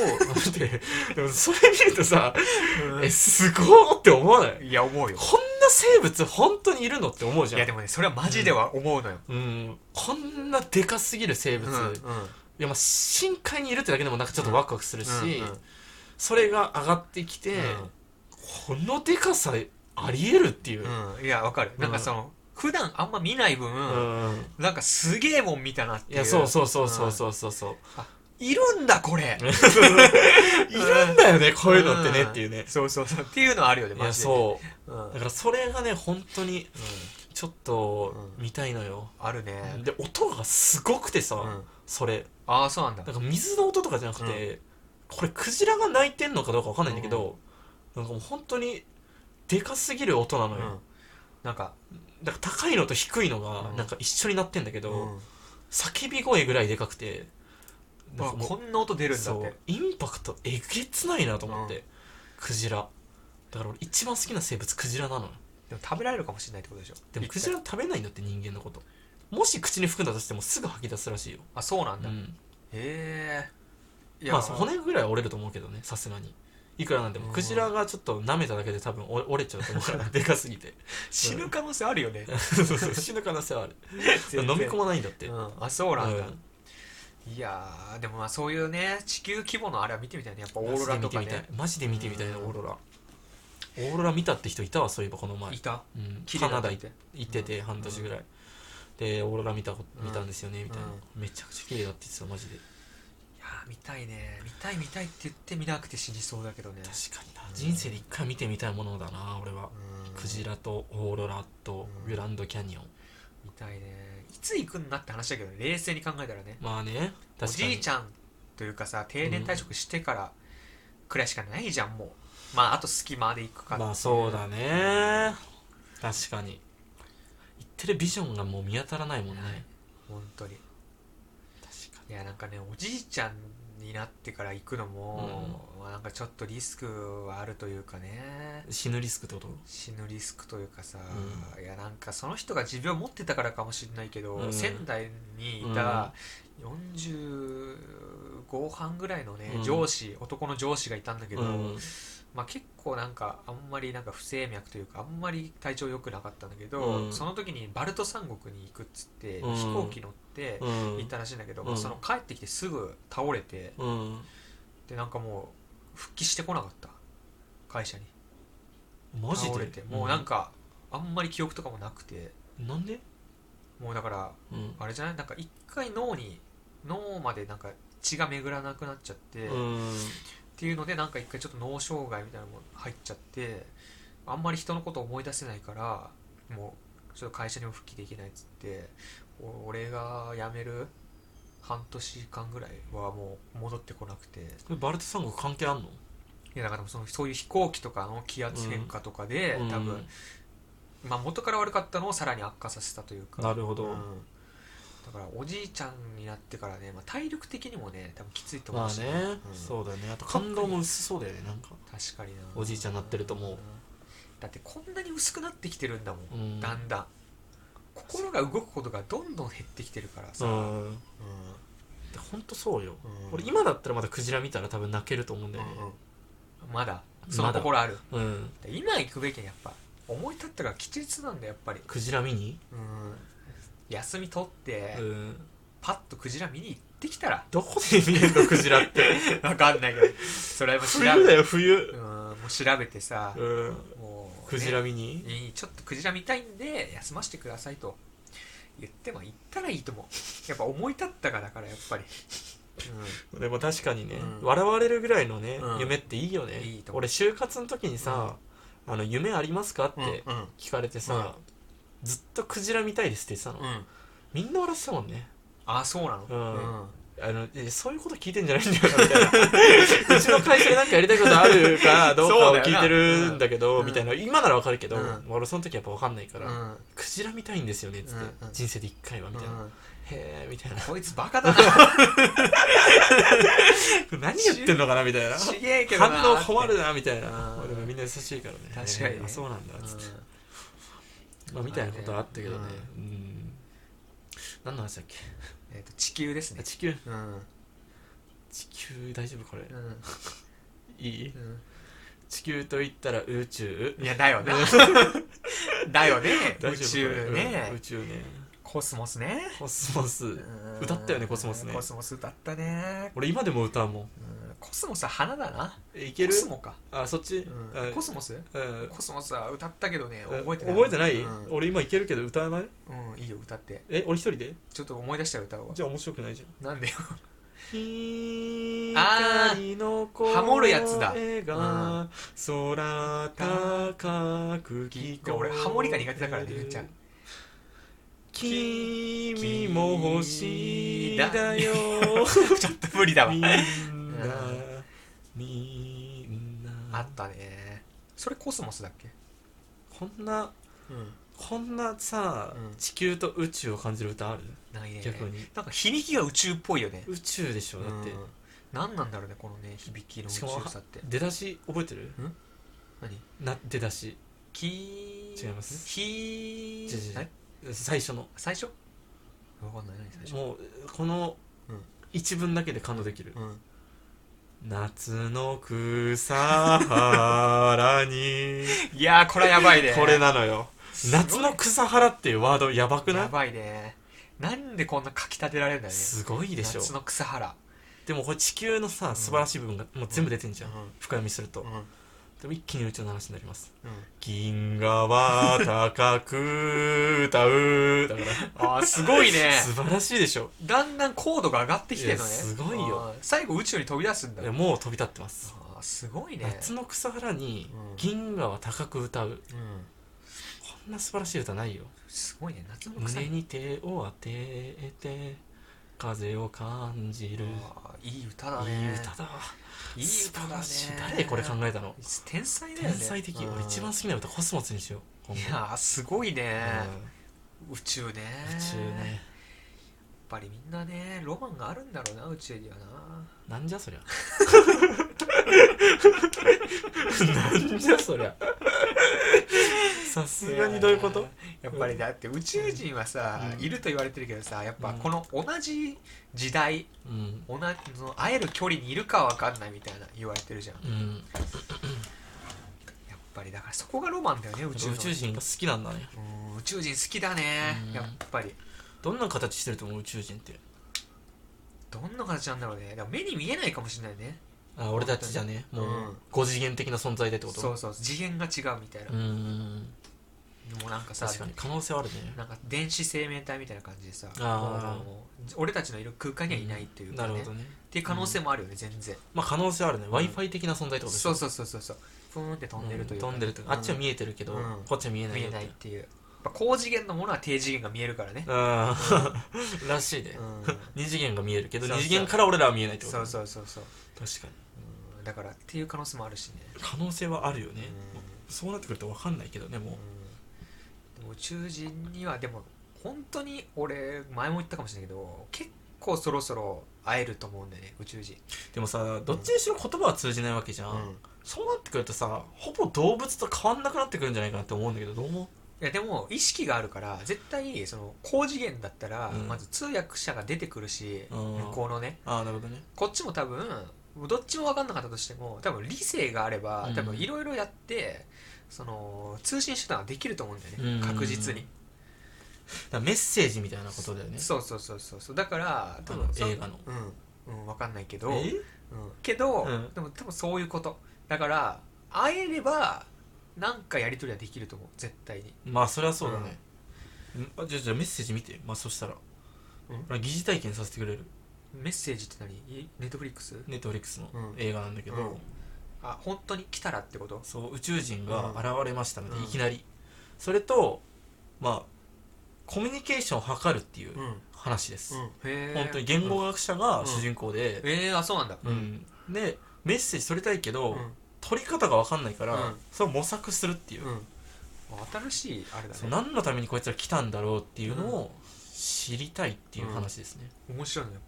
Speaker 1: 見てでもそれ見るとさ「えすごー!」って思わない
Speaker 2: いや思うよ
Speaker 1: こんな生物本当にいるのって思うじ
Speaker 2: い
Speaker 1: ゃ
Speaker 2: や
Speaker 1: ん
Speaker 2: でもねそれはマジでは思うのよ
Speaker 1: うんこんなでかすぎる生
Speaker 2: うん
Speaker 1: 物、
Speaker 2: うん
Speaker 1: いやまあ深海にいるってだけでもなんかちょっとワクワクするし、
Speaker 2: うんうん
Speaker 1: それが上がってきて、
Speaker 2: うん
Speaker 1: このでかさありえるっていう、
Speaker 2: うんいやわかるなんかその普段あんま見ない分
Speaker 1: うん
Speaker 2: なんかすげえもん見たなってい
Speaker 1: いうやそうそうそうそうそうそうそう
Speaker 2: いるんだこれ
Speaker 1: い
Speaker 2: い
Speaker 1: るんだよねこういうのってね
Speaker 2: ん
Speaker 1: っていうね、
Speaker 2: そうそうそうっていうのはあるよね
Speaker 1: い
Speaker 2: マ
Speaker 1: や
Speaker 2: ジでね
Speaker 1: そう
Speaker 2: うんうん
Speaker 1: だからそれがね本当にちょっと
Speaker 2: うん
Speaker 1: 見たいのよ、
Speaker 2: あるね
Speaker 1: で音がすごくてさ、
Speaker 2: うん
Speaker 1: それ
Speaker 2: ああそうなんだ
Speaker 1: なんか水の音とかじゃなくて、これクジラが鳴いてんのかどうかわかんないんだけど、なんかもう本当にでかすぎる音な
Speaker 2: う
Speaker 1: のよ
Speaker 2: ん、なんか
Speaker 1: だから高いのと低いのが
Speaker 2: うん
Speaker 1: なんか一緒になってんだけど、
Speaker 2: うん
Speaker 1: 叫び声ぐらいでかくて
Speaker 2: あ
Speaker 1: もう
Speaker 2: こんな音出るんだっ
Speaker 1: そう
Speaker 2: て
Speaker 1: インパクトえげつないなと思って、
Speaker 2: う
Speaker 1: クジラだから俺一番好きな生物クジラなのよ
Speaker 2: でも食べられるかもしれないってことでしょ
Speaker 1: でもクジラ食べないんだって人間のこともし口に含んだとしてもすぐ吐き出すらしいよ、
Speaker 2: あそうなん
Speaker 1: う
Speaker 2: だへ
Speaker 1: ん、
Speaker 2: えい
Speaker 1: まあ骨ぐらいは折れると思うけどねさすがにいくらなんで
Speaker 2: う
Speaker 1: も
Speaker 2: ん
Speaker 1: クジラがちょっと舐めただけで多分お折れちゃうと思うから でかすぎて
Speaker 2: 死ぬ可能性あるよね
Speaker 1: 死ぬ可能性はある飲み込まないんだって、
Speaker 2: 全然うんあそうなんだ
Speaker 1: うん
Speaker 2: いやーでもまあそういうね地球規模のあれは見てみたいねやっぱオーロラとかね
Speaker 1: マジで見てみたいマジで見てみたいな
Speaker 2: うん
Speaker 1: オーロラオーロラ見たって人いたわそういえばこの前
Speaker 2: い、た
Speaker 1: うん
Speaker 2: 綺麗
Speaker 1: カ
Speaker 2: だ
Speaker 1: ナ
Speaker 2: った
Speaker 1: ダ
Speaker 2: っ
Speaker 1: 行
Speaker 2: て
Speaker 1: ってて半年ぐらい、でオーロラ見たこ見たんですよねみたいな、めちゃくちゃ綺麗だって言ってたマジで
Speaker 2: いやー見たいね見たい見たいって言って見なくて死にそうだけどね
Speaker 1: 確かにな人生で一回見てみたいものだな俺は、
Speaker 2: うん
Speaker 1: クジラとオーロラと
Speaker 2: うん
Speaker 1: グランドキャニオン、
Speaker 2: 見たいねいつ行くんだって話だけどね冷静に考えたらね
Speaker 1: まあね
Speaker 2: お
Speaker 1: 確かに
Speaker 2: じいちゃんというかさ定年退職してからくらいしかないじゃんもうまああと隙間で行くから
Speaker 1: まあそうだね確かに言ってるビジョンがもう見当たらないもんね、
Speaker 2: 本当に
Speaker 1: 確か
Speaker 2: いやなんかねおじいちゃんになってから行くのも、まあ、なんかちょっとリスクはあるというかね
Speaker 1: に死ぬリスクってこと
Speaker 2: 死ぬリスクというかさ、いやなんかその人が持病持ってたからかもしれないけど、
Speaker 1: うん
Speaker 2: 仙台にいた45半ぐらいのね、
Speaker 1: うん
Speaker 2: 上司男の上司がいたんだけど、
Speaker 1: うん
Speaker 2: まあ、結構なんかあんまりなんか不整脈というかあんまり体調良くなかったんだけど、
Speaker 1: うん
Speaker 2: その時にバルト三国に行くっつって、
Speaker 1: うん
Speaker 2: 飛行機乗って
Speaker 1: うん
Speaker 2: 行ったらしいんだけど、
Speaker 1: うん
Speaker 2: その帰ってきてすぐ倒れて
Speaker 1: うん
Speaker 2: でなんかもう復帰してこなかった会社に
Speaker 1: マジで
Speaker 2: 倒れてもうなん、かあんまり記憶とかもなくて
Speaker 1: うんなんで、
Speaker 2: もうだから
Speaker 1: うん
Speaker 2: あれじゃないなんか一回脳に脳までなんか血が巡らなくなっちゃって、
Speaker 1: うん
Speaker 2: っていうのでなんか一回ちょっと脳障害みたいなのも入っちゃってあんまり人のこと思い出せないからもうちょっと会社にも復帰できないっつってお俺が辞める半年間ぐらいはもう戻ってこなくてい
Speaker 1: これバルト三国関係あんの、
Speaker 2: やだからそのそういう飛行機とかの気圧変化とかで、
Speaker 1: うん
Speaker 2: 多分、まあ、元から悪かったのをさらに悪化させたというか
Speaker 1: なるほど、
Speaker 2: うんだからおじいちゃんになってからね、まあ、体力的にもね多分きついと思
Speaker 1: ま
Speaker 2: う
Speaker 1: あ
Speaker 2: し、
Speaker 1: ね、
Speaker 2: うん
Speaker 1: そうだよねあと感動も薄そうだよねなんか
Speaker 2: 確かにな
Speaker 1: おじいちゃんになってるともう
Speaker 2: だってこんなに薄くなってきてるんだもん、
Speaker 1: うん
Speaker 2: だんだん心が動くことがどんどん減ってきてるからさ、
Speaker 1: う
Speaker 2: うん
Speaker 1: んでほんとそうよ、
Speaker 2: うん
Speaker 1: 俺今だったらまだクジラ見たら多分泣けると思うんだよね
Speaker 2: まだその心ある、
Speaker 1: うん、
Speaker 2: 今行くべきやっぱ思い立ったから吉日なんだやっぱり、
Speaker 1: クジラ見に、
Speaker 2: うん休み取って、
Speaker 1: うん、
Speaker 2: パッとクジラ見に行ってきたら
Speaker 1: どこで見えるのクジラって
Speaker 2: わか んないけどそれは もう調
Speaker 1: 冬だ
Speaker 2: べ
Speaker 1: よ冬
Speaker 2: うんもう調べてさ、
Speaker 1: うん
Speaker 2: もうね
Speaker 1: クジラ見に、
Speaker 2: いいちょっとクジラ見たいんで休ませてくださいと言っても行ったらいいと思うやっぱ思い立ったからだからやっぱり、
Speaker 1: でも確かにね、
Speaker 2: うん
Speaker 1: 笑われるぐらいのね、
Speaker 2: うん
Speaker 1: 夢っていいよね
Speaker 2: いいと思う
Speaker 1: 俺就活の時にさ、あの夢ありますか?」っ
Speaker 2: うん
Speaker 1: て
Speaker 2: うん
Speaker 1: 聞かれてさ、ずっとクジラ見たいですって言ってたの、
Speaker 2: うん
Speaker 1: みんな笑ってたもんね
Speaker 2: あそうなの
Speaker 1: うん
Speaker 2: うん
Speaker 1: あのいやそういうこと聞いてんじゃないんだよなみたいなうちの会社で何かやりたいことある かどうかを聞いてるんだけど
Speaker 2: そうだよなうん
Speaker 1: みたいな今ならわかるけど、
Speaker 2: うん
Speaker 1: 俺その時やっぱわかんないから、
Speaker 2: うん
Speaker 1: クジラ見たいんですよねっつって、
Speaker 2: うんうん
Speaker 1: 人生で一回はみたいな、
Speaker 2: うん
Speaker 1: へえみたいな
Speaker 2: こいつバカだな
Speaker 1: 何言ってんのかなみたいな
Speaker 2: ちげえけどな
Speaker 1: 反応困るなみたい
Speaker 2: うん
Speaker 1: なでもみんな優しいからね
Speaker 2: 確かにね
Speaker 1: えーあそうなんだ
Speaker 2: うん
Speaker 1: つって、まあ、みたいなことはあったけどねうん、何の話だっけ
Speaker 2: えっと地球です
Speaker 1: あ
Speaker 2: ね
Speaker 1: 地球
Speaker 2: うん
Speaker 1: 地球大丈夫これ
Speaker 2: うん
Speaker 1: いい
Speaker 2: うん
Speaker 1: 地球と言ったら宇宙
Speaker 2: いやだよね だよね
Speaker 1: 大
Speaker 2: 宇
Speaker 1: 丈夫
Speaker 2: 宙
Speaker 1: うん宇
Speaker 2: ね
Speaker 1: 宙ね
Speaker 2: コスモスね
Speaker 1: コスモス
Speaker 2: うん
Speaker 1: 歌ったよねコスモスね
Speaker 2: コスモス歌ったね
Speaker 1: 俺今でも歌うもん
Speaker 2: うんコスモスは花だな
Speaker 1: えいけ
Speaker 2: コ
Speaker 1: る
Speaker 2: スモか
Speaker 1: あそっち、
Speaker 2: うん
Speaker 1: あ
Speaker 2: コスモス
Speaker 1: うん
Speaker 2: コスモスは歌ったけどね
Speaker 1: 覚
Speaker 2: 覚え
Speaker 1: え
Speaker 2: て
Speaker 1: て
Speaker 2: な
Speaker 1: ないい
Speaker 2: うん
Speaker 1: 俺今いけるけど歌わない
Speaker 2: うんいいよ歌って
Speaker 1: え俺一人で
Speaker 2: ちょっと思い出したら歌うわ
Speaker 1: じゃあ面白くないじゃん
Speaker 2: なんでよあー
Speaker 1: 光の声
Speaker 2: ハモるやつだう
Speaker 1: が空高く聞こえ
Speaker 2: 俺ハモリが苦手だからねめっちゃ
Speaker 1: 君も欲しいだよ
Speaker 2: ちょっと無理だわ
Speaker 1: みんなみん
Speaker 2: あ
Speaker 1: な
Speaker 2: ったねそれコスモスだっけ
Speaker 1: こんな
Speaker 2: うん
Speaker 1: こんなさ、
Speaker 2: うん
Speaker 1: 地球と宇宙を感じる歌ある
Speaker 2: ないね
Speaker 1: 逆に
Speaker 2: なんか響きが宇宙っぽいよね
Speaker 1: 宇宙でしょだって、
Speaker 2: うん何なんだろうねこのね響きの
Speaker 1: しかも
Speaker 2: 宇宙さって
Speaker 1: 出だし覚えてる
Speaker 2: 何
Speaker 1: な出だし
Speaker 2: き
Speaker 1: 違います
Speaker 2: き
Speaker 1: 違う違う違う
Speaker 2: 何
Speaker 1: 最初の
Speaker 2: 最初わかんない何最初
Speaker 1: もうこの
Speaker 2: うん
Speaker 1: 一文だけで感動できる、
Speaker 2: うん
Speaker 1: 夏の草原に
Speaker 2: いやーこれはやばいね
Speaker 1: これなのよ
Speaker 2: すごい
Speaker 1: 夏の草原っていうワードやばくな
Speaker 2: や
Speaker 1: い
Speaker 2: ばいねなんでこんなかき立てられるんだよね
Speaker 1: すごいでしょ
Speaker 2: 夏の草原
Speaker 1: でもこれ地球のさ素晴らしい部分がもう全部出てんじゃん、
Speaker 2: うん
Speaker 1: 深読みすると、
Speaker 2: うん
Speaker 1: でも一気に宇宙の話になります銀河は高く歌うだか
Speaker 2: あーすごい ね
Speaker 1: ら素晴らしいでしょ
Speaker 2: だんだん高度が上がってきてるのね
Speaker 1: いやすごいよ
Speaker 2: あー最後宇宙に飛び出すんだ
Speaker 1: いやもう飛び立ってます、
Speaker 2: あーすごいね
Speaker 1: 夏の草原に
Speaker 2: うん
Speaker 1: 銀河は高く歌う、こ
Speaker 2: うん
Speaker 1: んな素晴らしい歌ないよ
Speaker 2: すごいね夏の
Speaker 1: 胸
Speaker 2: 草原
Speaker 1: に手を当てて風を感じる
Speaker 2: あーいい歌だ
Speaker 1: い
Speaker 2: ね
Speaker 1: い歌だわ
Speaker 2: いい
Speaker 1: 素
Speaker 2: 歌
Speaker 1: 晴
Speaker 2: だ
Speaker 1: ら
Speaker 2: ね
Speaker 1: しい誰これ考えたの
Speaker 2: 天才だよ
Speaker 1: 天
Speaker 2: ね
Speaker 1: 才的、
Speaker 2: うん
Speaker 1: 俺一番好きな歌コスモスにしよう今
Speaker 2: い
Speaker 1: 後
Speaker 2: やーすごいね、宇宙ね
Speaker 1: うん宇宙
Speaker 2: やっ
Speaker 1: ね
Speaker 2: ぱりみんなねロマンがあるんだろうな宇宙にはな
Speaker 1: なんじゃそ りゃなんじゃそりゃさすがにどういうこと
Speaker 2: やっぱりだって宇宙人はさ、
Speaker 1: うん
Speaker 2: いると言われてるけどさやっぱ
Speaker 1: うん
Speaker 2: この同じ時代
Speaker 1: うん
Speaker 2: 同じその会える距離にいるかわかんないみたいな言われてるじゃん
Speaker 1: うん
Speaker 2: やっぱりだからそこがロマンだよね宇
Speaker 1: 宇
Speaker 2: 宙
Speaker 1: 宙
Speaker 2: の
Speaker 1: 人が好きなんだね
Speaker 2: うん宇宙人好きだね
Speaker 1: うん
Speaker 2: やっぱり
Speaker 1: どんな形してると思う宇宙人って
Speaker 2: どんな形なんだろうねでも目に見えないかもしれないね
Speaker 1: あ俺たちじゃねもう
Speaker 2: うん
Speaker 1: 5次元的な存在でってこと
Speaker 2: そうそう次元が違うみたいな、
Speaker 1: うーん
Speaker 2: もうなんかさ
Speaker 1: 確かに可能性はあるね
Speaker 2: なんか電子生命体みたいな感じでさ
Speaker 1: あー
Speaker 2: こう俺たちのいる空間にはいないっていう
Speaker 1: な
Speaker 2: か、ね
Speaker 1: るほど
Speaker 2: っ
Speaker 1: ね
Speaker 2: ていう可能性もあるよね全然、
Speaker 1: まあ可能性はあるね w i f i 的な存在ってことでし
Speaker 2: そ
Speaker 1: ょ
Speaker 2: うそうそうそうそうふーんって飛んでるというか、
Speaker 1: 飛んでるというかあっちは見えてるけど
Speaker 2: うん
Speaker 1: こっちは見えない
Speaker 2: 見
Speaker 1: よ
Speaker 2: え
Speaker 1: って
Speaker 2: な
Speaker 1: う
Speaker 2: いっていう、まあ、高次元のものは低次元が見えるからね、
Speaker 1: うん らしいね
Speaker 2: うん、
Speaker 1: 二次元が見えるけど
Speaker 2: そう
Speaker 1: 二
Speaker 2: そう
Speaker 1: 次元から俺らは見えないってこと
Speaker 2: そうそうそうそう、
Speaker 1: 確かに
Speaker 2: うん、だからっていう可能性もあるしね
Speaker 1: 可能性はあるよね
Speaker 2: うん
Speaker 1: そうなってくると分かんないけどねもう
Speaker 2: うんでも宇宙人にはでも本当に俺前も言ったかもしれないけど結構そろそろ会えると思うんだよね宇宙人
Speaker 1: でもさどっちにしろ言葉は通じないわけじゃ
Speaker 2: うん
Speaker 1: んそうなってくるとさほぼ動物と変わんなくなってくるんじゃないかなって思うんだけどどう思
Speaker 2: いやでも意識があるから絶対その高次元だったら
Speaker 1: うん
Speaker 2: まず通訳者が出てくるし、
Speaker 1: うん
Speaker 2: 向こうのね
Speaker 1: うああなるほどね
Speaker 2: こっちも多分どっちも分かんなかったとしても多分理性があれば
Speaker 1: うん
Speaker 2: 多分いろいろやってその通信手段ができると思うんだよね、
Speaker 1: うん
Speaker 2: 確実に、
Speaker 1: だからメッセージみたいなことだよね
Speaker 2: そうそうそうそうそうだから多分
Speaker 1: あの
Speaker 2: その
Speaker 1: 映画の
Speaker 2: うん、うん、分かんないけど、
Speaker 1: え
Speaker 2: うんけど、
Speaker 1: うん
Speaker 2: でも多分そういうことだから会えればなんかやり取りはできると思う絶対に
Speaker 1: まあそれはそうだね、んあじゃあじゃあメッセージ見てまあそしたら、
Speaker 2: うん
Speaker 1: 俺疑似体験させてくれる
Speaker 2: メッセージって何ネットフリックス
Speaker 1: ネットフリックスの
Speaker 2: うん
Speaker 1: 映画なんだけど、
Speaker 2: うんあ本当に来たらってこと
Speaker 1: そう宇宙人が現れましたので、
Speaker 2: うん
Speaker 1: いきなりそれとまあコミュニケーションを図るっていう
Speaker 2: うん、うん、
Speaker 1: 話です、
Speaker 2: へえ
Speaker 1: 本当に言語学者が主人公で、
Speaker 2: ええあそうなんだ
Speaker 1: うんでメッセージ取りたいけど、
Speaker 2: うん
Speaker 1: 取り方が分かんないから、
Speaker 2: うん
Speaker 1: それを模索するっていう,、
Speaker 2: うん新しいあれだ
Speaker 1: そう
Speaker 2: ね
Speaker 1: 何のためにこいつら来たんだろうっていうのを知りたいっていう話ですね、
Speaker 2: 面白いねやっ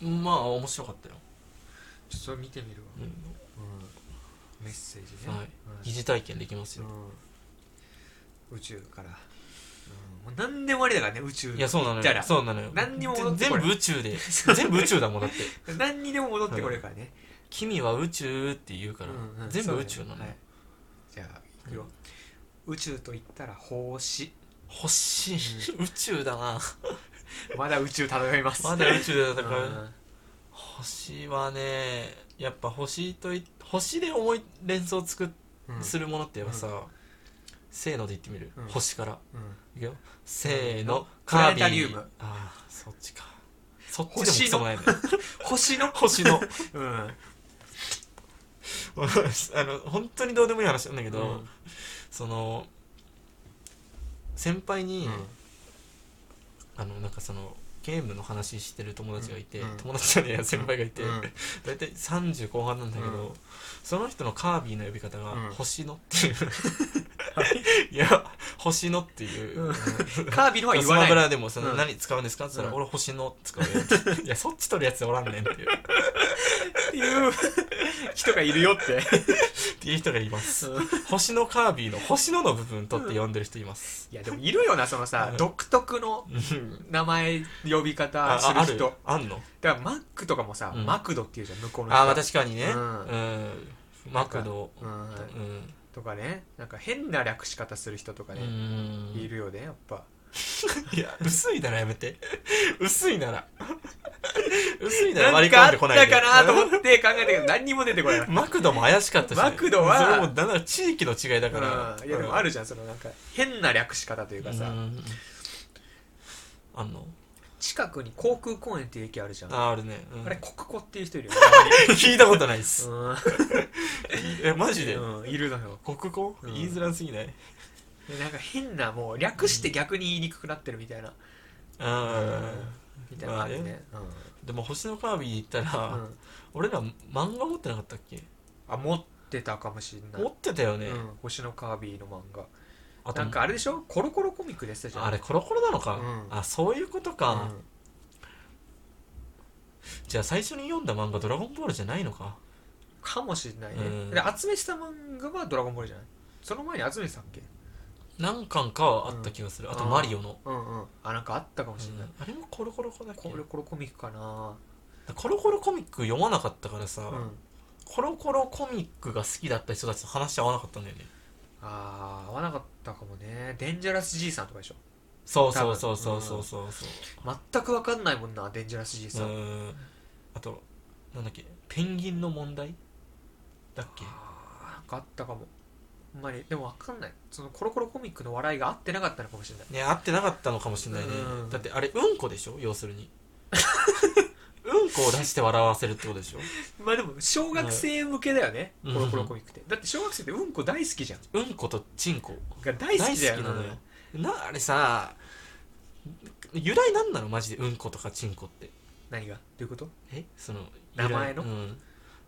Speaker 2: ぱ
Speaker 1: まあ面白かったよ、
Speaker 2: ちょっとそれ見てみるわ、
Speaker 1: うん
Speaker 2: うん、メッセージね、
Speaker 1: は
Speaker 2: うん
Speaker 1: い疑似体験できますよ、
Speaker 2: うん、宇宙から、うん、もう何でもありだからね宇宙
Speaker 1: いやそうなの
Speaker 2: 行ったら
Speaker 1: よそうなのよ
Speaker 2: 何にも戻って
Speaker 1: 全
Speaker 2: こない
Speaker 1: 部宇宙で全部宇宙だもんだって
Speaker 2: 何にでも戻ってこれるからね、
Speaker 1: 「君は宇宙」って言うから、
Speaker 2: うんうん
Speaker 1: 全
Speaker 2: そ
Speaker 1: 部
Speaker 2: うだ
Speaker 1: 宇
Speaker 2: ね
Speaker 1: 宙なのよ、
Speaker 2: はい、じゃあいくよ、宇宙と言ったら奉仕
Speaker 1: 欲しい、宇宙だ な
Speaker 2: まだ宇宙漂います
Speaker 1: まだ宇宙だから、
Speaker 2: うん
Speaker 1: 星はねやっぱ星とい星で思い連想つく、
Speaker 2: うん
Speaker 1: するものってやっぱさ、せーので言ってみる、
Speaker 2: うん
Speaker 1: 星から
Speaker 2: うん
Speaker 1: いくよせーの
Speaker 2: プラネタリウム
Speaker 1: カービィああそっちかそっちでもクソもないね
Speaker 2: 星の
Speaker 1: 星の
Speaker 2: うん
Speaker 1: あの本当にどうでもいい話なんだけど、
Speaker 2: うん
Speaker 1: その先輩に、
Speaker 2: うん
Speaker 1: あのなんかそのゲームの話してる友達がいて、
Speaker 2: うん
Speaker 1: 友達じゃねえや先輩がいて、
Speaker 2: うん
Speaker 1: 大体30後半なんだけど、
Speaker 2: うん
Speaker 1: その人のカービィの呼び方が
Speaker 2: う
Speaker 1: 「
Speaker 2: ん
Speaker 1: 星の」っていう いや「星の」っていう、
Speaker 2: うん
Speaker 1: あ
Speaker 2: カービィの
Speaker 1: の
Speaker 2: は言
Speaker 1: ス
Speaker 2: わ
Speaker 1: マ
Speaker 2: ない
Speaker 1: ブラでもその、
Speaker 2: うん
Speaker 1: 何使うんですか?」って言ったら「
Speaker 2: うん
Speaker 1: 俺星の」使うよって いやそっち取るやつおらんねんっていうっ
Speaker 2: っていう人がいるよって
Speaker 1: ていう人がいます
Speaker 2: うん
Speaker 1: 星のカービィの星のの部分取って呼んでる人います、
Speaker 2: いやでもいるよなそのさ
Speaker 1: うん
Speaker 2: 独特の名前呼び方する
Speaker 1: あ
Speaker 2: 人
Speaker 1: あんの
Speaker 2: だからマックとかもさ、
Speaker 1: うん
Speaker 2: マクドっていうじゃん向こうの人
Speaker 1: あまあ確かにね
Speaker 2: う
Speaker 1: うんん、マクド
Speaker 2: うん
Speaker 1: うん
Speaker 2: とかねなんか変な略し方する人とか
Speaker 1: う
Speaker 2: ね、
Speaker 1: ん
Speaker 2: いるよねやっぱ
Speaker 1: いや薄いならやめて薄いなら薄いなら
Speaker 2: な
Speaker 1: 割
Speaker 2: ん
Speaker 1: り
Speaker 2: かあ
Speaker 1: 込んでこ
Speaker 2: った
Speaker 1: ないで
Speaker 2: かなと思って考えたけど何にも出てこない、うん、い
Speaker 1: マクドも怪しかったし、
Speaker 2: マクドは
Speaker 1: それもなんなら地域の違いだから、
Speaker 2: やでもあ
Speaker 1: る
Speaker 2: るじゃんそのなんか変な略し方というかさ、
Speaker 1: あんの
Speaker 2: 近くに航空公園っていう駅あるじゃんあ
Speaker 1: ああるね、うん
Speaker 2: れ国庫っていう人いるよ ね
Speaker 1: 聞いたことないっす、
Speaker 2: うん
Speaker 1: えマジで、
Speaker 2: うん、いるのよ
Speaker 1: 国語、
Speaker 2: うん
Speaker 1: 言いづらすぎない
Speaker 2: でなんか変なもう略して逆に言いにくくなってるみたいな、
Speaker 1: あ
Speaker 2: みたいなのあるね、
Speaker 1: ーでも星のカービィに行ったら、
Speaker 2: うんうん
Speaker 1: 俺ら漫画持ってなかったっけ
Speaker 2: あ持ってたかもしんない
Speaker 1: 持ってたよね、
Speaker 2: うん、星のカービィの漫画
Speaker 1: あと
Speaker 2: なんかあれでしょコロコロコミックでしたじゃん
Speaker 1: あれコロコロなのか、
Speaker 2: うん
Speaker 1: あそういうこと
Speaker 2: う
Speaker 1: か、
Speaker 2: ん
Speaker 1: じゃあ最初に読んだ漫画「ドラゴンボール」じゃないのか
Speaker 2: かもしれないね、
Speaker 1: うん
Speaker 2: で集めてた漫画は「ドラゴンボール」じゃないその前に集めてたっけ
Speaker 1: 何巻かはあった気がする、あと「マリオの」
Speaker 2: うんうんあなんかあったかもしれない、
Speaker 1: あれもコロコロコだっけ
Speaker 2: コロコロコミックかな
Speaker 1: コロコロコミック読まなかったからさ、
Speaker 2: うん
Speaker 1: コロコロコミックが好きだった人たちと話し合わなかったんだよね
Speaker 2: あー合わなかったかもねデンジャラス爺さんとかでしょ
Speaker 1: そうそうそうそうそうそうそう
Speaker 2: 全く分かんないもんなデンジャラス爺
Speaker 1: う
Speaker 2: さん、
Speaker 1: ーんあとなんだっけペンギンの問題だっけ
Speaker 2: あーなんかあったかもほんまにでも分かんないそのコロコロコミックの笑いが合ってなかったのかもしれない
Speaker 1: ね合ってなかったのかもしれないね、
Speaker 2: うん
Speaker 1: だってあれうんこでしょ要するにうんこを出して笑わせるってことでしょ
Speaker 2: まあでも小学生向けだよね、
Speaker 1: うん
Speaker 2: コロコロコミックってだって小学生ってうんこ大好きじゃん
Speaker 1: うんことチンコ
Speaker 2: が大好きだよ
Speaker 1: なのよなあれさ由来なんなのマジでうんことかチンコって
Speaker 2: 何がどういうこと
Speaker 1: えその
Speaker 2: 名前の
Speaker 1: 由来うん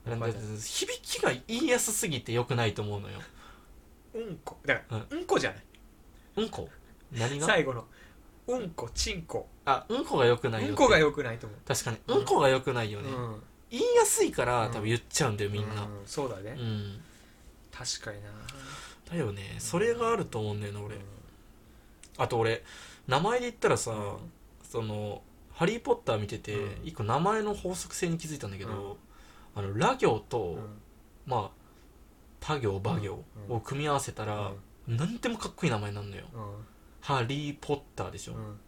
Speaker 1: なん
Speaker 2: 名前
Speaker 1: だ響きが言いやすすぎてよくないと思うのよ
Speaker 2: うんこだから、うん、こじゃない
Speaker 1: うんこ何が
Speaker 2: 最後のうんこちんこ
Speaker 1: あうんこがよくないよ
Speaker 2: うんこが
Speaker 1: よ
Speaker 2: よくないと思
Speaker 1: 確かに
Speaker 2: うん
Speaker 1: うんこがよくないよ
Speaker 2: う、
Speaker 1: ね、
Speaker 2: うん、
Speaker 1: 言いやすいから
Speaker 2: うん
Speaker 1: 多分言っちゃうんだよみんな
Speaker 2: うそうだね、
Speaker 1: うん、
Speaker 2: 確かにな
Speaker 1: だよねそれがあると思うんだよな俺、
Speaker 2: うん
Speaker 1: あと俺名前で言ったらさ、
Speaker 2: うん
Speaker 1: その「ハリー・ポッター」見てて
Speaker 2: うん
Speaker 1: 一個名前の法則性に気づいたんだけど、あのラ行と、
Speaker 2: うん
Speaker 1: まあ他行馬行
Speaker 2: うん
Speaker 1: を組み合わせたら、なんでもかっこいい名前になるのよ
Speaker 2: うんうん
Speaker 1: 「ハリー・ポッター」でしょ、
Speaker 2: うん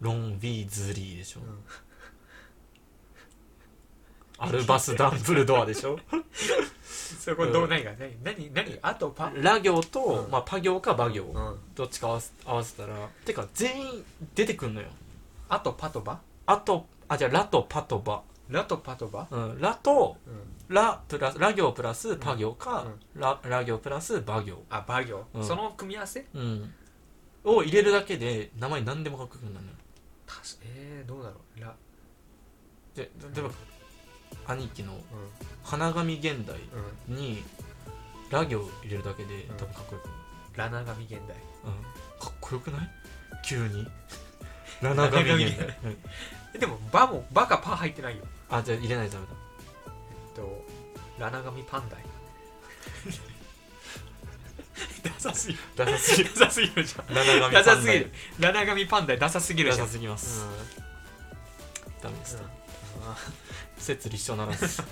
Speaker 1: ロン・ウィーズリーでしょ、
Speaker 2: うん
Speaker 1: アルバス・ダンブルドアでし ょ
Speaker 2: そこどうないが何何何あとパ
Speaker 1: ラ行と、
Speaker 2: うん
Speaker 1: まあ、パ行か馬行、
Speaker 2: うん
Speaker 1: どっちか合わせ合わせたらてか全員出てくんのよ
Speaker 2: あとパとバ
Speaker 1: あとあじゃあラとパとバ
Speaker 2: ラとパとバ、
Speaker 1: うん、ラと
Speaker 2: うん、
Speaker 1: ラプラスラ行プラスパ行か、ララ行プラスバ行、
Speaker 2: あバ行、
Speaker 1: うん
Speaker 2: その組み合わせ
Speaker 1: うん、を入れるだけで名前何でも書くようになるのよ
Speaker 2: たしえー、どうだろうラ
Speaker 1: で例えば兄貴の
Speaker 2: うん
Speaker 1: 花紙現代
Speaker 2: うん
Speaker 1: にラ行入れるだけで
Speaker 2: うん
Speaker 1: 多分かっこよくな
Speaker 2: ラナガミ現代
Speaker 1: る、うん、かっこよくない急に ラナガミ現代、うん
Speaker 2: えでもバもバかパ入ってないよ
Speaker 1: あじゃあ入れないとダメだ
Speaker 2: えっとラナガミパンダイ ダサすぎる
Speaker 1: ダサすぎる
Speaker 2: ダサすぎるじゃん
Speaker 1: ラナガミ
Speaker 2: ダサすぎるラナガミパンダイダサすぎる
Speaker 1: ダ
Speaker 2: じゃん
Speaker 1: サすぎます、ダメです、
Speaker 2: うんうん
Speaker 1: 説立証なら ず
Speaker 2: 終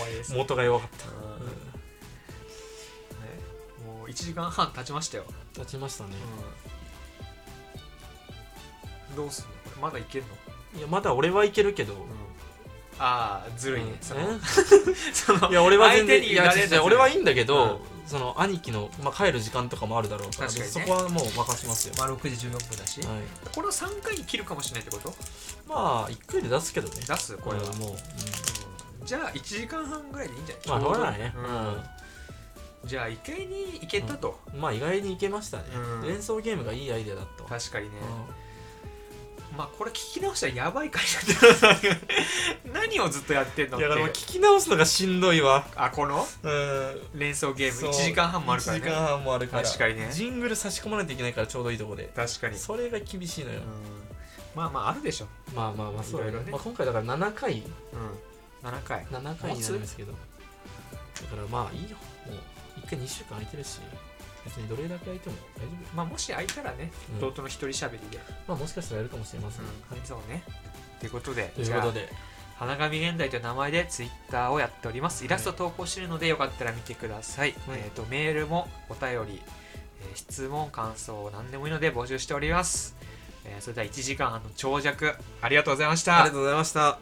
Speaker 2: わりです
Speaker 1: 元が弱かった、
Speaker 2: うん
Speaker 1: うん
Speaker 2: ねもう1時間半経ちましたよ、
Speaker 1: 立ちましたね、
Speaker 2: どうすんのこれまだいけんの、
Speaker 1: いやまだ俺はいけるけど、
Speaker 2: ああずるいね、
Speaker 1: うん
Speaker 2: その
Speaker 1: え
Speaker 2: その
Speaker 1: いや俺は全
Speaker 2: 相
Speaker 1: 然
Speaker 2: 手
Speaker 1: い
Speaker 2: に委ね
Speaker 1: や
Speaker 2: た
Speaker 1: 違う
Speaker 2: ず
Speaker 1: 違
Speaker 2: る
Speaker 1: う
Speaker 2: い
Speaker 1: 俺はいいんだけど、その兄貴の、まあ、帰る時間とかもあるだろうから
Speaker 2: 確かにね
Speaker 1: そこはもう任せますよ、
Speaker 2: まあ6時14分だし、
Speaker 1: はい、
Speaker 2: これを3回切るかもしれないってこと
Speaker 1: まあ一回で出すけどね
Speaker 2: 出すこれは、
Speaker 1: うんもう、うん
Speaker 2: うんじゃあ1時間半ぐらいでいいんじゃない
Speaker 1: まあ
Speaker 2: ちょうど
Speaker 1: 取らないね、
Speaker 2: じゃあ一回に行けたと、
Speaker 1: うんまあ意外にいけましたね、
Speaker 2: うん
Speaker 1: 連想ゲームがいいアイデアだったわ、
Speaker 2: 確かにね、
Speaker 1: うん
Speaker 2: まあこれ聞き直したらやばい会社だけど 何をずっとやってんのっ
Speaker 1: い
Speaker 2: て
Speaker 1: やでも
Speaker 2: い
Speaker 1: 聞
Speaker 2: う
Speaker 1: き直すのがしんどいわ
Speaker 2: あこの
Speaker 1: うん
Speaker 2: 連想ゲーム
Speaker 1: そう
Speaker 2: 1時間半もあるから
Speaker 1: 1時
Speaker 2: ね
Speaker 1: 間半もあるから
Speaker 2: 確かにね
Speaker 1: ジングル差し込まないといけないからちょうどいいとこで
Speaker 2: 確かに、
Speaker 1: それが厳しいのよ、
Speaker 2: まあまああるでしょ、
Speaker 1: まあまあまあそうだ
Speaker 2: いろいろね
Speaker 1: まあ、今回だから7回
Speaker 2: うん、7回
Speaker 1: 7回になるんですけどだからまあいいよもう1回2週間空いてるし別にどれだけ空いても大丈
Speaker 2: まあもし空いたらね、
Speaker 1: 夫、うん
Speaker 2: 弟の一人喋りで、
Speaker 1: まあもしかしたらやるかもしれません、はい
Speaker 2: そうねということで
Speaker 1: ということ
Speaker 2: じゃ
Speaker 1: で
Speaker 2: あ花紙現代という名前でツイッターをやっておりますイラスト投稿してるのでよかったら見てください、
Speaker 1: はい
Speaker 2: えっ、とメールもお便り、えー質問感想何でもいいので募集しております、えーそれでは1時間半の長尺ありがとうございました
Speaker 1: とうございました